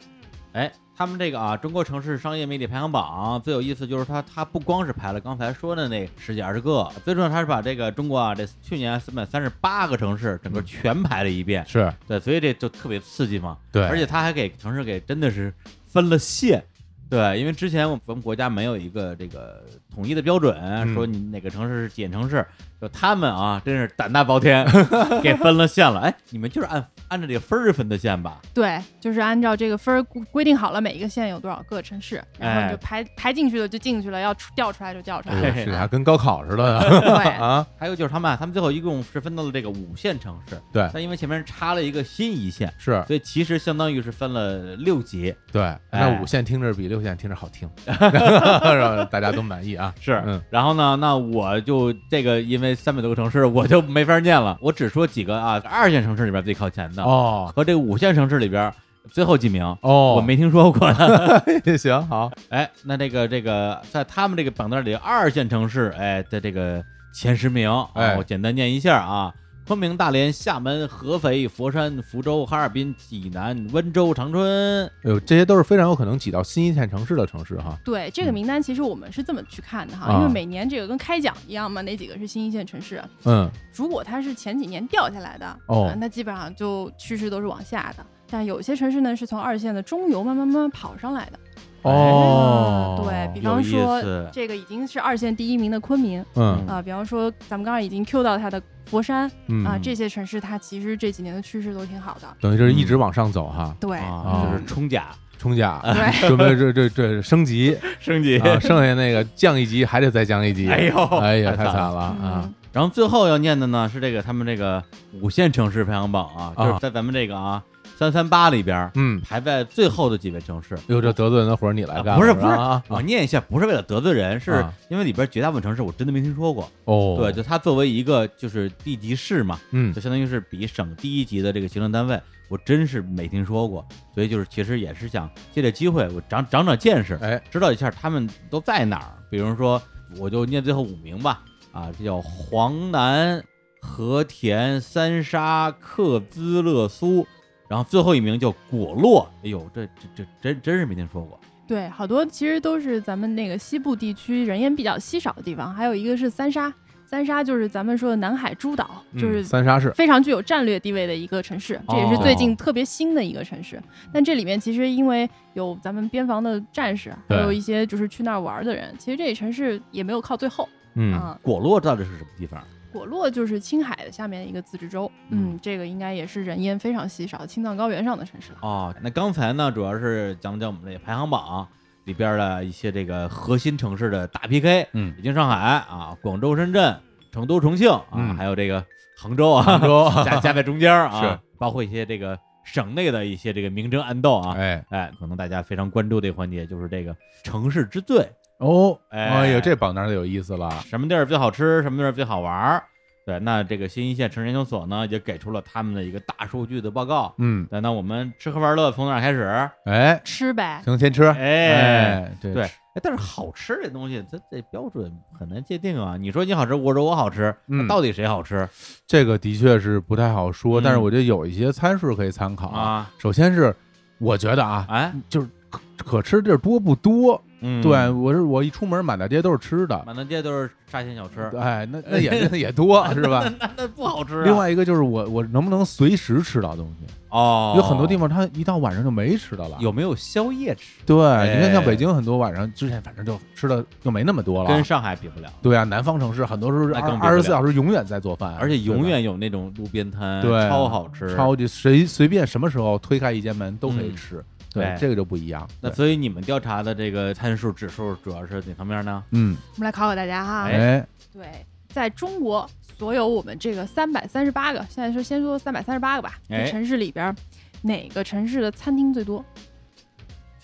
Speaker 1: 哎，他们这个啊，中国城市商业媒体排行榜最有意思就是它，它不光是排了刚才说的那十几二十个，最重要它是把这个中国啊，这去年三百三十八个城市整个全排了一遍，
Speaker 2: 是
Speaker 1: 对，所以这就特别刺激嘛。
Speaker 2: 对，
Speaker 1: 而且它还给城市给真的是分了线。对，因为之前我们国家没有一个这个统一的标准，
Speaker 2: 嗯
Speaker 1: 说你哪个城市是几线城市，就他们啊，真是胆大包天， <laughs> 给分了线了。哎，你们就是按按照这个分儿分的线吧？
Speaker 3: 对，就是按照这个分儿规规定好了，每一个县有多少个城市，然后你就排、排进去的就进去了，要出调出来就调出来
Speaker 2: 哎
Speaker 3: 了。
Speaker 1: <laughs>
Speaker 2: 呦是还跟高考似的
Speaker 3: 对，
Speaker 2: <laughs> 啊，
Speaker 1: 还有就是他们啊，他们最后一共是分到了这个五线城市，
Speaker 2: 对
Speaker 1: 但因为前面插了一个新一线，
Speaker 2: 是
Speaker 1: 所以其实相当于是分了六级。
Speaker 2: 对，
Speaker 1: 哎
Speaker 2: 那五线听着比六线听着
Speaker 1: <laughs>
Speaker 2: 好听，让大家都满意啊。
Speaker 1: 是
Speaker 2: 嗯，
Speaker 1: 然后呢，那我就这个，因为三百多个城市，我就没法念了，我只说几个啊，二线城市里边最靠前的，
Speaker 2: 哦
Speaker 1: 和这个五线城市里边最后几名，
Speaker 2: 哦，
Speaker 1: 我没听说过
Speaker 2: <laughs>
Speaker 1: 的。
Speaker 2: 行好，
Speaker 1: 哎，那这个这个，在他们这个榜单里，二线城市哎的这个前十名，啊
Speaker 2: 哎
Speaker 1: 我简单念一下啊：昆明、大连、厦门、合肥、佛山、福州、哈尔滨、济南、温州、长春。
Speaker 2: 哎呦，这些都是非常有可能挤到新一线城市的城市哈。
Speaker 3: 对这个名单，其实我们是这么去看的哈，
Speaker 2: 啊
Speaker 3: 因为每年这个跟开奖一样嘛，哪几个是新一线城市？
Speaker 2: 嗯，
Speaker 3: 如果它是前几年掉下来的，
Speaker 2: 哦
Speaker 3: 啊那基本上就趋势都是往下的。但有些城市呢，是从二线的中游慢慢慢慢跑上来的。
Speaker 2: 嗯哦，
Speaker 3: 对比
Speaker 1: 有意
Speaker 3: 方说
Speaker 1: 思，
Speaker 3: 这个已经是二线第一名的昆明
Speaker 2: 嗯
Speaker 3: 啊、比方说咱们刚刚已经 Q 到它的佛山
Speaker 2: 嗯，
Speaker 3: 啊、这些城市它其实这几年的趋势都挺好的。
Speaker 2: 等于就是一
Speaker 1: 嗯
Speaker 2: 直往上走哈，
Speaker 3: 对，嗯
Speaker 1: 啊，
Speaker 2: 嗯
Speaker 1: 就是冲甲
Speaker 2: 冲甲，
Speaker 1: 嗯
Speaker 3: 对
Speaker 2: 准备这这这 <laughs>
Speaker 1: <laughs>
Speaker 2: 升级
Speaker 1: 升级
Speaker 2: 啊，剩下那个降一级还得再降一级。
Speaker 1: 哎呦
Speaker 2: 哎呀，
Speaker 1: 太
Speaker 2: 太
Speaker 1: 惨
Speaker 2: 惨了啊！
Speaker 3: 嗯，
Speaker 1: 然后最后要念的呢是这个他们这个五线城市排行榜啊，
Speaker 2: 啊
Speaker 1: 就是在咱们这个啊三三八里边
Speaker 2: 嗯，
Speaker 1: 排在最后的几位城市。
Speaker 2: 哟，这得罪人的活儿你来干
Speaker 1: 啊
Speaker 2: 了，
Speaker 1: 不是不是
Speaker 2: 啊
Speaker 1: 我念一下，不是为了得罪人，是
Speaker 2: 啊
Speaker 1: 因为里边绝大部分城市我真的没听说过。
Speaker 2: 哦，
Speaker 1: 对，就它作为一个就是地级市嘛，
Speaker 2: 嗯
Speaker 1: 就相当于是比省第一级的这个行政单位，我真是没听说过。所以就是其实也是想借这机会，我长长长见识，
Speaker 2: 哎
Speaker 1: 知道一下他们都在哪儿。比如说，我就念最后五名吧，啊，这叫黄南、和田、三沙、克孜勒苏，然后最后一名叫果洛。哎呦，这这这真真是没听说过。
Speaker 3: 对，好多其实都是咱们那个西部地区人烟比较稀少的地方，还有一个是三沙，三沙就是咱们说的南海诸岛，就是
Speaker 2: 嗯三沙市，
Speaker 3: 非常具有战略地位的一个城市，这
Speaker 2: 哦
Speaker 3: 也是最近特别新的一个城市。但这里面其实因为有咱们边防的战士，啊还
Speaker 2: 对
Speaker 3: 有一些就是去那儿玩的人，其实这城市也没有靠最后
Speaker 2: 嗯，
Speaker 3: 啊。
Speaker 1: 果洛到底是什么地方？
Speaker 3: 果洛就是青海的下面一个自治州，
Speaker 1: 嗯
Speaker 3: 嗯，这个应该也是人烟非常稀少、青藏高原上的城市了。
Speaker 1: 哦，那刚才呢，主要是讲了讲我们这个排行榜里边的一些这个核心城市的大 PK，
Speaker 2: 嗯
Speaker 1: 北京、上海啊，广州、深圳、成都、重庆啊，
Speaker 2: 嗯
Speaker 1: 还有这个杭州啊，
Speaker 2: 杭州
Speaker 1: 夹夹在中间啊，
Speaker 2: 是
Speaker 1: 包括一些这个省内的一些这个明争暗斗啊。
Speaker 2: 哎，
Speaker 1: 哎，可能大家非常关注的一个环节就是这个城市之最
Speaker 2: 哦，
Speaker 1: 哎
Speaker 2: 哎呀，这榜单儿有意思了，
Speaker 1: 什么地儿最好吃，什么地儿最好玩儿。对，那这个新一线城市研究所呢，也给出了他们的一个大数据的报告。
Speaker 2: 嗯，
Speaker 1: 对，那我们吃喝玩乐从哪儿开始？
Speaker 2: 哎，
Speaker 3: 吃呗，
Speaker 2: 行，先吃，
Speaker 1: 哎，
Speaker 2: 哎，对
Speaker 1: 对，哎但是好吃这东西，它这标准很难界定啊。你说你好吃，我说我好吃，那
Speaker 2: 嗯
Speaker 1: 到底谁好吃
Speaker 2: 这个的确是不太好说，
Speaker 1: 嗯
Speaker 2: 但是我觉得有一些参数可以参考。
Speaker 1: 啊？
Speaker 2: 首先是我觉得啊，
Speaker 1: 哎，
Speaker 2: 就是可可吃地儿多不多？
Speaker 1: 嗯，
Speaker 2: 对，我是我一出门满大街都是吃的，
Speaker 1: 满大街都是沙县小吃，
Speaker 2: 哎，那那也那
Speaker 1: <laughs>
Speaker 2: 也多是吧？
Speaker 1: 那那不好吃啊。
Speaker 2: 另外一个就是我我能不能随时吃到东西？
Speaker 1: 哦，
Speaker 2: 有很多地方它一到晚上就没吃的了。
Speaker 1: 有没有宵夜吃？
Speaker 2: 对，你看像
Speaker 1: 哎
Speaker 2: 北京很多晚上之前反正就吃的就没那么多
Speaker 1: 跟
Speaker 2: 了。
Speaker 1: 上海比不了，
Speaker 2: 对啊，南方城市很多时候是
Speaker 1: 那更比不
Speaker 2: 二十四
Speaker 1: 了
Speaker 2: 小时永远在做饭，啊
Speaker 1: 而且永
Speaker 2: 对吧
Speaker 1: 远有那种路边摊，
Speaker 2: 对
Speaker 1: 超好吃，
Speaker 2: 超级随随便什么时候推开一间门都可以
Speaker 1: 嗯
Speaker 2: 吃，
Speaker 1: 哎
Speaker 2: 对，这个就不一样。
Speaker 1: 那
Speaker 2: 对
Speaker 1: 所以你们调查的这个参数指数主要是哪方面呢？
Speaker 2: 嗯，
Speaker 3: 我们来考考大家哈。
Speaker 2: 哎，
Speaker 3: 对，在中国所有我们这个三百三十八个，现在是先说三百三十八个吧，
Speaker 1: 哎
Speaker 3: 这城市里边儿哪个城市的餐厅最多？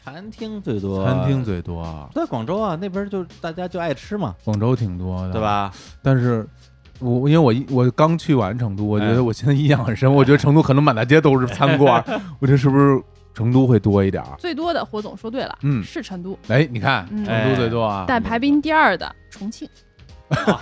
Speaker 1: 餐厅最多，
Speaker 2: 餐厅最多，
Speaker 1: 在广州啊，那边就大家就爱吃嘛，
Speaker 2: 广州挺多的，
Speaker 1: 对？吧？
Speaker 2: 但是我因为我一我刚去完成都，我觉
Speaker 1: 哎
Speaker 2: 得我现在印象很深，我觉得成都可能满大街都是餐馆
Speaker 1: <laughs>
Speaker 2: 儿，我觉得是不是成都会多一点儿？
Speaker 3: 最多的，火总说对了，
Speaker 2: 嗯
Speaker 3: 是成都，
Speaker 2: 哎，你看
Speaker 3: 嗯
Speaker 2: 成都最多啊，
Speaker 3: 但排名第二的重庆。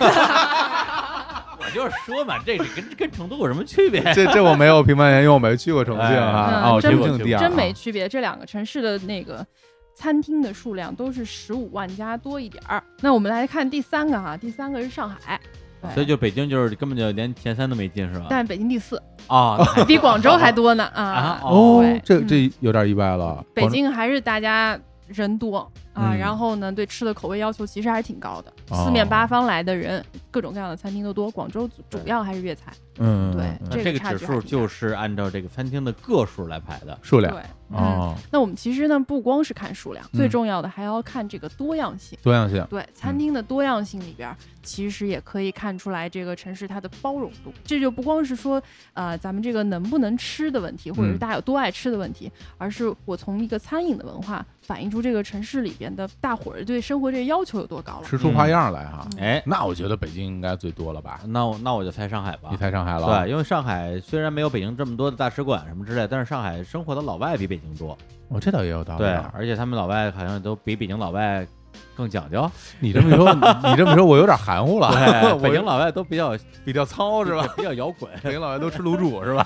Speaker 2: 啊
Speaker 1: 我就是说嘛，这是跟跟成都有什么区别？
Speaker 2: <laughs> 这这我没有评判员，因为我没去过重庆
Speaker 1: 哎
Speaker 2: 啊，
Speaker 3: 嗯
Speaker 2: 哦，
Speaker 3: 真
Speaker 2: 重
Speaker 1: 没
Speaker 2: 庆第二啊，
Speaker 3: 真没区别。这两个城市的那个餐厅的数量都是十五万家多一点儿。那我们来看第三个哈，第三个是上海，对
Speaker 1: 哦所以就北京就是根本就连前三都没进是吧？
Speaker 3: 但是北京第四， <laughs>
Speaker 1: 啊，那还
Speaker 3: 比广州还多呢
Speaker 1: 啊
Speaker 3: 啊！
Speaker 2: 哦
Speaker 3: 对，
Speaker 2: 这
Speaker 3: 嗯
Speaker 2: 这有点意外了。
Speaker 3: 北京还是大家人多啊，
Speaker 2: 嗯
Speaker 3: 然后呢，对吃的口味要求其实还是挺高的，
Speaker 2: 哦
Speaker 3: 四面八方来的人，各种各样的餐厅都多。广州主主要还是粤菜，
Speaker 2: 广，嗯，
Speaker 3: 对
Speaker 2: 嗯嗯
Speaker 1: 那这
Speaker 3: 这
Speaker 1: 个
Speaker 3: 个差
Speaker 1: 指
Speaker 3: 距还
Speaker 1: 数
Speaker 3: 挺大
Speaker 1: 就是按照这个餐厅的个数来排的。
Speaker 2: 数
Speaker 3: 对
Speaker 2: 量。
Speaker 3: 嗯
Speaker 2: 哦，
Speaker 3: 那我们其实呢，不光是看数量，
Speaker 2: 嗯
Speaker 3: 最重要的还要看这个多样性。
Speaker 2: 多样性，
Speaker 3: 对餐厅的多样性里边儿，其实也可以看出来这个城市它的包容度。这就不光是说，呃，咱们这个能不能吃的问题，或者是
Speaker 2: 嗯
Speaker 3: 大家有多爱吃的问题，而是我从一个餐饮的文化反映出这个城市里边的大伙儿对生活这个要求有多高了。
Speaker 2: 吃出花样来
Speaker 3: 嗯
Speaker 2: 哈。
Speaker 1: 哎，
Speaker 2: 那我觉得北京应该最多了吧？
Speaker 1: 那我那我就猜上海吧
Speaker 2: 你。猜上海了？
Speaker 1: 对，，因为上海虽然没有北京这么多的大使馆什么之类，但是上海生活的老外比北京多。
Speaker 2: 我哦这倒也有道理
Speaker 1: 对
Speaker 2: 啊。，
Speaker 1: 而且他们老外好像都比北京老外更讲究。
Speaker 2: 你这么说，你这么说，我有点含糊了。
Speaker 1: <laughs> 对，
Speaker 2: 啊我
Speaker 1: 北京老外都比较
Speaker 2: 比较糙是吧？？
Speaker 1: 比较摇滚，
Speaker 2: 北京老外都吃卤煮是吧？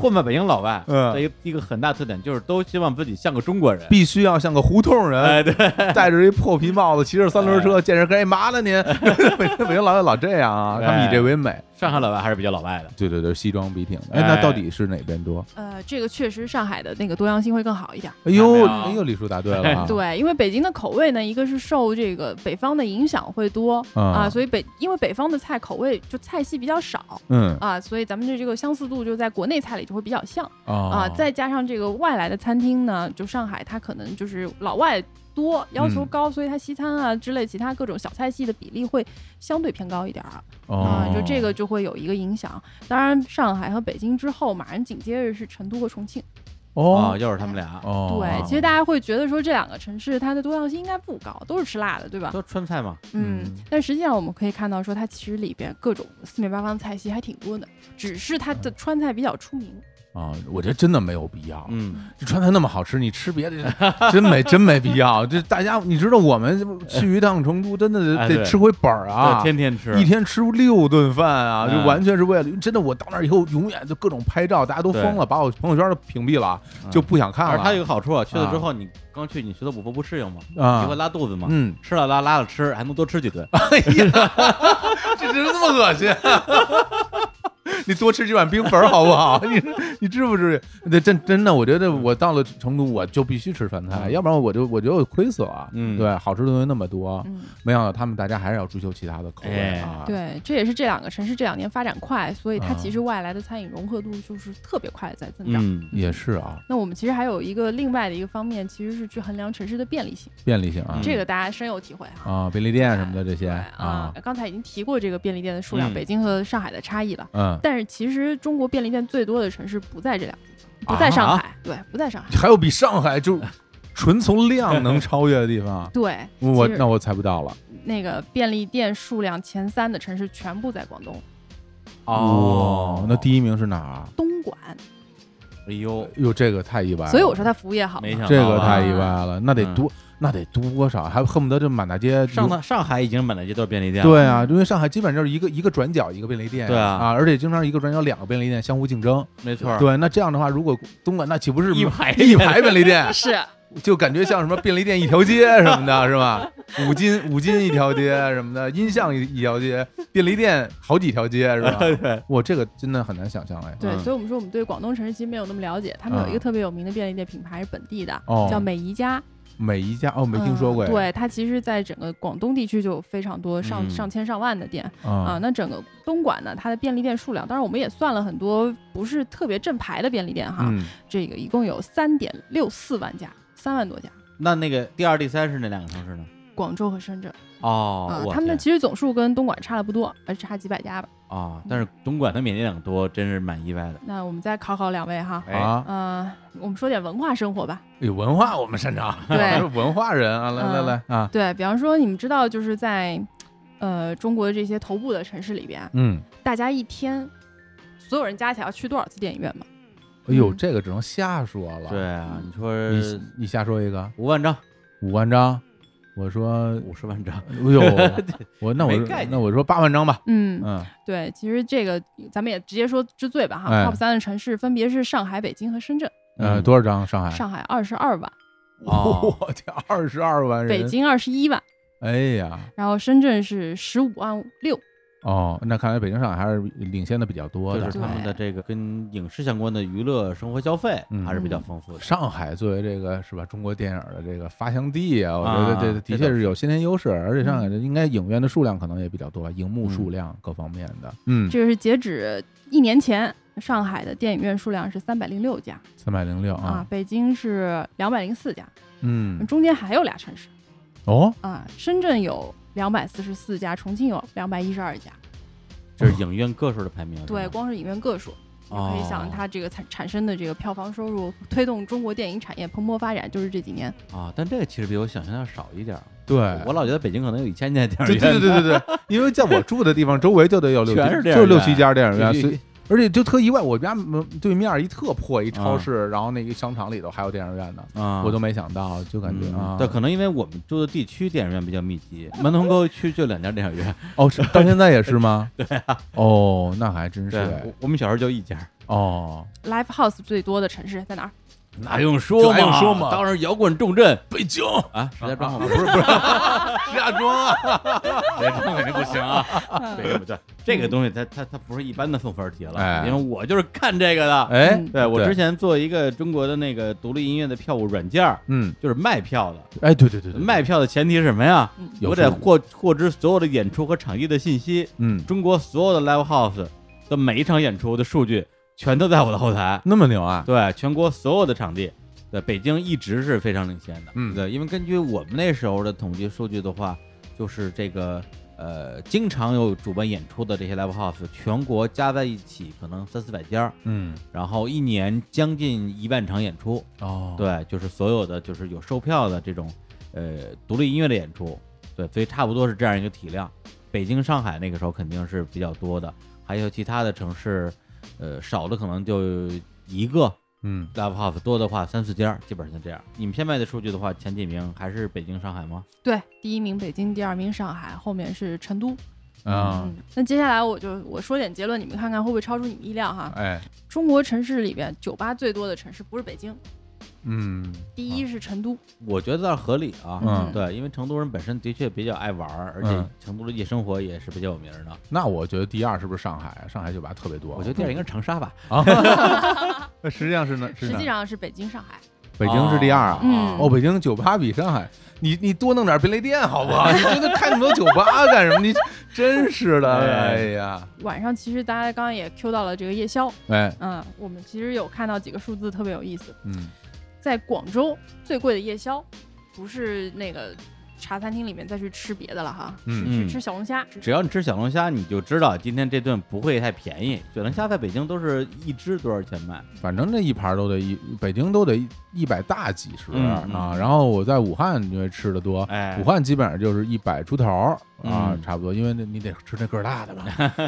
Speaker 1: 混吧北京老外，
Speaker 2: 嗯
Speaker 1: 的一个一个很大特点就是都希望自己像个中国人。
Speaker 2: 必须要像个胡同人，
Speaker 1: 哎，对，
Speaker 2: 戴着一破皮帽子，骑着三轮车，见人哎干嘛 <laughs> 呢您？北京北京老外老这样啊，
Speaker 1: 哎
Speaker 2: 他们以这为美。
Speaker 1: 上海老外还是比较老外的。
Speaker 2: 对对对，西装笔挺的。
Speaker 1: 哎
Speaker 2: 哎，那到底是哪边多？
Speaker 3: 呃，这个确实上海的那个多样性会更好一点。
Speaker 2: 哎呦，
Speaker 1: 看没有
Speaker 2: 哎呦，李叔答对了啊！
Speaker 3: 对，因为北京的口味呢，一个是受这个北方的影响会多、
Speaker 2: 嗯
Speaker 3: 啊，所以北因为北方的菜口味就菜系比较少
Speaker 2: 嗯
Speaker 3: 啊，所以咱们的这个相似度就在国内菜里就会比较像。啊，
Speaker 2: 啊
Speaker 3: 再加上这个外来的餐厅呢，就上海它可能就是老外多，要求
Speaker 2: 嗯
Speaker 3: 高，所以它西餐啊之类其他各种小菜系的比例会相对偏高一点儿、
Speaker 2: 哦
Speaker 3: 啊，就这个就会有一个影响。当然，上海和北京之后，马上紧接着是成都和重庆。
Speaker 1: 啊，
Speaker 2: 哦
Speaker 1: 又是他们俩，
Speaker 2: 哦，
Speaker 3: 对，其实大家会觉得说这两个城市它的多样性应该不高，都是吃辣的，对吧？
Speaker 1: 都川菜嘛。
Speaker 3: 嗯
Speaker 2: 嗯，
Speaker 3: 但实际上我们可以看到说它其实里边各种四面八方菜系还挺多的，只是它
Speaker 2: 嗯
Speaker 3: 的川菜比较出名。
Speaker 2: 啊，我觉得真的没有必要。
Speaker 1: 嗯，
Speaker 2: 这川菜那么好吃，你吃别
Speaker 1: <laughs>
Speaker 2: 的真没真没必要。这大家，你知道我们去一趟成都，真的
Speaker 1: 哎
Speaker 2: 得
Speaker 1: 对
Speaker 2: 得吃回本儿啊
Speaker 1: 对，天天吃
Speaker 2: 一，天吃六顿饭啊，
Speaker 1: 嗯
Speaker 2: 就完全是为了真的。我到那儿以后，永远就各种拍照，大家都疯了，把我朋友圈都屏蔽了，
Speaker 1: 嗯
Speaker 2: 就不想看
Speaker 1: 而
Speaker 2: 了。
Speaker 1: 它有个好处啊，去了之后你刚去，你觉得五福不适应嘛，你会
Speaker 2: 啊，
Speaker 1: 拉肚子嘛。
Speaker 2: 嗯，
Speaker 1: 吃了拉，拉了吃，还能多吃几顿。
Speaker 2: 哎呀，这真是那么恶心。啊 <laughs> 你多吃几碗冰粉儿好不好？你你至不至于？那真真的，我觉得我到了成都，我就必须吃川菜，
Speaker 1: 嗯
Speaker 2: 要不然我就我觉得我亏死了。啊
Speaker 1: 嗯
Speaker 2: 对，好吃的东西那么
Speaker 1: 啊
Speaker 2: 多，
Speaker 3: 嗯。
Speaker 2: 没想到他们大家还是要追求其他的口
Speaker 1: 哎
Speaker 2: 味啊。，
Speaker 3: 对，这也是这两个城市这两年发展快，所以它
Speaker 2: 啊
Speaker 3: 其实外来的餐饮融合度就是特别快地在增长。
Speaker 1: 嗯，
Speaker 2: 也是啊，
Speaker 3: 那我们其实还有一个另外的一个方面，其实是去衡量城市的便利性，
Speaker 2: 便利性啊
Speaker 1: 嗯哦
Speaker 3: 这个大家深有体会啊。
Speaker 2: 啊，便利店什么的这些
Speaker 3: 对啊，刚才已经提过这个便利店的数量，
Speaker 1: 嗯
Speaker 3: 北京和上海的差异了。
Speaker 2: 嗯，
Speaker 3: 但是其实中国
Speaker 1: 啊
Speaker 3: 便利店最多的城市不在这两个地方，不在上海，对，不在上海。，
Speaker 2: 还有比上海就纯从量能超越的地方
Speaker 3: 对，
Speaker 2: 我
Speaker 3: <laughs> 其实
Speaker 2: 那我猜不到了。
Speaker 3: 那个便利店数量前三的城市全部在广东
Speaker 1: 哦
Speaker 2: 哇那第一名是哪儿啊？
Speaker 3: 东莞，
Speaker 1: 哎呦，
Speaker 2: 哟，这个太意外了。
Speaker 3: 所以我说它服务业好嘛。
Speaker 1: 没想到
Speaker 2: 这个
Speaker 1: 啊
Speaker 2: 太意外了，那得
Speaker 1: 嗯
Speaker 2: 多，那得多少？还恨不得这满大街
Speaker 1: 上趟上海已经满大街都是便利店了，
Speaker 2: 对啊，因为上海基本就是一个一个转角一个便利店，
Speaker 1: 对啊
Speaker 2: 啊，而且经常一个转角两个便利店相互竞争。
Speaker 1: 没错儿，
Speaker 2: 对，那这样的话，如果东莞那岂不是
Speaker 1: 一排
Speaker 2: 一排便利店，
Speaker 3: 是，啊
Speaker 2: 就感觉像什么便利店一条街什么的，是吧？五金五金一条街什么的，音像一一条街，便利店好几条街，
Speaker 1: <laughs>
Speaker 2: 是吧？
Speaker 1: 对，
Speaker 2: 我这个真的很难想象哎。
Speaker 3: 对，
Speaker 1: 嗯
Speaker 3: 所以我们说我们对广东城市其实没有那么了解。他们有一个特别有名的便利店品牌是本地的，
Speaker 2: 嗯哦
Speaker 3: 叫美宜家，
Speaker 2: 每一家哦，没听说过哎。
Speaker 3: 嗯对，它其实在整个广东地区就有非常多上、
Speaker 1: 嗯
Speaker 3: 上千上万的店啊、
Speaker 2: 啊，
Speaker 3: 那整个东莞呢，它的便利店数量，当然我们也算了很多不是特别正牌的便利店哈，
Speaker 2: 嗯，
Speaker 3: 这个一共有三点六四万家，三万多家。
Speaker 1: 那那个第二、第三是哪两个城市呢？
Speaker 3: 广州和深圳啊
Speaker 1: 哦，，我
Speaker 3: 他们的
Speaker 1: 天
Speaker 3: 其实总数跟东莞差的不多，呃，差几百家吧。
Speaker 1: 啊，但是东莞的缅甸两多，真是蛮意外的。
Speaker 3: 那我们再考考两位哈，
Speaker 1: 哎，
Speaker 2: 啊，
Speaker 3: 呃，我们说点文化生活
Speaker 2: <laughs>
Speaker 3: 吧。
Speaker 2: 有文化我们擅长，
Speaker 3: 对
Speaker 1: <laughs>
Speaker 2: 是文化人啊，来来
Speaker 3: 嗯
Speaker 2: 来啊，
Speaker 3: 对比方说，你们知道，就是在呃中国这些头部的城市里边，
Speaker 2: 嗯，
Speaker 3: 大家一天所有人加起来要去多少次电影院吗？
Speaker 2: 哎呦，
Speaker 3: 嗯
Speaker 2: 这个只能瞎说了。
Speaker 1: 对啊，你说
Speaker 2: 你你瞎说一个
Speaker 1: 五万张、
Speaker 2: 五万张，我说，
Speaker 1: 五十万张，<laughs>
Speaker 2: 哎呦，我那我
Speaker 1: 没
Speaker 2: 说
Speaker 1: 概念
Speaker 2: 那我说八万张吧，
Speaker 3: 嗯，
Speaker 2: 嗯，
Speaker 3: 对，其实这个咱们也直接说之最吧哈。
Speaker 2: 哎
Speaker 3: Top 三的城市分别是上海、北京和深圳，
Speaker 2: 呃，
Speaker 1: 嗯
Speaker 2: 多少张？上海，
Speaker 3: 上海二十二万，
Speaker 1: 哦
Speaker 2: 我天，二十二万人，
Speaker 3: 北，京二十一万，
Speaker 2: 哎呀，
Speaker 3: 然后深圳是十五万六。
Speaker 2: 哦，那看来北京、上海还是领先的比较多
Speaker 1: 就
Speaker 2: 的
Speaker 1: 是。他们的这个跟影视相关的娱乐生活消费
Speaker 2: 嗯
Speaker 1: 还是比较丰富的。
Speaker 2: 上海作为这个是吧，中国电影的这个发祥地啊，我觉
Speaker 1: 啊
Speaker 2: 得这
Speaker 1: 这
Speaker 2: 的确
Speaker 1: 倒
Speaker 2: 是有先天优势，而且上海
Speaker 3: 嗯
Speaker 2: 的应该影院的数量可能也比较多吧，荧
Speaker 1: 嗯
Speaker 2: 幕数量各方面的，嗯，
Speaker 3: 这个是截止一年前，上海的电影院数量是三百零六家
Speaker 2: 三百零六
Speaker 3: 啊
Speaker 2: 啊，，
Speaker 3: 北京是两百零四家，
Speaker 2: 嗯，
Speaker 3: 中间还有俩城市
Speaker 2: 哦，
Speaker 3: 啊，深圳有两百四十四家，重庆有两百一十二家。
Speaker 1: 这是影院个数的排名。
Speaker 3: 对，
Speaker 1: 是吗
Speaker 3: 光是影院个数，你
Speaker 1: 嗯哦
Speaker 3: 可以想它这个产产生的这个票房收入，推动中国电影产业蓬勃发展，就是这几年。
Speaker 1: 啊，但这个其实比我想象的要少一点儿。
Speaker 2: 对，
Speaker 1: 我老觉得北京可能有一千家电影
Speaker 2: 对
Speaker 1: 院，
Speaker 2: 对对对对，对因为在我住的地方周围就得有六
Speaker 1: 全是
Speaker 2: 七，
Speaker 1: 电
Speaker 2: 就
Speaker 1: 影
Speaker 2: 六
Speaker 1: 院
Speaker 2: 七家电影院，
Speaker 1: 对
Speaker 2: 所以而且就特意外，我家门对面一特破一超
Speaker 1: 啊
Speaker 2: 市，然后那个商场里头还有电影院呢，
Speaker 1: 啊，
Speaker 2: 我都没想到，就感觉
Speaker 1: 嗯
Speaker 2: 啊，
Speaker 1: 对，可能因为我们住的地区电影院比较密集，门头沟区就两家电影 <laughs> 院。
Speaker 2: 哦，是到现在也是
Speaker 1: <laughs>
Speaker 2: 吗？对啊，哦，那还真是
Speaker 1: 对，
Speaker 2: 哎
Speaker 1: 我我们小时候就一家。
Speaker 2: 哦，
Speaker 3: Live House 最多的城市在哪儿？
Speaker 1: <laughs> 那用说
Speaker 2: 嘛
Speaker 1: 当时摇滚重镇
Speaker 2: 北京
Speaker 1: 啊，石家庄
Speaker 2: 啊
Speaker 1: <laughs> 好
Speaker 2: 不
Speaker 1: 吗？
Speaker 2: 是不是石家庄啊，
Speaker 1: 石家庄肯定不行啊。对对对，这个东西它它它不是一般的送分题了，
Speaker 2: 哎
Speaker 1: 因为我就是干这个的。
Speaker 2: 哎
Speaker 3: 嗯，
Speaker 1: 对我之
Speaker 2: 对
Speaker 1: 前做一个中国的那个独立音乐的票务软件儿，
Speaker 2: 嗯，
Speaker 1: 就是卖票的。
Speaker 2: 哎，对对对对，
Speaker 1: 卖票的前提是什么呀？
Speaker 3: 嗯，
Speaker 2: 有
Speaker 1: 我
Speaker 2: 时
Speaker 1: 得
Speaker 2: 候
Speaker 1: 获获知所有的演出和场地的信息，
Speaker 2: 嗯，
Speaker 1: 中国所有的 live house 的每一场演出的数据全都在我的后台。
Speaker 2: 那么牛啊，
Speaker 1: 对，全国所有的场地，对北京一直是非常领先的。
Speaker 2: 嗯
Speaker 1: 对，因为根据我们那时候的统计数据的话，就是这个呃，经常有主办演出的这些 live house，全国加在一起可能三四百家儿，
Speaker 2: 嗯，
Speaker 1: 然后一年将近一万场演出。
Speaker 2: 哦，，
Speaker 1: 对，就是所有的就是有售票的这种呃独立音乐的演出，对，所以差不多是这样一个体量。北京、上海那个时候肯定是比较多的，还有其他的城市，呃，少的可能就一个
Speaker 2: 嗯，
Speaker 1: live house，多的话三四家，基本上这样。你们现在的数据的话，前几名还是北京、上海吗？
Speaker 3: 对，第一名北京，第二名上海，后面是成都。
Speaker 2: 啊
Speaker 3: 嗯，，那接下来我就我说点结论，你们看看会不会超出你们意料哈？
Speaker 2: 哎，
Speaker 3: 中国城市里边，酒吧最多的城市不是北京，
Speaker 2: 嗯，
Speaker 3: 第一是成都。
Speaker 1: 我觉得倒是合理啊，
Speaker 2: 嗯
Speaker 1: 对，因为成都人本身的确比较爱玩儿，而且
Speaker 2: 嗯
Speaker 1: 成都的夜生活也是比较有名儿的。
Speaker 2: 那我觉得第二是不是上海？啊上海酒吧特别多，
Speaker 1: 我觉得第二应该是长沙吧，
Speaker 2: 啊，
Speaker 3: <laughs>
Speaker 2: 那实际上是呢，是
Speaker 3: 实
Speaker 2: 呢
Speaker 3: 际上是北京、上海，
Speaker 2: 北京是第二啊。
Speaker 3: 嗯
Speaker 2: 哦，北京酒吧比上海，你你多弄点便利店好不 <laughs> 好？你真的开那么多酒吧干什么？你真是的，
Speaker 1: 哎
Speaker 2: 哎呀，
Speaker 3: 晚上其实大家刚刚也 Q 到了这个夜宵，
Speaker 2: 哎，
Speaker 3: 嗯，我们其实有看到几个数字特别有意思，
Speaker 2: 嗯，
Speaker 3: 在广州最贵的夜宵，不是那个茶餐厅里面再去吃别的了哈，
Speaker 2: 嗯
Speaker 3: 去
Speaker 1: 嗯
Speaker 3: 吃小龙虾。
Speaker 1: 只要你吃小龙虾，你就知道今天这顿不会太便宜。小龙虾在北京都是一只多少钱卖？
Speaker 2: 反正那一盘都得一，北京都得一百大几十
Speaker 1: 嗯嗯
Speaker 2: 啊。然后我在武汉因为吃的多，
Speaker 1: 哎
Speaker 2: 武汉基本上就是一百出头儿啊，
Speaker 1: 嗯
Speaker 2: 差不多，因为那你得吃那个儿大的 <laughs> 嘛，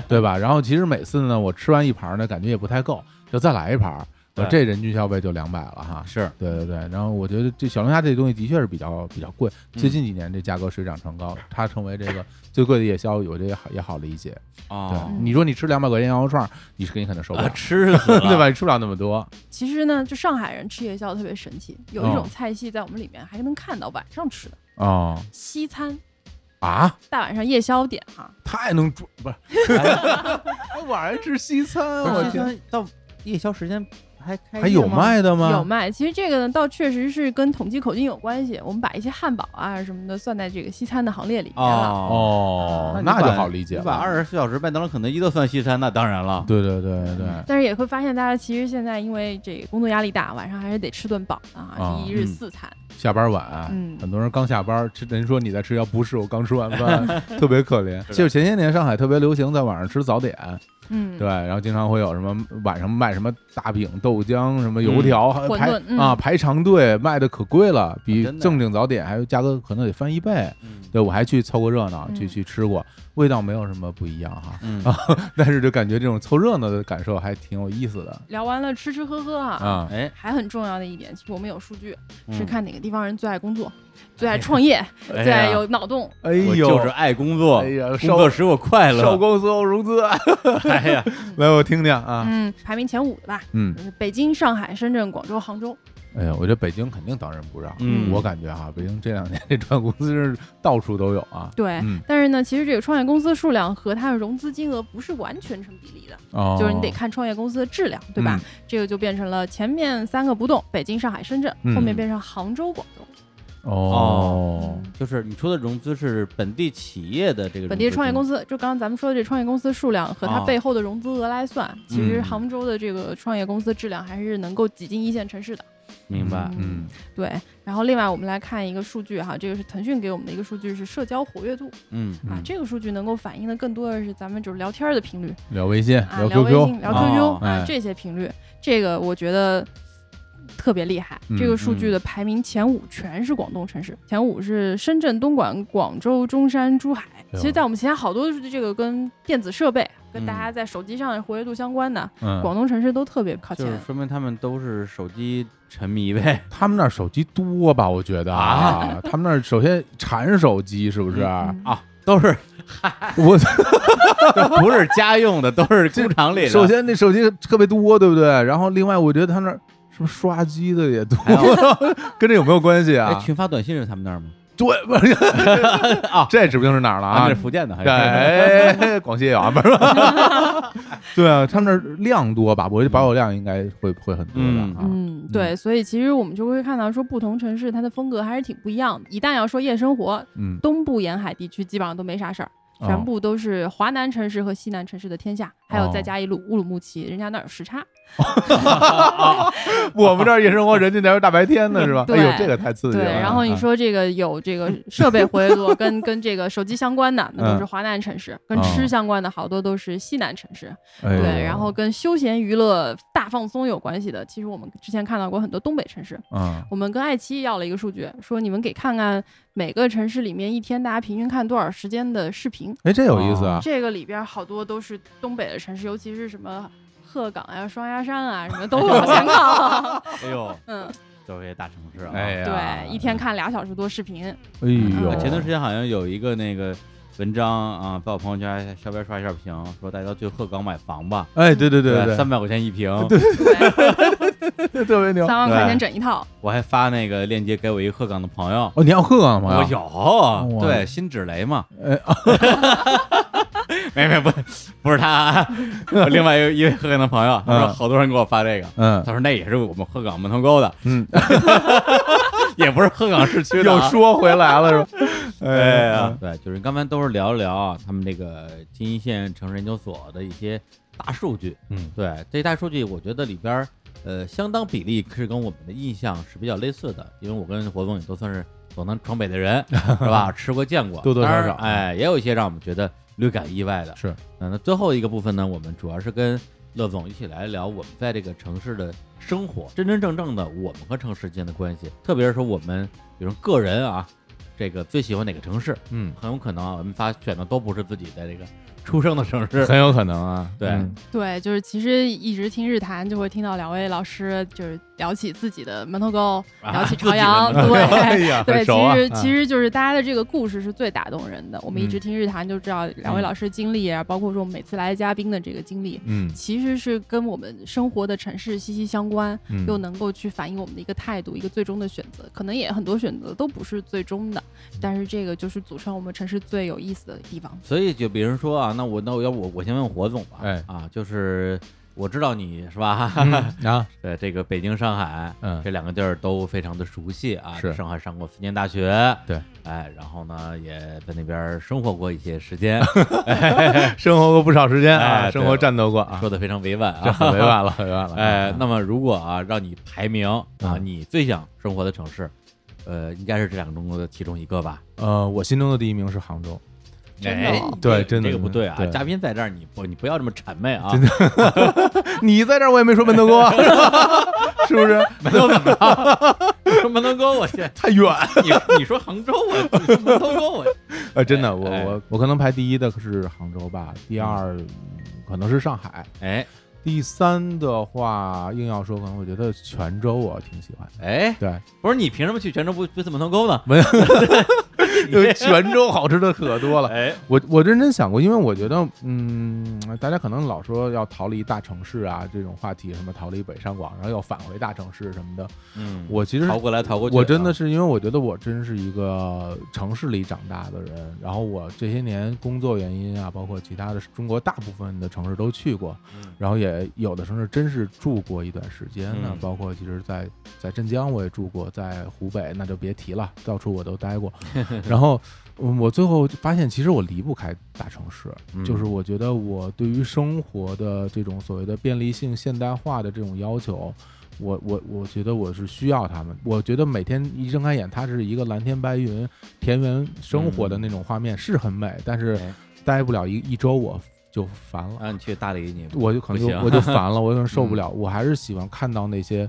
Speaker 2: 对吧？然后其实每次呢，我吃完一盘儿呢，感觉也不太够，就再来一盘儿，我
Speaker 1: 对
Speaker 2: 这人均消费就两百了哈。
Speaker 1: 是，
Speaker 2: 对对对，然后我觉得这小龙虾这东西的确是比较比较贵，
Speaker 1: 嗯
Speaker 2: 最近几年这价格水涨船高，它成为这个最贵的夜宵，我觉得也好也好理解。对
Speaker 1: 哦，，
Speaker 2: 你说你吃两百块钱羊肉串儿，你是肯定肯定受不
Speaker 1: 啊，
Speaker 2: 了，
Speaker 1: 吃死了
Speaker 2: 对？吧？你吃不了那么多，
Speaker 3: 其实呢，就上海人吃夜宵特别神奇，有一
Speaker 2: 哦
Speaker 3: 种菜系在我们里面还能看到晚上吃的
Speaker 2: 哦
Speaker 3: 西餐，
Speaker 2: 啊，
Speaker 3: 大晚上夜宵点哈，
Speaker 2: 太能煮不是？哎 <laughs> 晚上吃西餐，
Speaker 1: 不
Speaker 2: 我
Speaker 1: 是，现
Speaker 2: 天，
Speaker 1: 在到夜宵时间还开
Speaker 2: 还
Speaker 1: 业
Speaker 2: 有
Speaker 1: 吗？
Speaker 2: 卖的吗？
Speaker 3: 有卖。其实这个呢，倒确实是跟统计口径有关系。我们把一些汉堡啊什么的算在这个西餐的行列里面了。
Speaker 1: 哦，
Speaker 2: 哦，
Speaker 1: 你
Speaker 2: 那就
Speaker 1: 把
Speaker 2: 好理解
Speaker 1: 你把
Speaker 2: 了。
Speaker 1: 二十四小时麦当劳、肯德基都算西餐，那当然了。
Speaker 2: 对对对对，
Speaker 3: 但是也会发现，大家其实现在因为这个工作压力大，晚上还是得吃顿饱啊，
Speaker 2: 啊
Speaker 3: 一日
Speaker 1: 嗯
Speaker 3: 四餐。
Speaker 2: 下班晚，
Speaker 3: 嗯
Speaker 2: 很多人刚下班吃，人说你在吃药，不是我刚吃完
Speaker 3: <laughs>
Speaker 2: 饭，特别可怜。就是前些年上海特别流行在晚上吃早点，
Speaker 3: 嗯，
Speaker 2: 对，然后经常会有什么晚上卖什么大饼、豆浆、什么油条，还
Speaker 3: 馄饨
Speaker 2: 排
Speaker 3: 嗯啊
Speaker 2: 啊排长队，卖的可贵了，比
Speaker 1: 真的
Speaker 2: 正经早点还有价格可能得翻一倍。
Speaker 1: 嗯
Speaker 2: 对，我还去凑过热闹，
Speaker 3: 嗯
Speaker 2: 去去吃过，味道没有什么不一样哈， <laughs>
Speaker 1: 嗯，
Speaker 2: 但是就感觉这种凑热闹的感受还挺有意思的
Speaker 3: 聊完了吃吃喝喝啊，
Speaker 2: 啊。
Speaker 1: 哎，
Speaker 3: 还很重要的一点，其实我们有数据，是
Speaker 1: 嗯
Speaker 3: 看哪个地方人最爱工作、最爱
Speaker 2: <laughs>
Speaker 3: 创业、
Speaker 1: 哎呀
Speaker 3: 最爱有脑洞。
Speaker 2: 哎
Speaker 1: 我
Speaker 2: 呦，
Speaker 1: 就是爱工作，
Speaker 2: 哎呀
Speaker 1: 工
Speaker 2: 烧
Speaker 1: 作使我快
Speaker 2: 烧
Speaker 1: 乐。
Speaker 2: 光所有融 <laughs> 资，
Speaker 1: <laughs> 哎
Speaker 2: <laughs>
Speaker 1: 呀，
Speaker 2: 来我听听啊。
Speaker 3: 嗯，排名前五的吧，
Speaker 2: 嗯
Speaker 3: 就，是北京、上海、深圳、广州、杭州。
Speaker 2: 哎呀，我觉得北京肯定当仁不让。
Speaker 1: 嗯
Speaker 2: 我感觉哈、北京这两年这 <laughs> 转公司是到处都有啊。
Speaker 3: 对，
Speaker 2: 嗯，
Speaker 3: 但是呢，其实这个创业公司数量和它的融资金额不是完全成比例的，
Speaker 2: 哦，嗯
Speaker 3: 就是你得看创业公司的质量，对吧？这个就变成了前面三个不动，北京、上海、深圳，
Speaker 2: 嗯
Speaker 3: 后面变成杭州、广州。
Speaker 2: 嗯。哦，
Speaker 3: 嗯
Speaker 1: 就是你说的融资是本地企业的这个
Speaker 3: 本地创业公
Speaker 1: 司，
Speaker 3: 司，就刚刚咱们说的这创业公司数量和它
Speaker 1: 啊
Speaker 3: 背后的融资额来算，其实
Speaker 1: 嗯
Speaker 3: 杭州的这个创业公司质量还是能够挤进一线城市的。
Speaker 1: 明白？
Speaker 2: 嗯，
Speaker 3: 对，然后另外我们来看一个数据哈，这个是腾讯给我们的一个数据是社交活跃度
Speaker 1: 嗯
Speaker 3: 啊
Speaker 2: 嗯，
Speaker 3: 这个数据能够反映的更多的是咱们就是聊天儿的频率
Speaker 2: 聊微信，
Speaker 3: 啊，聊微
Speaker 2: QQ，
Speaker 3: 信、聊
Speaker 1: 哦
Speaker 3: QQ
Speaker 2: 哎
Speaker 3: 啊这些频率，这个我觉得特别厉害。
Speaker 2: 嗯
Speaker 3: 这个数据的排名前五全是广东城市，前五是深圳、东莞、广州、中山、珠海。
Speaker 2: 呦
Speaker 3: 其实，在我们其他好多这个跟电子设备、跟大
Speaker 1: 嗯
Speaker 3: 家在手机上活跃度相关的，
Speaker 2: 嗯，
Speaker 3: 广东城市都特别靠
Speaker 1: 就
Speaker 3: 前。
Speaker 1: 是说明他们都是手机沉迷呗。
Speaker 2: 他们那儿手机多吧？我觉得
Speaker 1: 啊，
Speaker 2: <laughs> 他们那儿首先产手机是不是？
Speaker 3: 嗯
Speaker 1: 啊，都是啊
Speaker 2: 我
Speaker 1: 都不是家用的，都是工厂里的。
Speaker 2: 首先那手机特别多，对不对？然后另外，我觉得他那儿是不是刷机的也多， <laughs> 跟这有没有关系
Speaker 1: 哎，
Speaker 2: 啊？
Speaker 1: 群发短信是他们那儿吗？
Speaker 2: 对， <laughs> 不是
Speaker 1: 啊
Speaker 2: 这指不定是哪儿了
Speaker 1: 啊，那
Speaker 2: 啊
Speaker 1: 是！福建的，还是？
Speaker 2: <laughs> 哎，广西也有啊，不是吧？ <laughs> 对啊，他们那儿量多吧？我觉得保有量应该会会很多的啊。
Speaker 3: 嗯，对，所以其实我们就会看到说，不同城市它的风格还是挺不一样的。一旦要说夜生活，
Speaker 2: 嗯，
Speaker 3: 东部沿海地区基本上都没啥事儿，
Speaker 2: 哦
Speaker 3: 全部都是华南城市和西南城市的天下，还有再
Speaker 2: 哦
Speaker 3: 加一路乌鲁木齐，人家那儿有时差。
Speaker 2: 我们这儿夜生活，人家那是大白天的是吧？哎
Speaker 3: <laughs> 对
Speaker 2: 呦，这个太刺激
Speaker 3: 对，
Speaker 2: 了。啊
Speaker 3: 然后你说这个有这个设备活跃度跟跟这个手机相关的，那都是华南城市；跟吃相关的好多都是西南城市。
Speaker 2: 哎呦，
Speaker 3: 哦对，然后跟休闲娱乐大放松有关系的，其实我们之前看到过很多东北城市。
Speaker 2: 嗯，
Speaker 3: 我们跟爱奇艺要了一个数据，说你们给看看每个城市里面一天大家平均看多少时间的视频。
Speaker 2: 哎，这有意思啊！
Speaker 3: 这个里边好多都是东北的城市，尤其是什么鹤岗呀、双鸭山啊什么都往
Speaker 2: <laughs>
Speaker 3: 前靠。
Speaker 1: 哎呦，
Speaker 3: 嗯，
Speaker 1: 都是些大城市啊。
Speaker 2: 哎呀，
Speaker 3: 对，一天看俩小时多
Speaker 2: <laughs>
Speaker 3: 视频。
Speaker 2: 哎呦，
Speaker 1: 我前段时间好像有一个那个文章啊，在我朋友圈稍微刷一下屏，说大家去鹤岗买房吧，
Speaker 2: 哎，对对对对，
Speaker 1: 三百块钱一平。
Speaker 3: 对，
Speaker 2: 对 <laughs> 特别牛。
Speaker 3: 三万块钱整一套。
Speaker 1: 我还发那个链接给我一个鹤岗的朋友，
Speaker 2: 哦，你还有鹤岗的朋友？
Speaker 1: 我有，
Speaker 2: 哇
Speaker 1: 对，辛芷蕾嘛，
Speaker 2: 哎，
Speaker 1: <laughs> 没没不不是他啊，我另外一位鹤岗的朋友，他说
Speaker 2: 嗯
Speaker 1: 好多人给我发这个，
Speaker 2: 嗯
Speaker 1: 他说那也是我们鹤岗门头沟的，
Speaker 2: 嗯，
Speaker 1: 也不是鹤岗市区的
Speaker 2: <laughs> 又
Speaker 1: 啊。
Speaker 2: 说回来了是吧？
Speaker 1: <laughs>
Speaker 2: 哎
Speaker 1: 对
Speaker 2: 呀
Speaker 1: 啊，，对，就是刚才都是聊一聊啊，他们这个金一线城市研究所的一些大数据。
Speaker 2: 嗯
Speaker 1: 对，这大数据我觉得里边儿呃相当比例是跟我们的印象是比较类似的，因为我跟活总也都算是总能闯北的
Speaker 2: <laughs>
Speaker 1: 人是吧？吃过见过，
Speaker 2: 多多少
Speaker 1: 当然
Speaker 2: 少
Speaker 1: 哎，也有一些让我们觉得略感意外的。
Speaker 2: 是，
Speaker 1: 嗯，那最后一个部分呢，我们主要是跟乐总一起来聊我们在这个城市的生活，真真正正的我们和城市之间的关系，特别是说我们，比如个人啊，这个最喜欢哪个城市，
Speaker 2: 嗯，
Speaker 1: 很有可能啊，我们仨选的都不是自己的这个出生的城
Speaker 2: <laughs>
Speaker 1: 市。
Speaker 2: 很有可能啊。
Speaker 1: 对
Speaker 2: 嗯
Speaker 3: 对，就是其实一直听日谈，就会听到两位老师就是聊起自己的门头沟，
Speaker 1: 啊
Speaker 3: 聊起
Speaker 1: 自己
Speaker 3: 朝
Speaker 1: 的
Speaker 3: 阳，
Speaker 1: 门头
Speaker 3: 对。
Speaker 2: 哎呀啊
Speaker 3: 对，其实其
Speaker 2: 实
Speaker 3: 实就是大家的这个故事是最打动人的。我们一直
Speaker 2: 嗯
Speaker 3: 听日谈就知道两位老师的经历啊，包括说我们每次来的嘉宾的这个经历，
Speaker 2: 嗯
Speaker 3: 其实是跟我们生活的城市息息相关，
Speaker 2: 嗯
Speaker 3: 又能够去反映我们的一个态度，一个最终的选择。可能也很多选择都不是最终的，
Speaker 1: 嗯
Speaker 3: 但是这个就是组成我们城市最有意思的地方。
Speaker 1: 所以就比如说啊，那我那我要我我先问火总吧，
Speaker 2: 哎
Speaker 1: 啊，就是我知道你是吧？
Speaker 2: <laughs> 嗯啊
Speaker 1: <laughs> 对，这个北京、上海，
Speaker 2: 嗯
Speaker 1: 这两个地儿都非常的熟悉啊。
Speaker 2: 是
Speaker 1: 上海上过四年大学，
Speaker 2: 对，
Speaker 1: 哎，然后呢也在那边儿生活过一些时
Speaker 2: <laughs>
Speaker 1: 间，
Speaker 2: 生活过不少时间
Speaker 1: 哎
Speaker 2: 啊，
Speaker 1: 对
Speaker 2: 生活战斗过啊，
Speaker 1: 说的非常委婉
Speaker 2: 这
Speaker 1: 啊。
Speaker 2: 很委
Speaker 1: <laughs>
Speaker 2: 婉了，委婉了。
Speaker 1: 哎
Speaker 2: 啊，
Speaker 1: 那么如果啊让你排名啊，
Speaker 2: 嗯
Speaker 1: 你最想生活的城市，呃，应该是这两个中国的其中一个吧？
Speaker 2: 呃，我心中的第一名是杭州，
Speaker 3: 真的
Speaker 1: 哎
Speaker 3: 哦
Speaker 1: 你这
Speaker 2: 对真的
Speaker 1: 这个不对啊！
Speaker 2: 对
Speaker 1: 嘉宾在这儿，你不你不要这么谄媚啊！
Speaker 2: 真 <laughs> 你在这儿我也没说门头沟啊， <laughs> 是不是？
Speaker 1: 门头沟怎么着？你说门头沟，我去，
Speaker 2: 太远
Speaker 1: 你你说杭州，我你说门头沟，我啊
Speaker 2: 呃，真的，我
Speaker 1: 哎
Speaker 2: 我我可能排第一的是杭州吧，第二嗯可能是上海，
Speaker 1: 哎
Speaker 2: 第三的话硬要说，可能我觉得泉州我挺喜欢的。
Speaker 1: 哎，
Speaker 2: 对，
Speaker 1: 不是你凭什么去泉州不不怎么能沟呢？
Speaker 2: 没有
Speaker 1: 你
Speaker 2: 因为 <laughs> 泉州好吃的可多了。
Speaker 1: 哎，
Speaker 2: <laughs> 我我认真想过，因为我觉得，嗯，大家可能老说要逃离大城市啊这种话题，什么逃离北上广，然后要返回大城市什么的。
Speaker 1: 嗯，
Speaker 2: 我其实
Speaker 1: 逃过来逃过去啊，
Speaker 2: 哎我真的是因为我觉得我真是一个城市里长大的人，然后我这些年工作原因啊，包括其他的中国大部分的城市都去过，
Speaker 1: 嗯
Speaker 2: 然后也有的城市真是住过一段时间的，
Speaker 1: 嗯
Speaker 2: 包括其实在在镇江我也住过，在湖北那就别提了，到处我都待
Speaker 1: <laughs>
Speaker 2: 过。然后嗯我最后发现，其实我离不开大城市，
Speaker 1: 嗯
Speaker 2: 就是我觉得我对于生活的这种所谓的便利性、现代化的这种要求。我我我觉得我是需要他们，我觉得每天一睁开眼，它是一个蓝天白云、田园生活的
Speaker 1: 嗯
Speaker 2: 那种画面、是很美，但是
Speaker 1: 哎
Speaker 2: 待不了一一周我就烦了。
Speaker 1: 让你去大理，你
Speaker 2: <laughs> 我就可能
Speaker 1: 不行嗯
Speaker 2: 就我就烦了，我有点受不了。我还是喜欢看到那些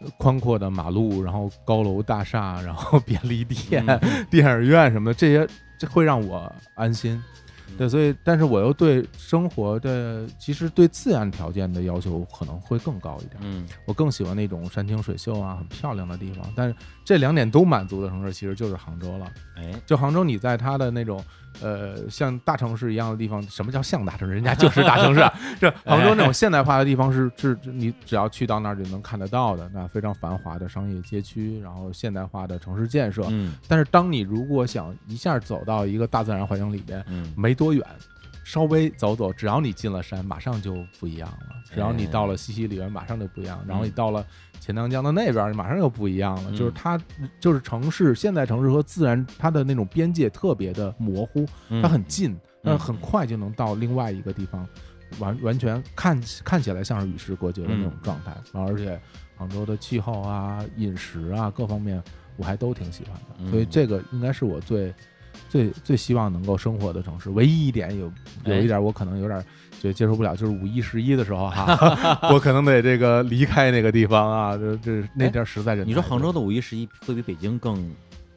Speaker 2: 呃宽阔的马路，然后高楼大厦，然后 <laughs> 便利店、
Speaker 1: 嗯
Speaker 2: 电影院什么的，这些这会让我安心。对，所以但是我又对生活的其实对自然条件的要求可能会更高一点。
Speaker 1: 嗯
Speaker 2: 我更喜欢那种山清水秀啊，很漂亮的地方。但是这两点都满足的城市其实就是杭州了。
Speaker 1: 哎，
Speaker 2: 就杭州，你在它的那种呃像大城市一样的地方，什么叫像大城市？人家就是大城市啊。这杭州那种现代化的地方是是是你只要去到那儿就能看得到的，那非常繁华的商业街区，然后现代化的城市建设。
Speaker 1: 嗯
Speaker 2: 但是当你如果想一下走到一个大自然环境里边，
Speaker 1: 嗯
Speaker 2: 没多远。稍微走走，只要你进了山，马上就不一样了。只要你到了西溪里边，马上就不一样。然后你到了钱塘江的那边，马上又不一样了。
Speaker 1: 嗯
Speaker 2: 就是它，就是城市，现代城市和自然，它的那种边界特别的模糊，
Speaker 1: 嗯
Speaker 2: 它很近，但
Speaker 1: 嗯
Speaker 2: 很快就能到另外一个地方，完完全看看起来像是与世隔绝的那种
Speaker 1: 嗯
Speaker 2: 状态。然后，而且杭州的气候啊、饮食啊各方面，我还都挺喜欢
Speaker 1: 嗯
Speaker 2: 的。所以这个应该是我最最最希望能够生活的城市。唯一一点有有
Speaker 1: 哎
Speaker 2: 一点我可能有点觉得接受不了，就是五一十一的时候哈，
Speaker 1: <laughs>
Speaker 2: 我可能得这个离开那个地方啊，这这那地儿实在人
Speaker 1: 哎你说
Speaker 2: 太
Speaker 1: 杭
Speaker 2: 多
Speaker 1: 州的五一十一会比北京更，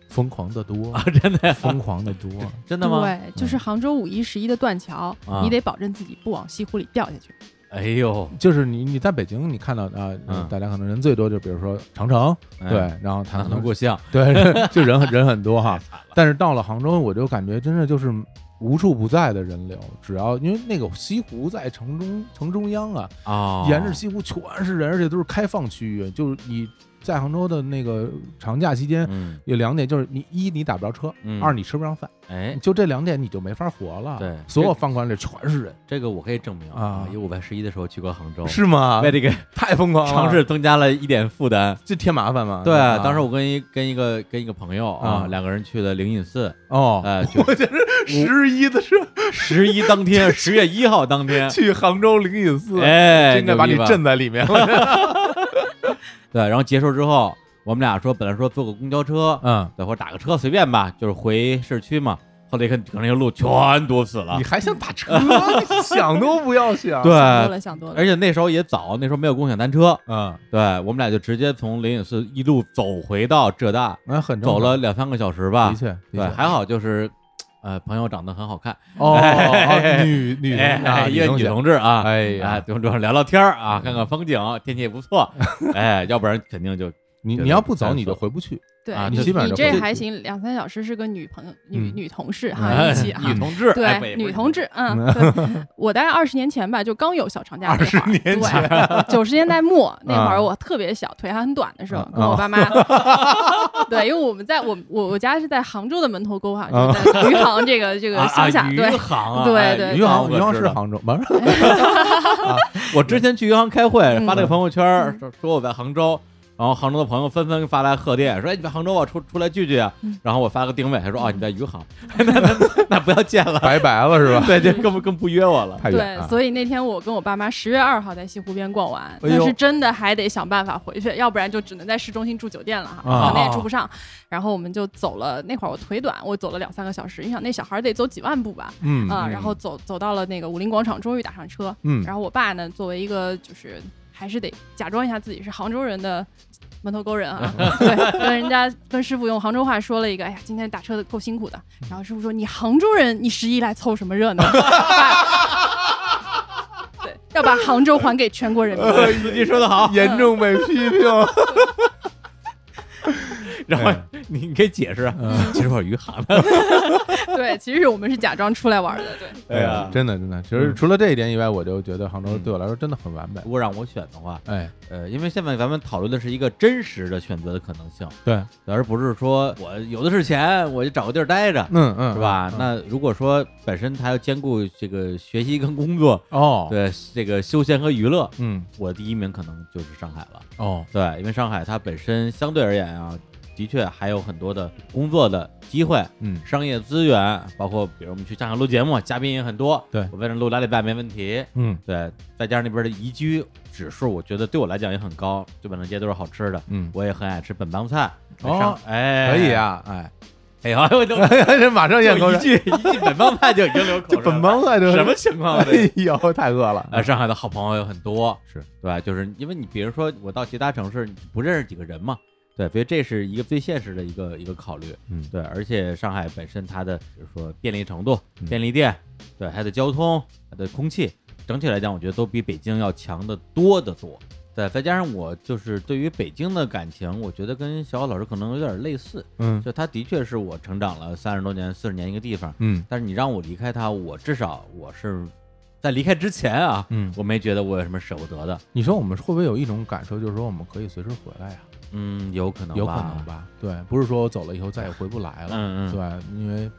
Speaker 2: 疯狂的多
Speaker 1: 真的
Speaker 2: 疯狂
Speaker 1: <laughs>
Speaker 2: 的多。
Speaker 1: 真的吗？
Speaker 3: 对，就是
Speaker 2: 嗯
Speaker 3: 杭州五一、十一的断桥，
Speaker 1: 啊
Speaker 3: 你得保证自己不往西湖里掉下去。
Speaker 1: 哎呦，
Speaker 2: 就是你你在北京，你看到啊、
Speaker 1: 嗯
Speaker 2: 大家可能人最多就比如说长城，
Speaker 1: 哎
Speaker 2: 对，，然后他
Speaker 1: 谈
Speaker 2: 可
Speaker 1: 能
Speaker 2: 能
Speaker 1: 过项
Speaker 2: <laughs> 对，就人很人很多哈
Speaker 1: 太。惨了，
Speaker 2: 但是到了杭州，我就感觉真的就是无处不在的人流，只要因为那个西湖在城中城中央啊，
Speaker 1: 哦，
Speaker 2: 沿着西湖全是人，而且都是开放区域，就是你在杭州的那个长假期间。
Speaker 1: 嗯
Speaker 2: 有两点，就是你一你打不着车，
Speaker 1: 嗯
Speaker 2: 二你吃不上饭，
Speaker 1: 哎，
Speaker 2: 就这两点你就没法活了。
Speaker 1: 对
Speaker 2: 所有
Speaker 1: 这
Speaker 2: 饭馆里全是人，
Speaker 1: 这个我可以证明
Speaker 2: 啊
Speaker 1: 因为我在十一的时候去过杭州，
Speaker 2: 吗
Speaker 1: 为这个
Speaker 2: 太疯狂了，
Speaker 1: 哦城市增加了一点负担。
Speaker 2: 这添麻烦吗？
Speaker 1: 对，
Speaker 2: 啊
Speaker 1: 当时我跟一跟一个跟一个朋友啊，
Speaker 2: 啊
Speaker 1: 两个人去的灵隐寺，
Speaker 2: 哦，
Speaker 1: 哎，就
Speaker 2: <laughs> 我这是十一的时候
Speaker 1: 啊十一当
Speaker 2: <laughs>
Speaker 1: 天，十月一号当天，
Speaker 2: 去杭州灵隐寺，
Speaker 1: 哎，
Speaker 2: 真应该把你
Speaker 1: <laughs> 牛逼吧
Speaker 2: 震在里面了。
Speaker 1: 对，然后结束之后，我们俩说本来说坐个公交车，
Speaker 2: 嗯，
Speaker 1: 等会儿打个车随便吧，就是回市区嘛。后来一看，可能那个路全堵死了
Speaker 2: 你。还想打车？你想都不要想。
Speaker 1: 啊
Speaker 2: <laughs>
Speaker 1: 对，哎
Speaker 3: 想多了想多了
Speaker 1: 而。且那时候也早，那时候没有共享单车。
Speaker 2: 嗯，
Speaker 1: 对我们俩就直接从灵隐寺一路走回到浙大，
Speaker 2: 那很正
Speaker 1: 走
Speaker 2: 常
Speaker 1: 了，两三个小时吧
Speaker 2: 的。确，的
Speaker 1: 对，
Speaker 2: 确
Speaker 1: 还好就是，呃，朋友长得很好看，
Speaker 2: 哦，
Speaker 1: 哎
Speaker 2: 哦女女
Speaker 1: 哎
Speaker 2: 同啊，
Speaker 1: 一个
Speaker 2: 同
Speaker 1: 女
Speaker 2: 学
Speaker 1: 同志啊，
Speaker 2: 哎呀
Speaker 1: 啊，就主要聊聊天儿啊，看看风景，天气也不错， <laughs> 哎，要不然肯定就
Speaker 2: 你
Speaker 1: 觉得
Speaker 2: 你要不
Speaker 1: 还
Speaker 2: 走
Speaker 1: 不
Speaker 2: 你就
Speaker 1: 错
Speaker 2: 回不去。
Speaker 3: 对
Speaker 1: 啊
Speaker 3: 你
Speaker 1: 就
Speaker 2: 基本上
Speaker 3: 你
Speaker 2: 就
Speaker 3: 这
Speaker 2: 会
Speaker 3: 还行，两三小时是跟女朋友、女
Speaker 2: 嗯
Speaker 3: 女同事哈
Speaker 1: 哎 <laughs>
Speaker 3: 一起啊，
Speaker 1: 女同志，哎
Speaker 3: 对，女同，志，嗯，
Speaker 2: <laughs>
Speaker 3: 对我大概二十年前吧，就刚有小长假那会
Speaker 2: 20
Speaker 3: 儿，
Speaker 2: 年 <laughs>
Speaker 3: 对，九十年代末那会
Speaker 2: 啊
Speaker 3: 儿，我特别小，腿还很短的时候
Speaker 2: 啊，
Speaker 3: 跟我爸
Speaker 2: <laughs>
Speaker 3: 妈，对，因为我们在我我我家是在杭州的门头沟哈，
Speaker 2: 啊
Speaker 3: 就是在余杭这个这
Speaker 1: 这
Speaker 3: 个
Speaker 1: 个
Speaker 3: 乡下，对
Speaker 1: 余杭啊，
Speaker 3: 对
Speaker 1: 哎
Speaker 3: 对
Speaker 2: 余杭余杭
Speaker 1: 我知
Speaker 2: 是
Speaker 1: 道
Speaker 2: 杭州，不是
Speaker 1: 我之前去余杭开会，
Speaker 3: 嗯
Speaker 1: 发了个朋友圈儿，说说我在杭州，然后杭州的朋友纷纷发来贺电，说哎你在杭州啊，出出来聚聚啊
Speaker 3: 嗯。
Speaker 1: 然后我发个定位，他说哦你在余杭， <laughs> 那那那不要见了，
Speaker 2: 拜拜了是吧？
Speaker 1: 对，就更不更不约我了。
Speaker 2: 太远
Speaker 3: 对，
Speaker 2: 了。
Speaker 3: 所以那天我跟我爸妈十月二号在西湖边逛完，
Speaker 2: 哎
Speaker 3: 但
Speaker 2: 呦
Speaker 3: 是真的还得想办法回去，要不然就只能在市中心住酒店了哈，
Speaker 2: 啊
Speaker 3: 可能也住不上。然后我们就走了，那会儿我腿短，我走了两三个小时，你想那小孩得走几万步吧，
Speaker 2: 嗯
Speaker 3: 啊、
Speaker 1: 嗯
Speaker 3: 然后走走到了那个武林广场，终于打上车。
Speaker 2: 嗯
Speaker 3: 然后我爸呢，作为一个就是还是得假装一下自己是杭州人的门头沟
Speaker 2: <laughs>
Speaker 3: 人啊，对，跟人家跟师傅用杭州话说了一个，哎呀，今天打车的够辛苦的。
Speaker 2: 嗯
Speaker 3: 然后师傅说，你杭州人，你十一来凑什么热闹？ <laughs> 把对，要把杭州还给全国人民。
Speaker 2: <laughs>
Speaker 1: 司机说的好，
Speaker 2: 严重被
Speaker 3: <laughs>
Speaker 1: <laughs>
Speaker 2: 批评。
Speaker 1: 然后你你可以解释啊，
Speaker 2: 哎嗯
Speaker 1: 其实我是余杭的，
Speaker 3: 对，其实我们是假装出来玩的，对。
Speaker 1: 哎呀，
Speaker 2: 真的真的，其实
Speaker 1: 嗯
Speaker 2: 除了这一点以外，我就觉得杭州对我来说真的很完美
Speaker 1: 如。果让我选的话，
Speaker 2: 哎，
Speaker 1: 呃，因为现在咱们讨论的是一个真实的选择的可能性，
Speaker 2: 对，
Speaker 1: 而不是说我有的是钱，我就找个地儿待着，
Speaker 2: 嗯嗯，
Speaker 1: 是吧？
Speaker 2: 嗯
Speaker 1: 那如果说本身它要兼顾这个学习跟工作，
Speaker 2: 哦，，
Speaker 1: 对这个休闲和娱乐，
Speaker 2: 嗯
Speaker 1: 我第一名可能就是上海了。
Speaker 2: 哦，
Speaker 1: 对，因为上海它本身相对而言啊，的确还有很多的工作的机会、
Speaker 2: 嗯
Speaker 1: 商业资源，包括比如我们去上海录节目，嘉宾也很多，
Speaker 2: 对
Speaker 1: 我为了录俩礼拜没问题。
Speaker 2: 嗯
Speaker 1: 对，再加上那边的宜居指数，我觉得对我来讲也很高，就满大街都是好吃的，
Speaker 2: 嗯，
Speaker 1: 我也很爱吃本帮菜。
Speaker 2: 哦
Speaker 1: 上哎，
Speaker 2: 可以！啊，哎，
Speaker 1: 哎呀，我
Speaker 2: <laughs>
Speaker 1: 就
Speaker 2: 这马上咽口
Speaker 1: 就一
Speaker 2: 水，
Speaker 1: 句一句本帮菜就已经
Speaker 2: <laughs>
Speaker 1: 流口水
Speaker 2: 这哎
Speaker 1: 了，
Speaker 2: 本帮菜就
Speaker 1: 什么情况啊？这
Speaker 2: <laughs> 哎呦，太饿了。
Speaker 1: 呃，上海的好朋友有很多，
Speaker 2: 是
Speaker 1: 对吧？就是因为你，比如说我到其他城市，你不认识几个人嘛，对，所以这是一个最现实的一个一个考虑，
Speaker 2: 嗯
Speaker 1: 对。而且上海本身它的，比如说便利程度、
Speaker 2: 嗯
Speaker 1: 便利店，对，它的交通、它的空气，整体来讲，我觉得都比北京要强得多得多。对，再加上我就是对于北京的感情，我觉得跟小小老师可能有点类似，
Speaker 2: 嗯
Speaker 1: 就它的确是我成长了三十多年、四十年一个地方，
Speaker 2: 嗯
Speaker 1: 但是你让我离开它，我至少我是在离开之前啊，
Speaker 2: 嗯，
Speaker 1: 我没觉得我有什么舍不得的。
Speaker 2: 你说我们会不会有一种感受，就是说我们可以随时回来呀？
Speaker 1: 嗯，有可能，
Speaker 2: 有可能。吧？对，不是说我走了以后再也回不来了。
Speaker 1: 嗯嗯，
Speaker 2: 对，因为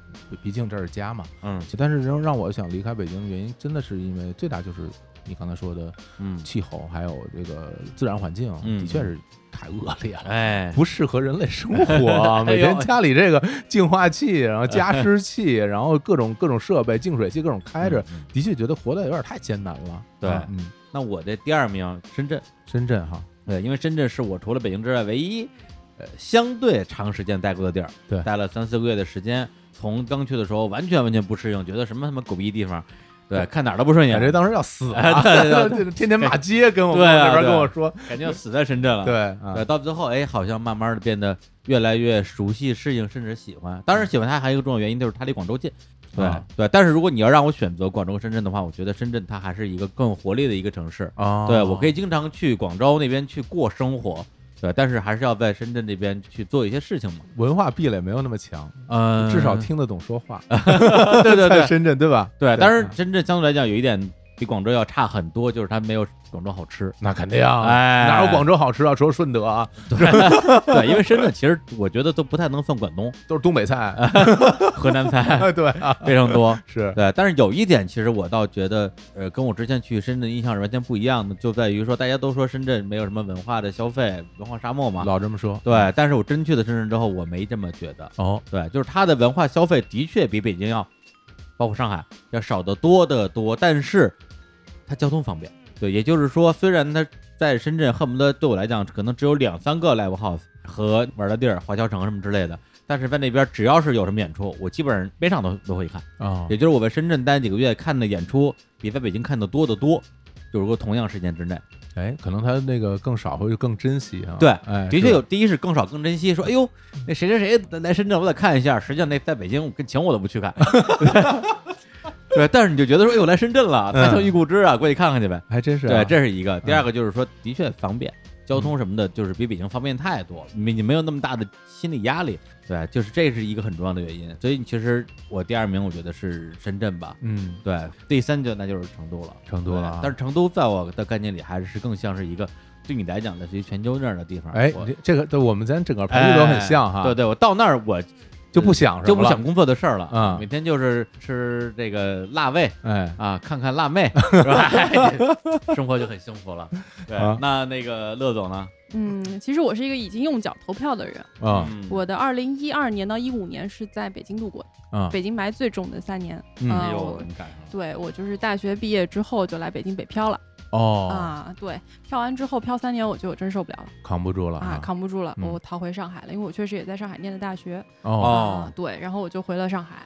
Speaker 2: 毕竟这是家嘛。
Speaker 1: 嗯
Speaker 2: 但是让让我想离开北京的原因，真的是因为最大就是你刚才说的
Speaker 1: 嗯，
Speaker 2: 气候，还有这个自然环境，
Speaker 1: 嗯
Speaker 2: 的确是太恶劣了。
Speaker 1: 哎，
Speaker 2: 不适合人类生
Speaker 1: <laughs>
Speaker 2: 活、啊，每天家里这个净化器，然后加湿
Speaker 1: <laughs>
Speaker 2: 器，然后各种各种设备，净水器各种开着，
Speaker 1: 嗯。嗯
Speaker 2: 的确觉得活得有点太艰难了。
Speaker 1: 对
Speaker 2: 啊嗯，
Speaker 1: 那我的第二名深圳，
Speaker 2: 深圳哈，
Speaker 1: 对，因为深圳是我除了北京之外唯一，呃，相对长时间待过的地儿，
Speaker 2: 对
Speaker 1: 待了三四个月的时间。从刚去的时候，完全完全不适应，觉得什么他妈狗逼地方，对，看哪儿都不顺眼
Speaker 2: 感，觉当时要死了、
Speaker 1: 哎对对
Speaker 2: <laughs> 天天骂街，跟
Speaker 1: <laughs>
Speaker 2: 我
Speaker 1: 对啊
Speaker 2: 那
Speaker 1: 对啊
Speaker 2: 边跟我说，
Speaker 1: 感觉要死在深圳了。
Speaker 2: 对，啊
Speaker 1: 对，到最后，哎，好像慢慢的变得越来越熟悉、适应，甚至喜欢。当然，喜欢它还有一个重要原因就是它离广州近。对、
Speaker 2: 啊
Speaker 1: 对，但是如果你要让我选择广州、深圳的话，我觉得深圳它还是一个更有活力的一个城市。
Speaker 2: 啊
Speaker 1: 对我可以经常去广州那边去过生活，对，但是还是要在深圳这边去做一些事情嘛。
Speaker 2: 文化壁垒没有那么强，
Speaker 1: 嗯
Speaker 2: 至少听得懂说话。
Speaker 1: 啊对对
Speaker 2: 在
Speaker 1: 对
Speaker 2: 深圳对吧？
Speaker 1: 对，但是
Speaker 2: 嗯
Speaker 1: 深圳相对来讲有一点比广州要差很多，就是它没有广州好
Speaker 2: <laughs>
Speaker 1: 吃。
Speaker 2: 那肯定啊，
Speaker 1: 哎
Speaker 2: 哪有广州好吃啊？除了顺德啊，
Speaker 1: 对，对，因为深圳其实我觉得都不太能算
Speaker 2: <laughs>
Speaker 1: 广东，
Speaker 2: 都是东北菜。
Speaker 1: 河南菜
Speaker 2: <laughs> 对啊，
Speaker 1: 非常多。
Speaker 2: 是
Speaker 1: 对，但是有一点，其实我倒觉得，呃，跟我之前去深圳印象是完全不一样的，就在于说，大家都说深圳没有什么文化的消费，文化沙漠嘛。
Speaker 2: 老这么说。
Speaker 1: 对，但是我真去了深圳之后，我没这么觉得。
Speaker 2: 哦，
Speaker 1: 对，就是它的文化消费的确比北京要，包括上海要少得多得多，但是它交通方便。对，也就是说，虽然它在深圳恨不得对我来讲，可能只有两三个 live house，和玩的地儿，华侨城什么之类的。但是在那边，只要是有什么演出，我基本上每场都都会看。
Speaker 2: 啊
Speaker 1: 也就是我在深圳待几个月看的演出，比在北京看的多得多。就如果同样时间之内，
Speaker 2: 哎，可能他那个更少，会更珍惜啊。
Speaker 1: 对
Speaker 2: 哎，
Speaker 1: 的确
Speaker 2: 是
Speaker 1: 有，第一是更少更珍惜，说哎呦，那谁谁谁来深圳，我得看一下。实际上那在北京，我跟请我都不去看。 <laughs> 对，但是你就觉得说，哎呦，来深圳了，
Speaker 2: 嗯
Speaker 1: 太像预估之啊，过去看看去呗。
Speaker 2: 还真是啊
Speaker 1: 对，这是一个。第二个就是说，的确方便，交通什么的，就是比北京方便太多了，你你没有那么大的心理压力。对，就是这是一个很重要的原因。所以其实我第二名，我觉得是深圳吧。
Speaker 2: 嗯
Speaker 1: 对，第三就那就是成都了，
Speaker 2: 成都
Speaker 1: 对
Speaker 2: 了啊
Speaker 1: 但是成都在我的概念里，还是更像是一个对你来讲类似于全球那样的地方。
Speaker 2: 哎，
Speaker 1: 我
Speaker 2: 你这个对我们咱整个排序都很像哈，
Speaker 1: 哎对对，我到那儿我
Speaker 2: 就不想什
Speaker 1: 就
Speaker 2: 么
Speaker 1: 不
Speaker 2: 了
Speaker 1: 想，工作的事儿了
Speaker 2: 嗯
Speaker 1: 每天就是吃这个辣味
Speaker 2: 哎， <laughs>
Speaker 1: 啊，看看辣妹，是吧？哎生活就很幸福了。对，
Speaker 2: 啊
Speaker 1: 那那个乐总呢？
Speaker 3: 嗯，其实我是一个已经用脚投票的人。
Speaker 2: 啊
Speaker 1: 嗯
Speaker 3: 我的二零一二年到一五年是在北京度过的，
Speaker 2: 啊，
Speaker 3: 北京霾最重的三年。
Speaker 2: 嗯
Speaker 3: 啊
Speaker 1: 哎呦
Speaker 3: 我，
Speaker 1: 你赶上了。
Speaker 3: 对我就是大学毕业之后就来北京北漂了、
Speaker 2: 哦，
Speaker 3: 啊，对，漂完之后漂三年，我觉得我真受不了了
Speaker 2: 扛不住了
Speaker 3: 啊，扛不住了，
Speaker 2: 嗯
Speaker 3: 我逃回上海了，因为我确实也在上海念的大学
Speaker 2: 哦，
Speaker 1: 哦
Speaker 3: 啊，对，然后我就回了上海。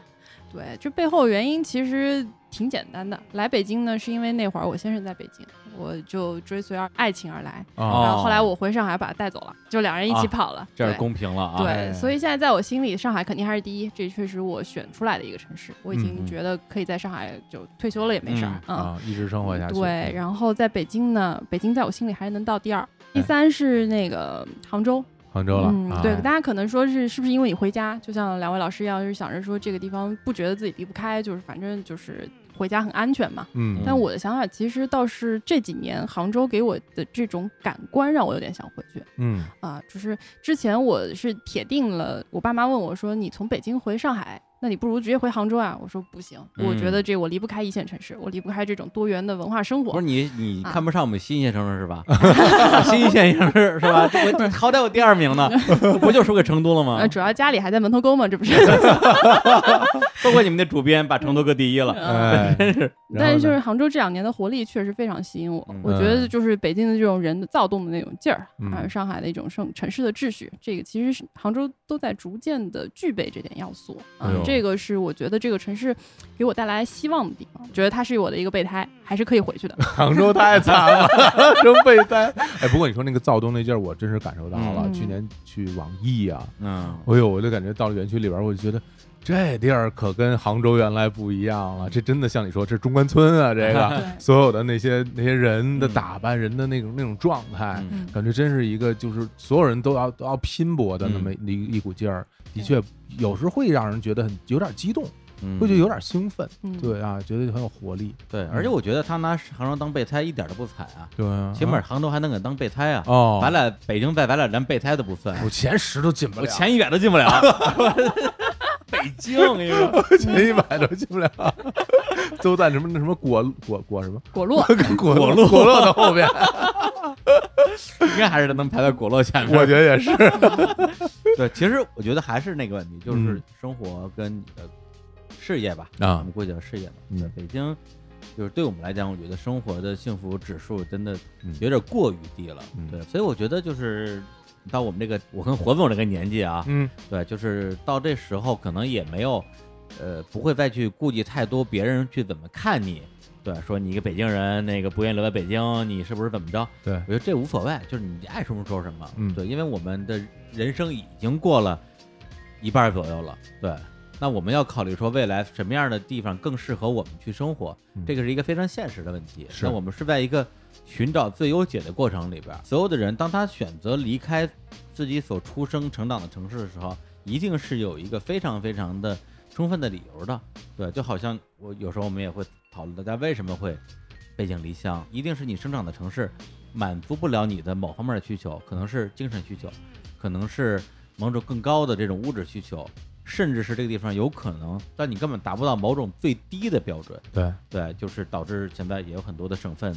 Speaker 3: 对，这背后原因其实挺简单的。来北京呢，是因为那会儿我先生在北京，我就追随而爱情而来。
Speaker 2: 哦啊
Speaker 3: 然后后来我回上海把他带走了，就两人一起跑了。
Speaker 1: 这
Speaker 3: 对
Speaker 1: 是公平了啊！
Speaker 2: 哎
Speaker 3: 对，所以现在在我心里，上海肯定还是第一，这确实我选出来的一个城市。我已
Speaker 2: 嗯嗯
Speaker 3: 经觉得可以在上海就退休了也没事
Speaker 1: 哦
Speaker 3: 儿，嗯，
Speaker 2: 啊，一直生活下去，
Speaker 3: 对。
Speaker 2: 后
Speaker 3: 然后在北京呢，北京在我心里还是能到第二，第三是那个杭州，
Speaker 2: 杭州了
Speaker 3: 嗯，，
Speaker 2: 啊
Speaker 3: 对，大家可能说是是不是因为你回家，就像两位老师一样，就是想着说这个地方不觉得自己离不开，就是反正就是回家很安全嘛。
Speaker 2: 嗯，
Speaker 3: 但我的想法其实倒是这几年杭州给我的这种感官让我有点想回去。
Speaker 2: 嗯
Speaker 3: 啊，就是之前我是铁定了，我爸妈问我说：“你从北京回上海，那你不如直接回杭州啊？”我说：“不行，我觉
Speaker 2: 嗯
Speaker 3: 得这我离不开一线城市，我离不开这种多元的文化生
Speaker 1: 不
Speaker 3: 活
Speaker 1: 是。你，你
Speaker 3: 啊
Speaker 1: 看不上我们新一线城市是
Speaker 3: <laughs>
Speaker 1: 吧？新一线城市是吧？我好歹我第二名呢，不就输给成都了”
Speaker 2: 啊
Speaker 1: 吗
Speaker 3: 呃，？主要家里还在门头沟嘛，这不是？ <laughs>
Speaker 1: 包括你们那主编把成都搁第一
Speaker 3: <laughs>
Speaker 1: 了，
Speaker 2: 哎，
Speaker 1: 真是
Speaker 3: 但是就是是杭州这两年的活力确实非常吸引我，我觉
Speaker 2: 嗯
Speaker 3: 得就是北京的这种人的躁动的那种劲儿，
Speaker 2: 嗯
Speaker 3: 还有上海的一种城城市的秩序，这个其实是杭州都在逐渐的具备这点要素啊
Speaker 2: 哎呦，
Speaker 3: 这个是我觉得这个城市给我带来希望的地方，觉得它是我的一个备胎，还是可以回去的。
Speaker 2: 杭州太惨了， <laughs> 真备胎。 <laughs> 哎，不过你说那个躁动那劲儿，我真是感受到了。
Speaker 3: 嗯
Speaker 2: 去年去网易啊，
Speaker 1: 嗯，
Speaker 2: 哎呦，我就感觉到了园区里边儿，我就觉得这地儿可跟杭州原来不一样了。这真的像你说，这中关村啊，这个
Speaker 3: 对
Speaker 2: 所有的那些那些人的
Speaker 1: 嗯
Speaker 2: 打扮，人的那种那种状态，
Speaker 1: 嗯
Speaker 3: 嗯
Speaker 2: 感觉真是一个就是所有人都要都要拼搏的那么一、一股劲儿。的确，有时候会让人觉得很有点激动，
Speaker 1: 嗯
Speaker 2: 会觉得有点兴奋。
Speaker 3: 嗯，
Speaker 2: 对啊，觉得很有活力。
Speaker 1: 对，而且我觉得他拿杭州当备胎一点都不惨啊，
Speaker 2: 对啊，
Speaker 1: 起码杭州还能给当备胎啊。
Speaker 2: 哦，
Speaker 1: 咱俩北京在，咱俩连备胎都不算，
Speaker 2: 我前十都进不
Speaker 1: 我
Speaker 2: 了，
Speaker 1: 前一百都进不了。 <laughs> 北京，我跟你说，
Speaker 2: 前一百都进不了，都在什么那什么果果果什么
Speaker 3: 果
Speaker 2: <laughs>
Speaker 3: 洛，
Speaker 2: 果
Speaker 1: 果
Speaker 2: 洛果洛的后边。
Speaker 1: 应该还是能排在果洛 <laughs> 前面。
Speaker 2: 我觉得也是，
Speaker 1: 对，其实我觉得还是那个问题，就是
Speaker 2: 嗯
Speaker 1: 生活跟你的事业吧。
Speaker 2: 啊
Speaker 1: 我们过去叫事业吧。
Speaker 2: 嗯
Speaker 1: 对，北京就是对我们来讲，我觉得生活的幸福指数真的
Speaker 2: 嗯
Speaker 1: 有点过于低了。
Speaker 2: 嗯
Speaker 1: 对，所以我觉得就是到我们这个，我跟火总这个年纪啊，
Speaker 2: 嗯，
Speaker 1: 对，就是到这时候可能也没有，呃，不会再去顾及太多别人去怎么看你。对，说你一个北京人，那个不愿意留在北京，你是不是怎么着？
Speaker 2: 对
Speaker 1: 我觉得这无所谓，就是你爱什么说什么。
Speaker 2: 嗯
Speaker 1: 对，因为我们的人生已经过了一半儿左右了。对，那我们要考虑说未来什么样的地方更适合我们去生活，
Speaker 2: 嗯
Speaker 1: 这个是一个非常现实的问题。
Speaker 2: 是
Speaker 1: 那我们是在一个寻找最优解的过程里边儿，所有的人当他选择离开自己所出生成长的城市的时候，一定是有一个非常非常的充分的理由的。对，就好像我有时候我们也会讨论大家为什么会背井离乡，一定是你生长的城市满足不了你的某方面的需求，可能是精神需求，可能是某种更高的这种物质需求，甚至是这个地方有可能让你根本达不到某种最低的标准。
Speaker 2: 对，
Speaker 1: 对，就是导致现在也有很多的省份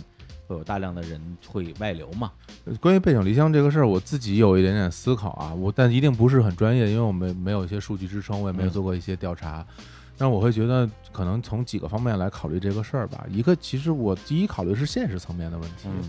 Speaker 1: 会有大量的人会外流嘛。
Speaker 2: 关于背井离乡这个事儿，我自己有一点点思考啊，我但一定不是很专业，因为我们没有一些数据支撑，我也没有
Speaker 1: 嗯
Speaker 2: 做过一些调查。但我会觉得可能从几个方面来考虑这个事儿吧。一个，其实我第一考虑是现实层面的问题，
Speaker 1: 嗯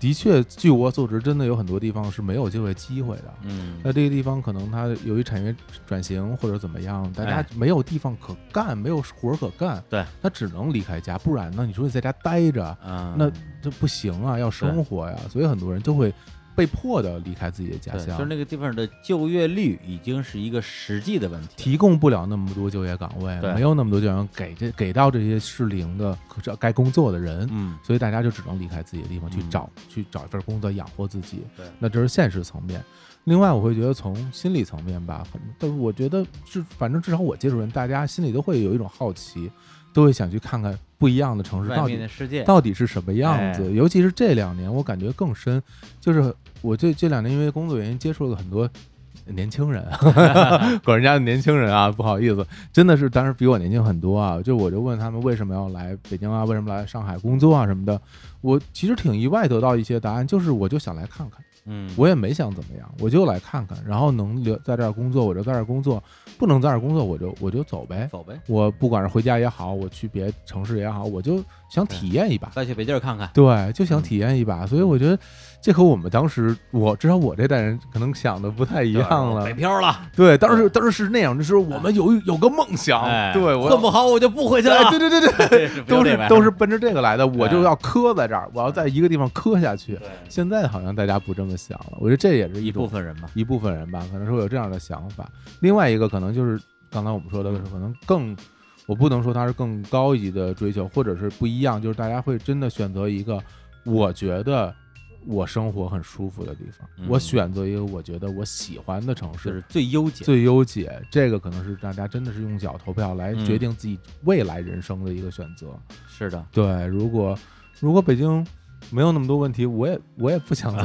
Speaker 2: 的确，据我所知，真的有很多地方是没有这个机会的。
Speaker 1: 嗯
Speaker 2: 那这个地方可能它由于产业转型或者怎么样，大家
Speaker 1: 哎
Speaker 2: 没有地方可干，没有活儿可干，
Speaker 1: 对，
Speaker 2: 他只能离开家，不然呢，你说你在家待着，
Speaker 1: 啊，
Speaker 2: 呃那这不行啊，要生活呀，所以很多人就会被迫的离开自己的家
Speaker 1: 对，就
Speaker 2: 乡，
Speaker 1: 是那个地方的就业率已经是一个实际的问题
Speaker 2: 提供不了那么多就业岗位，
Speaker 1: 对
Speaker 2: 没有那么多就业岗位给这给到这些适龄的这该工作的人，
Speaker 1: 了。嗯，
Speaker 2: 所以大家就只能离开自己的地方去
Speaker 1: 嗯
Speaker 2: 找、去找一份工作养活自己
Speaker 1: 对。
Speaker 2: 那这是现实层面。另外，我会觉得从心理层面吧，反但是我觉得至反正至少我接触人，大家心里都会有一种好奇，都会想去看看不一样的城市
Speaker 1: 外
Speaker 2: 到
Speaker 1: 面
Speaker 2: 底
Speaker 1: 的世界，
Speaker 2: 到底是什么样子。
Speaker 1: 哎
Speaker 2: 尤其是这两年，我感觉更深，就是我这这两年因为工作原因接触了很多。年轻人， <laughs> 管人家的年轻人啊，不好意思，真的是当时比我年轻很多啊。就我就问他们为什么要来北京啊，为什么来上海工作啊什么的，我其实挺意外得到一些答案，就是我就想来看看。
Speaker 1: 嗯，
Speaker 2: 我也没想怎么样，我就来看看，然后能留在这儿工作我就在这儿工作，不能在这儿工作我就我就走呗。
Speaker 1: 走呗，
Speaker 2: 我不管是回家也好，我去别城市也好，我就想体验一把。
Speaker 1: 再去别地儿看看。
Speaker 2: 对，就想体验一把，所以我觉得这和我们当时，我至少我这代人可能想的不太 <laughs> 一样了
Speaker 1: 北。漂了，
Speaker 2: 对，当时当时是那样，就是我们有有个梦想，
Speaker 1: 哎，
Speaker 2: <laughs> 对我要
Speaker 1: 混不好我就不回去
Speaker 2: 哎
Speaker 1: 了
Speaker 2: 对。对对对，都是都是奔着这个哎来的，我就要磕在这儿，我要在一个地方磕下去。
Speaker 1: 对
Speaker 2: 现在好像大家不这么想了，我觉得这也是
Speaker 1: 一
Speaker 2: 一种
Speaker 1: 部分人吧。
Speaker 2: 一部分人吧，可能是会有这样的想法。另外一个可能就是刚才我们说的，
Speaker 1: 嗯
Speaker 2: 可能更，我不能说它是更高一级的追求，或者是不一样，就是大家会真的选择一个我觉得我生活很舒服的地方，
Speaker 1: 嗯
Speaker 2: 我选择一个我觉得我喜欢的城
Speaker 1: 就是
Speaker 2: 市。
Speaker 1: 最优解，
Speaker 2: 最优解，这个可能是大家真的是用脚投票来
Speaker 1: 嗯
Speaker 2: 决定自己未来人生的一个选择。
Speaker 1: 是的，
Speaker 2: 对，如果如果北京没有那么多问题，我也我也不想走，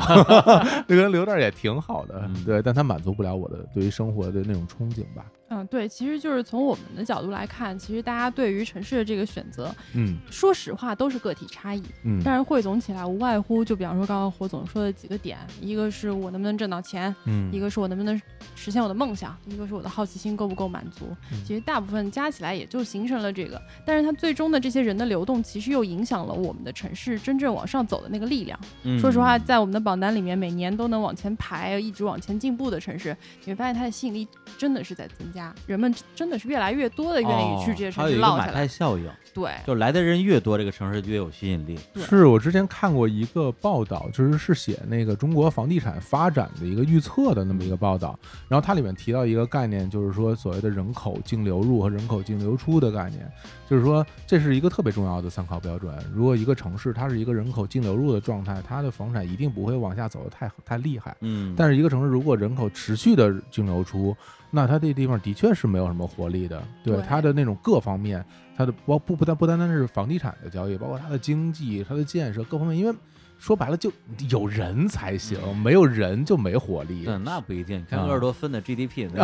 Speaker 2: 那个留这儿也挺好的。
Speaker 1: 嗯
Speaker 2: 对，但它满足不了我的对于生活的那种憧憬吧。
Speaker 3: 嗯，对，其实就是从我们的角度来看，其实大家对于城市的这个选择，
Speaker 2: 嗯
Speaker 3: 说实话都是个体差异，
Speaker 2: 嗯，
Speaker 3: 但是汇总起来无外乎就比方说刚刚火总说的几个点，一个是我能不能挣到钱，
Speaker 2: 嗯
Speaker 3: 一个是我能不能实现我的梦想，一个是我的好奇心够不够满足。
Speaker 2: 嗯
Speaker 3: 其实大部分加起来也就形成了这个，但是它最终的这些人的流动，其实又影响了我们的城市真正往上走的那个力量。说实话，
Speaker 1: 嗯
Speaker 3: 在我们的榜单里面，每年都能往前排，一直往前进步的城市，你会发现它的吸引力真的是在增加，人们真的是越来越多的愿意去这些
Speaker 1: 哦
Speaker 3: 城
Speaker 1: 还有
Speaker 3: 市
Speaker 1: 一个
Speaker 3: 落
Speaker 1: 马
Speaker 3: 下来。
Speaker 1: 太效应，
Speaker 3: 对，
Speaker 1: 就来的人越多，这个城市越有吸引力。
Speaker 2: 是我之前看过一个报道，就是是写那个中国房地产发展的一个预测的那么一个报道，然后它里面提到一个概念，就是说所谓的人口净流入和人口净流出的概念，就是说这是一个特别重要的参考标准。如果一个城市它是一个人口净流入的状态，它的房产一定不会往下走的太太厉害。
Speaker 1: 嗯，
Speaker 2: 但是一个城市如果人口持续的净流出，那它这地方的确是没有什么活力的。对
Speaker 3: 对
Speaker 2: 它的那种各方面，它的包不不单不单单是房地产的交易，包括它的经济、它的建设各方面，因为说白了就有人才行，
Speaker 3: 嗯
Speaker 2: 没有人就没活力，
Speaker 1: 对，那不一定。你看
Speaker 2: 啊
Speaker 1: 鄂尔多芬的 <laughs> GDP，那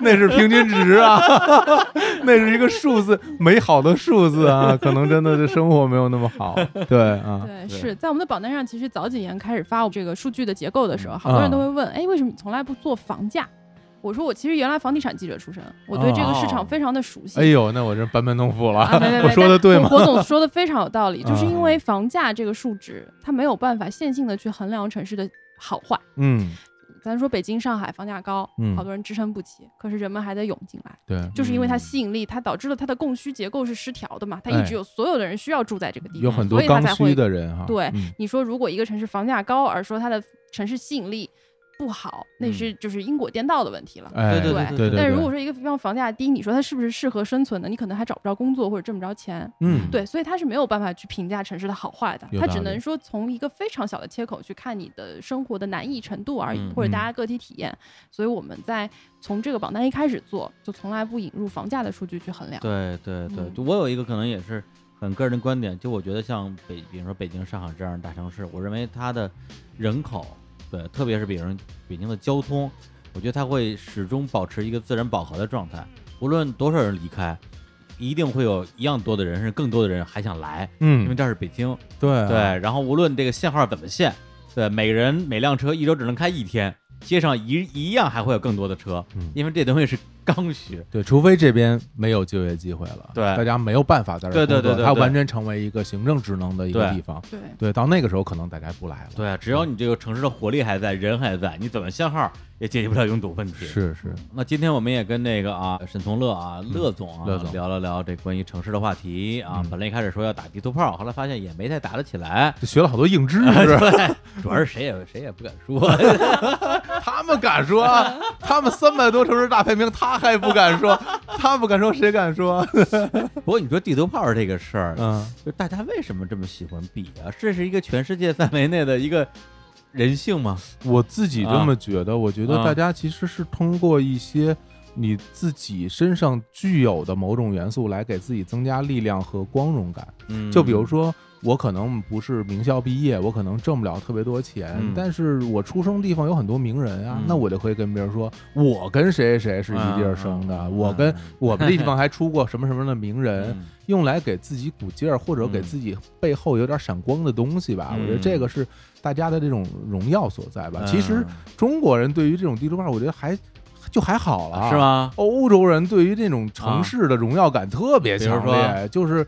Speaker 2: 那是平均值啊， <laughs> 那是一个数字，美好的数字啊，可能真的这生活没有那么好。对啊，
Speaker 3: 对，
Speaker 1: 对
Speaker 3: 是在我们的榜单上，其实早几年开始发我这个数据的结构的时
Speaker 2: 嗯
Speaker 3: 候，好多人都会问，哎，为什么你从来不做房价？我说我其实原来房地产记者出身，我对这个市场非常的熟悉。
Speaker 2: 哎呦，那我这班门弄斧了，
Speaker 3: 啊，没没没
Speaker 2: 我说的对吗？
Speaker 3: 火总说的非常有
Speaker 2: <laughs>
Speaker 3: 道理，
Speaker 2: 啊
Speaker 3: 就是因为房价这个数值，它没有办法线性的去衡量城市的好坏。
Speaker 2: 嗯，
Speaker 3: 咱说北京、上海房价高
Speaker 2: 嗯，
Speaker 3: 好多人支撑不起，可是人们还在涌进来，
Speaker 2: 对。
Speaker 3: 就是因为它
Speaker 1: 嗯
Speaker 3: 吸引力，它导致了它的供需结构是失调的嘛，它
Speaker 2: 哎
Speaker 3: 一直有所有的人需要住在这个地
Speaker 2: 有
Speaker 3: 方，
Speaker 2: 很多
Speaker 3: 所以它
Speaker 2: 刚
Speaker 3: 才
Speaker 2: 需
Speaker 3: 会
Speaker 2: 的人哈，
Speaker 3: 对
Speaker 2: 嗯
Speaker 3: 你说如果一个城市房价高，而说它的城市吸引力不好，那是就是因果颠倒的问题了。
Speaker 2: 嗯哎，
Speaker 1: 对
Speaker 3: 对
Speaker 2: 对对
Speaker 3: 但如果说一个地方房价低，你说它是不是适合生存的？你可能还找不着工作或者挣不着钱。
Speaker 2: 嗯，
Speaker 3: 对，所以它是没有办法去评价城市的好坏的，
Speaker 2: 有
Speaker 3: 它
Speaker 2: 道
Speaker 3: 只
Speaker 2: 理
Speaker 3: 能说从一个非常小的切口去看你的生活的难易程度而已，
Speaker 1: 嗯
Speaker 3: 或者大
Speaker 2: 嗯
Speaker 3: 家个体体验。所以我们在从这个榜单一开始做，就从来不引入房价的数据去衡量。
Speaker 1: 对对对，
Speaker 3: 嗯
Speaker 1: 就我有一个可能也是很个人的观点，就我觉得像北，比如说北京、上海这样的大城市，我认为它的人口，对，特别是比如北京的交通，我觉得它会始终保持一个自然饱和的状态，无论多少人离开。一定会有一样多的人，甚至更多的人还想来，因为
Speaker 2: 嗯，
Speaker 1: 这是北京。
Speaker 2: 对
Speaker 1: 对，，然后无论这个限号怎么限，对，每人每辆车一周只能开一天，街上一一样还会有更多的车，
Speaker 2: 嗯
Speaker 1: 因为这东西是刚需。
Speaker 2: 对，除非这边没有就业机会了，
Speaker 1: 对
Speaker 2: 大家没有办法在这儿
Speaker 1: 对对
Speaker 2: 工作
Speaker 1: 对对
Speaker 2: 它
Speaker 1: 对
Speaker 2: 完全成为一个行政职能的一个
Speaker 1: 对
Speaker 2: 地方。
Speaker 3: 对。
Speaker 2: 对，到那个时候可能大家不来了。
Speaker 1: 对啊，只要你这个城市的活力还在，人还在，你怎么限号也解决不了拥堵问题。
Speaker 2: 是是，
Speaker 1: 那今天我们也跟那个啊沈从乐啊乐总啊、
Speaker 2: 乐总
Speaker 1: 聊了聊这关于城市的话题啊。
Speaker 2: 嗯
Speaker 1: 本来一开始说要打地图炮，后来发现也没太打得起
Speaker 2: <laughs>。
Speaker 1: 来
Speaker 2: 就学了好多硬知
Speaker 1: <laughs>
Speaker 2: 识，
Speaker 1: 对，主要是谁也谁也不敢说。 <laughs>
Speaker 2: 他们敢说，他们三百多城市大排名，他还不敢
Speaker 1: <laughs>
Speaker 2: 说，他不敢说，谁敢说？
Speaker 1: 不过你说地图炮这个事儿，
Speaker 2: 嗯，
Speaker 1: 就大家为什么这么喜欢比啊？这是一个全世界范围内的一个人性吗？
Speaker 2: 我自己这
Speaker 1: 啊
Speaker 2: 么觉得，我觉得
Speaker 1: 啊
Speaker 2: 大家其实是通过一些你自己身上具有的某种元素来给自己增加力量和光荣感。
Speaker 1: 嗯
Speaker 2: 就比如说，我可能不是名校毕业，我可能挣不了特别多钱，
Speaker 1: 嗯
Speaker 2: 但是我出生地方有很多名人啊，
Speaker 1: 嗯
Speaker 2: 那我就可以跟别人说，我跟谁谁是一地儿生的，
Speaker 1: 嗯嗯
Speaker 2: 我跟
Speaker 1: 嗯
Speaker 2: 我们这
Speaker 1: <laughs>
Speaker 2: 地方还出过什么什么的名人，
Speaker 1: 嗯
Speaker 2: 用来给自己鼓劲儿，或者给自己背后有点闪光的东西吧。
Speaker 1: 嗯
Speaker 2: 我觉得这个是大家的这种荣耀所在吧。
Speaker 1: 嗯
Speaker 2: 其实中国人对于这种地图炮，我觉得还就还好了，
Speaker 1: 啊
Speaker 2: 啊
Speaker 1: 是？吗？
Speaker 2: 欧洲人对于这种城市的荣耀感特别强烈，
Speaker 1: 啊
Speaker 2: 就是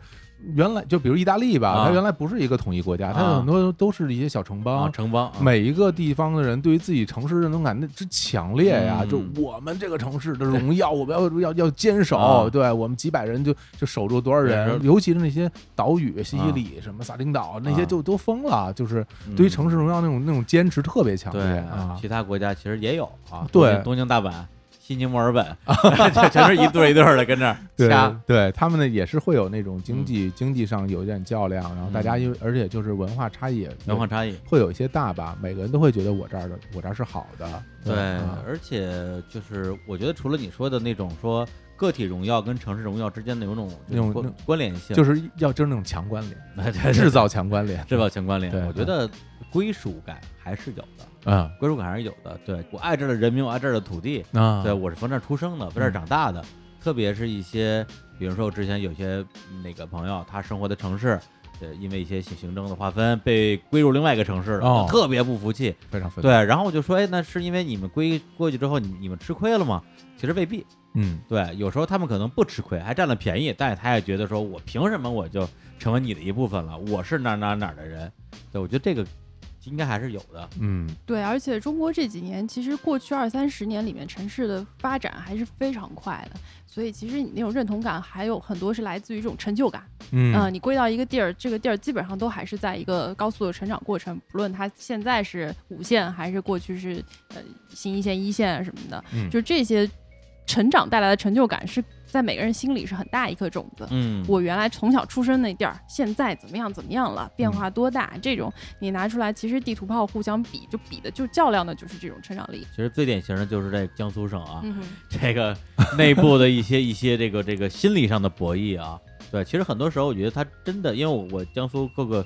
Speaker 2: 原来就比如意大利吧，
Speaker 1: 啊
Speaker 2: 它原来不是一个统一国家，它
Speaker 1: 啊
Speaker 2: 有很多都是一些小城邦。
Speaker 1: 啊，城邦啊
Speaker 2: 每一个地方的人对于自己城市认同感那之强烈呀，
Speaker 1: 嗯
Speaker 2: 就我们这个城市的荣耀，我们要要要坚守，
Speaker 1: 啊
Speaker 2: 对我们几百人就就守住多少
Speaker 1: 对
Speaker 2: 人，
Speaker 1: 是
Speaker 2: 尤其是那些岛屿，西西里、什么撒丁岛那些
Speaker 1: 啊嗯
Speaker 2: 就都疯了，就是对于城市荣耀那种那种坚持特别强烈
Speaker 1: 对
Speaker 2: 啊，
Speaker 1: 其他国家其实也有啊，
Speaker 2: 对
Speaker 1: 东京东京、大阪、西宁、墨尔 <laughs> 本，这全是一对儿一 <laughs> 对儿的跟这儿
Speaker 2: 对
Speaker 1: 掐。
Speaker 2: 对，他们呢也是会有那种经
Speaker 1: 嗯
Speaker 2: 济、经济上有一点较量，然后大家因为、而且就是文化差异，
Speaker 1: 文化差异。
Speaker 2: 会有一些大吧，每个人都会觉得我这儿的我这儿是好的，
Speaker 1: 对
Speaker 2: 啊，
Speaker 1: 而且就是我觉得除了你说的那种说个体荣耀跟城市荣耀之间的有种
Speaker 2: 那种
Speaker 1: 关
Speaker 2: 那
Speaker 1: 关联性， <laughs>
Speaker 2: 就是是要就是那种强关联，制
Speaker 1: 制
Speaker 2: 造强关联，
Speaker 1: 制造强关联
Speaker 2: 对。
Speaker 1: 我觉得归属感还是有的，
Speaker 2: 啊
Speaker 1: 归属感还是有的。对我爱这儿的人民，我爱这儿的土地，
Speaker 2: 啊
Speaker 1: 对，我是从这儿出生的，在这儿长大的。特别是一些，比如说我之前有些那个朋友，他生活的城市，呃，因为一些行行政的划分被归入另外一个城市了，
Speaker 2: 哦
Speaker 1: 特别不服气。
Speaker 2: 非常非常
Speaker 1: 对，然后我就说，哎，那是因为你们归过去之后，你你们吃亏了吗？其实未必。
Speaker 2: 嗯
Speaker 1: 对，有时候他们可能不吃亏，还占了便宜，但是他也觉得说，我凭什么我就成为你的一部分了？我是哪儿哪儿哪儿的人？对，我觉得这个应该还是有的。
Speaker 2: 嗯
Speaker 3: 对，而且中国这几年，其实过去二三十年里面，城市的发展还是非常快的，所以其实你那种认同感还有很多是来自于这种成就感。
Speaker 2: 嗯
Speaker 3: 嗯、你归到一个地儿，这个地儿基本上都还是在一个高速的成长过程，不论它现在是五线还是过去是呃新一线、一线啊什么的，
Speaker 2: 嗯
Speaker 3: 就这些成长带来的成就感是在每个人心里是很大一颗种子。
Speaker 1: 嗯，
Speaker 3: 我原来从小出生那地儿，现在怎么样怎么样了，
Speaker 1: 嗯
Speaker 3: 变化多大？这种你拿出来，其实地图炮互相比，就比的就较量的就是这种成长力。
Speaker 1: 其实最典型的就是在江苏省啊，
Speaker 3: 嗯哼，
Speaker 1: <laughs> 这个内部的一些一些这个这个心理上的博弈啊。对，其实很多时候我觉得他真的，因为我我江苏各个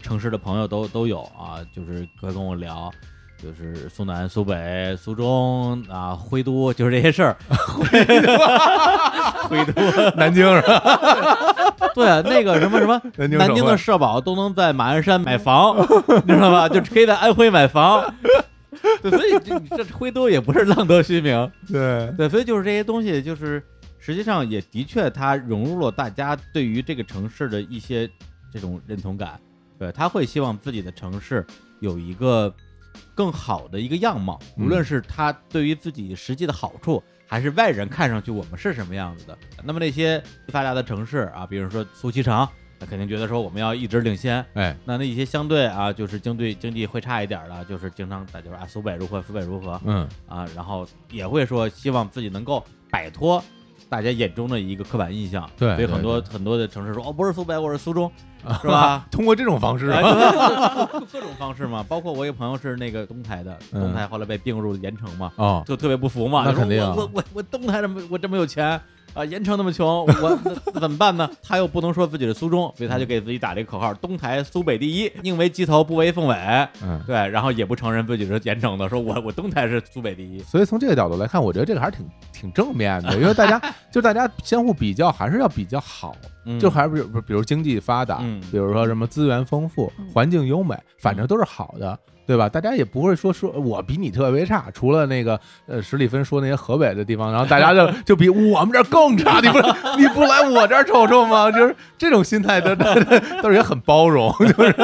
Speaker 1: 城市的朋友都都有啊，就是会跟我聊，就是苏南、苏北、苏中啊、徽都，就是这些事儿。 <laughs> 徽都，
Speaker 2: <laughs> 南京是吧？。
Speaker 1: <laughs> 对，啊那个什么什么
Speaker 2: 南
Speaker 1: 南京的社保都能在马鞍山买房， <laughs> 你知道吧？就是可以在安徽买房， <laughs> 对，所以这这徽都也不是浪得虚名，
Speaker 2: <laughs> 对
Speaker 1: 对，所以就是这些东西，就是实际上也的确，它融入了大家对于这个城市的一些这种认同感。对，他会希望自己的城市有一个更好的一个样貌，无论
Speaker 2: 嗯
Speaker 1: 是他对于自己实际的好处，还是外人看上去我们是什么样子的。那么那些发达的城市啊，比如说苏锡常，他肯定觉得说我们要一直领先，
Speaker 2: 哎
Speaker 1: 那那一些相对啊，就是经对经济会差一点儿的，就是经常大家说啊，苏北如何，苏北如何，
Speaker 2: 嗯
Speaker 1: 啊，然后也会说希望自己能够摆脱大家眼中的一个刻板印象。
Speaker 2: 对
Speaker 1: 所以
Speaker 2: 对
Speaker 1: 很多
Speaker 2: 对
Speaker 1: 很多的城市说哦，不是苏北，我是苏
Speaker 2: <laughs>
Speaker 1: 中，是
Speaker 2: 是
Speaker 1: 吧？？
Speaker 2: 通过这种方式
Speaker 1: <laughs>
Speaker 2: 啊
Speaker 1: 哎对各各种方式嘛，包括我有朋友是那个东台的，
Speaker 2: 嗯
Speaker 1: 东台后来被并入盐城嘛，
Speaker 2: 哦，
Speaker 1: 就特别不服嘛，
Speaker 2: 那
Speaker 1: 就说
Speaker 2: 肯定啊
Speaker 1: 我我我我东台这么我这么有钱啊，盐城那么穷，我那那怎么办呢？他又不能说自己是苏中，所以他
Speaker 2: 嗯
Speaker 1: 就给自己打了一个口号：东台苏北第一，宁为鸡头，不为凤尾。
Speaker 2: 嗯。
Speaker 1: 对，然后也不承认自己是盐城的，说我我东台是苏北第一。
Speaker 2: 所以从这个角度来
Speaker 1: <laughs>
Speaker 2: 看，我觉得这个还是挺挺正面的，因为大家就是大家相互比较，还是要比较好
Speaker 1: 嗯
Speaker 2: 就还是比如比如经济发达，
Speaker 1: 嗯
Speaker 2: 比如说什么资源丰富
Speaker 3: 嗯、
Speaker 2: 环境优美，反正都是好的，对吧？大家也不会说说我比你特别差，除了那个呃史蒂芬说那些河北的地方，然后大
Speaker 1: <laughs>
Speaker 2: 家就就比我们这儿更差，你不你不来我这儿瞅瞅吗？就是这种心态 <laughs> 的，倒是也很
Speaker 1: <laughs>
Speaker 2: 包容，就是
Speaker 3: 对。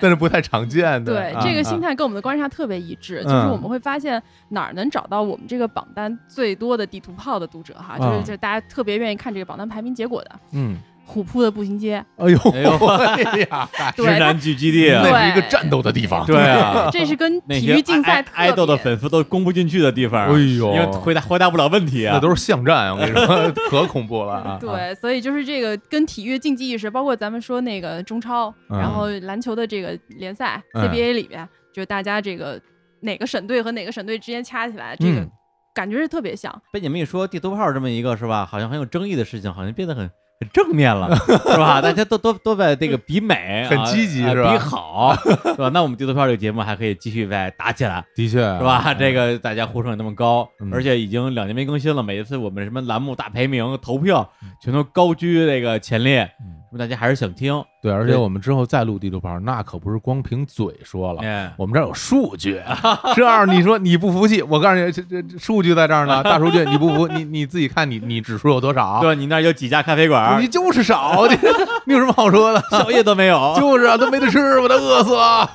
Speaker 2: 但是不太常见的。
Speaker 3: 对
Speaker 2: 啊、
Speaker 1: 嗯
Speaker 3: 这个心
Speaker 2: 态，
Speaker 3: 态跟我们的观察特别一致，就
Speaker 2: 嗯
Speaker 3: 是我们会发现哪儿能找到我们这个榜单最多的地图炮的读者哈，就
Speaker 2: 啊
Speaker 3: 是
Speaker 1: 嗯
Speaker 3: 就是大家特别愿意看这个榜单排名结果的。
Speaker 2: 嗯，
Speaker 3: 虎扑的步行街，
Speaker 2: 哎呦，
Speaker 1: 哎呦
Speaker 2: <laughs> 哎呀，
Speaker 1: 直
Speaker 3: 对它
Speaker 1: 男聚集地啊，
Speaker 2: 那是一个战斗的地方，
Speaker 1: 对 <laughs> 啊，
Speaker 3: 这是跟
Speaker 1: 那
Speaker 3: 体
Speaker 1: 些
Speaker 3: 育竞赛特
Speaker 1: 爱爱豆的
Speaker 3: 别
Speaker 1: 粉丝都攻不进去的地方，
Speaker 2: 哎呦
Speaker 1: 因为回答回答不了问题啊，
Speaker 2: 那都是巷战，我跟你
Speaker 3: <laughs>
Speaker 2: 说，可恐怖了啊！啊，
Speaker 3: 对，所以就是这个跟体育竞技意识，包括咱们说那个中超，
Speaker 2: 嗯
Speaker 3: 然后篮球的这个联赛
Speaker 2: 嗯
Speaker 3: CBA 里边，就是大家这个哪个省队和哪个省队之间掐起来，这个
Speaker 2: 嗯
Speaker 3: 感觉是特别像。
Speaker 1: 被你们一说地图炮这么一个是吧，好像很有争议的事情，好像变得很很正面了，是吧？大家都都都在这个比 <laughs> 美啊，
Speaker 2: 很积极
Speaker 1: 啊
Speaker 2: 是吧
Speaker 1: 比好，是吧？那我们地图炮这个节目还可以继续再打起来，
Speaker 2: 的确啊
Speaker 1: 是吧？这个大家呼声也那么高
Speaker 2: 嗯，
Speaker 1: 而且已经两年没更新了，每一次我们什么栏目大排名投票，全都高居这个前列，
Speaker 2: 嗯
Speaker 1: 那么大家还是想听，
Speaker 2: 对，而且
Speaker 1: 对
Speaker 2: 我们之后再录地图炮，那可不是光凭嘴说了。
Speaker 1: 哎，
Speaker 2: 我们这儿有数据，啊这样你说你不服气，我告诉你，这这这数据在这儿呢，大数据你不服，你你自己看你你指数有多少，
Speaker 1: 对你那儿有几家咖啡馆
Speaker 2: 你，就是少，你你有什么好说的？ <laughs>
Speaker 1: 宵夜都 <laughs> 没有，
Speaker 2: 就是啊，都没得吃，我都饿死了。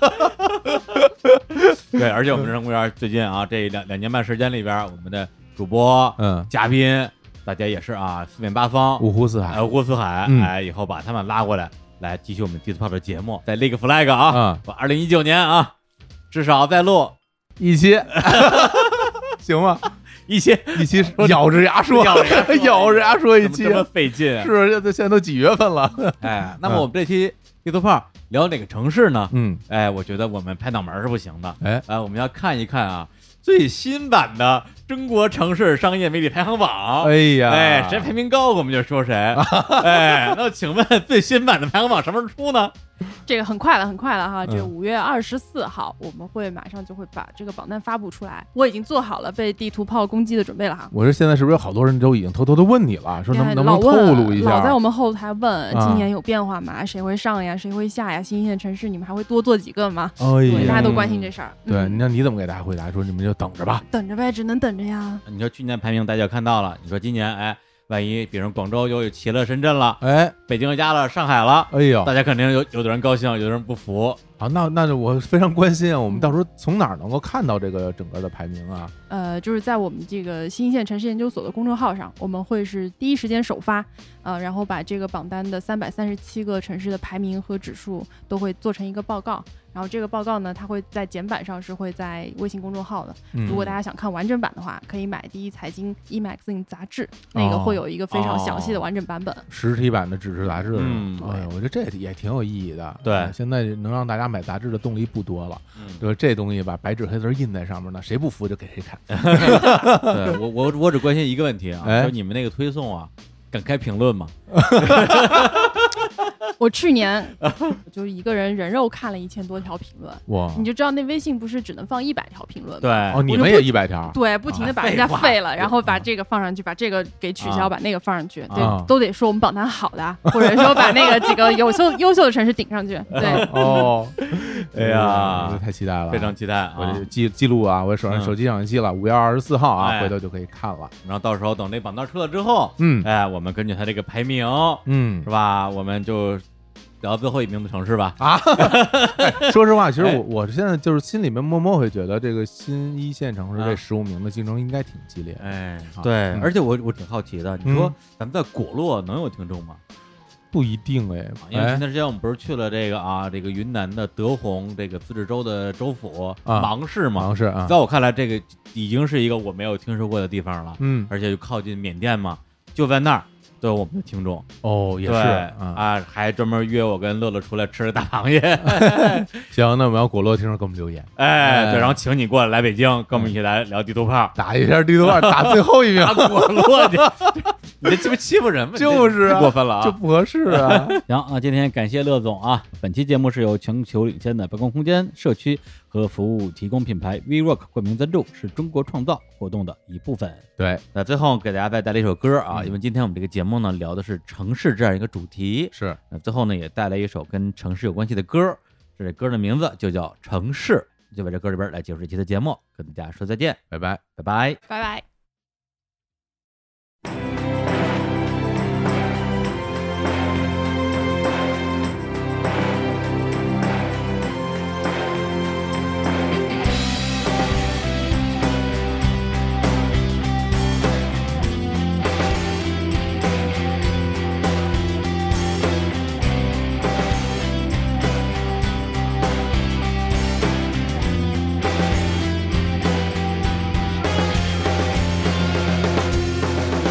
Speaker 1: 对，而且我们人生公园最近啊，这两两年半时间里边儿，我们的主播、呃
Speaker 2: 嗯，
Speaker 1: 嘉宾，大家也是啊，四面八方，
Speaker 2: 五湖四海
Speaker 1: 呃，郭四海，
Speaker 2: 嗯
Speaker 1: 哎，以后把他们拉过来，来继续我们地图炮的节目，再立个 flag 啊，
Speaker 2: 啊，
Speaker 1: 我二零一九年啊，至少再录
Speaker 2: 一期 <laughs> 行吗？
Speaker 1: 一些，
Speaker 2: 一期咬着牙说，
Speaker 1: 咬着牙说
Speaker 2: 咬着牙说一
Speaker 1: 怎么
Speaker 2: 期
Speaker 1: 这，么费劲啊，
Speaker 2: 是现在现在都几月份了？
Speaker 1: 哎，那么我们这期地图炮聊哪个城市呢？
Speaker 2: 嗯，
Speaker 1: 哎，我觉得我们拍脑门儿是不行的，
Speaker 2: 哎，
Speaker 1: 哎，我们要看一看啊，最新版的中国城市商业媒体排行榜，
Speaker 2: 哎呀，
Speaker 1: 哎，谁排名高，我们就 <laughs> 说谁。哎，那请问最新版的排行榜什么时候出呢？
Speaker 3: 这个很快了，很快了哈！这
Speaker 2: 嗯
Speaker 3: 五月二十四号，我们会马上就会把这个榜单发布出来。我已经做好了被地图炮攻击的准备了哈。
Speaker 2: 我说现在是不是有好多人都已经偷偷的问你了，说能
Speaker 3: 哎
Speaker 2: 能
Speaker 3: 老
Speaker 2: 不能透
Speaker 3: 问
Speaker 2: 露一
Speaker 3: 老在
Speaker 2: 下
Speaker 3: 我？们后台问
Speaker 2: 啊
Speaker 3: 今年有变化吗？谁会上呀？谁会下呀？新一线城市你们还会多做几个吗？
Speaker 2: 哎
Speaker 3: 对，大家
Speaker 2: 呀，
Speaker 3: 都关心这事儿。嗯
Speaker 2: 对，那你怎么给大家回答？说你们就等着吧。
Speaker 3: 等着呗，只能等着呀。
Speaker 1: 你说去年排名大家就看到了，你说今年哎，万一比如广州又齐了深圳了，
Speaker 2: 哎，
Speaker 1: 北京又加了上海了，
Speaker 2: 哎呦，
Speaker 1: 大家肯定有有的人高兴，有的人不服。
Speaker 2: 啊，那那我非常关心啊，我们到时候从哪儿能够看到这个整个的排名啊？
Speaker 3: 呃，就是在我们这个新一线城市研究所的公众号上，我们会是第一时间首发，呃，然后把这个榜单的三百三十七个城市的排名和指数都会做成一个报告。然后这个报告呢，它会在简版上是会在微信公众号的。
Speaker 2: 嗯
Speaker 3: 如果大家想看完整版的话，可以买第一财经 e magazine 杂志，那
Speaker 2: 哦
Speaker 3: 个会有一个非常详细的完整版本。
Speaker 2: 实体版的纸质杂志，
Speaker 1: 嗯
Speaker 2: 哎呦，我觉得这也挺有意义的。
Speaker 1: 对
Speaker 2: 啊现在能让大家买杂志的动力不多了，
Speaker 1: 嗯，
Speaker 2: 就是这东西吧，白纸黑字印在上面呢，谁不服就给谁看。
Speaker 1: <laughs> 对我我我只关心一个问题啊，
Speaker 2: 哎
Speaker 1: 就你们那个推送啊，敢开评论吗？
Speaker 3: 我去年就一个人人肉看了一千多条评论，
Speaker 2: 哇，
Speaker 3: 你就知道那微信不是只能放一百条评论吗？
Speaker 1: 对，
Speaker 2: 哦，你
Speaker 3: 我就
Speaker 2: 们
Speaker 3: 不
Speaker 2: 也一百条，
Speaker 3: 对，不停的把人家
Speaker 1: 废话嗯
Speaker 3: 废了，然后把
Speaker 2: 啊
Speaker 3: 这个放上去，把这个给取
Speaker 1: 啊
Speaker 3: 消，把那个放上去，
Speaker 1: 啊
Speaker 3: 对，都得说我们榜单好的啊，或者说把那个几个优秀优秀的城市顶上去。
Speaker 1: <laughs> 啊
Speaker 3: 对，
Speaker 2: <laughs> 哦，
Speaker 1: 哎呀
Speaker 2: 这太期待了，
Speaker 1: 非常期待
Speaker 2: 我
Speaker 1: 啊
Speaker 2: 就。记记录啊，我手上
Speaker 1: 嗯
Speaker 2: 手机上记了，五月二十四号啊，
Speaker 1: 哎
Speaker 2: 回头就可以看了。
Speaker 1: 然后到时候等那榜单出了之后，
Speaker 2: 嗯
Speaker 1: <laughs> 哎，我们根据它这个排名
Speaker 2: 嗯
Speaker 1: 是，吧，我们就聊最后一名的城市吧。
Speaker 2: 啊说实话，其实
Speaker 1: 哎
Speaker 2: 我我现在就是心里面默默会觉得，这个新一线城市
Speaker 1: 啊
Speaker 2: 这十五名的竞争应该挺激烈的。
Speaker 1: 哎
Speaker 2: 啊，
Speaker 1: 对，
Speaker 2: 嗯
Speaker 1: 而且我我挺好奇的，你说
Speaker 2: 嗯
Speaker 1: 咱们在果洛能有听众吗？
Speaker 2: 不一定哎
Speaker 1: 啊，因为前
Speaker 2: 哎
Speaker 1: 段时间我们不是去了这个啊，这个云南的德宏这个自治州的州府
Speaker 2: 啊
Speaker 1: 芒市
Speaker 2: 好
Speaker 1: 嘛
Speaker 2: 像，是啊
Speaker 1: 在，我看来，这个已经是一个我没有听说过的地方了，
Speaker 2: 嗯，
Speaker 1: 而且就靠近缅甸嘛，就在那儿。都有我们的听众
Speaker 2: 哦，也是
Speaker 1: 对
Speaker 2: 啊。
Speaker 1: 啊，还专门约我跟乐乐出来吃大螃
Speaker 2: <laughs>
Speaker 1: 蟹，
Speaker 2: 行，那我们要果洛听众给我们留言，
Speaker 1: 哎，对，然后请你过来来北京，跟我
Speaker 2: 嗯
Speaker 1: 们一起来聊地图炮，
Speaker 2: 打一下地图二，打最后
Speaker 1: <laughs>
Speaker 2: 一名
Speaker 1: 打果洛去， <laughs> 你这欺负欺负人吗？
Speaker 2: 就是啊
Speaker 1: 太过分了啊！
Speaker 2: 就不合适啊。
Speaker 1: 行，那今天感谢乐总啊！本期节目是由全球领先的办公空间社区和和服务提供品牌 VRock 冠名赞助，是中国创造活动的一部分。
Speaker 2: 对，
Speaker 1: 那最后给大家再带来一首歌啊，
Speaker 2: 嗯
Speaker 1: 因为今天我们这个节目呢聊的是城市这样一个主题，
Speaker 2: 是
Speaker 1: 那最后呢也带来一首跟城市有关系的歌儿，这歌的名字就叫《城市》，就把这歌里边来结束这期的节目，跟大家说再见，
Speaker 2: 拜拜。
Speaker 1: 拜拜。
Speaker 3: 拜拜。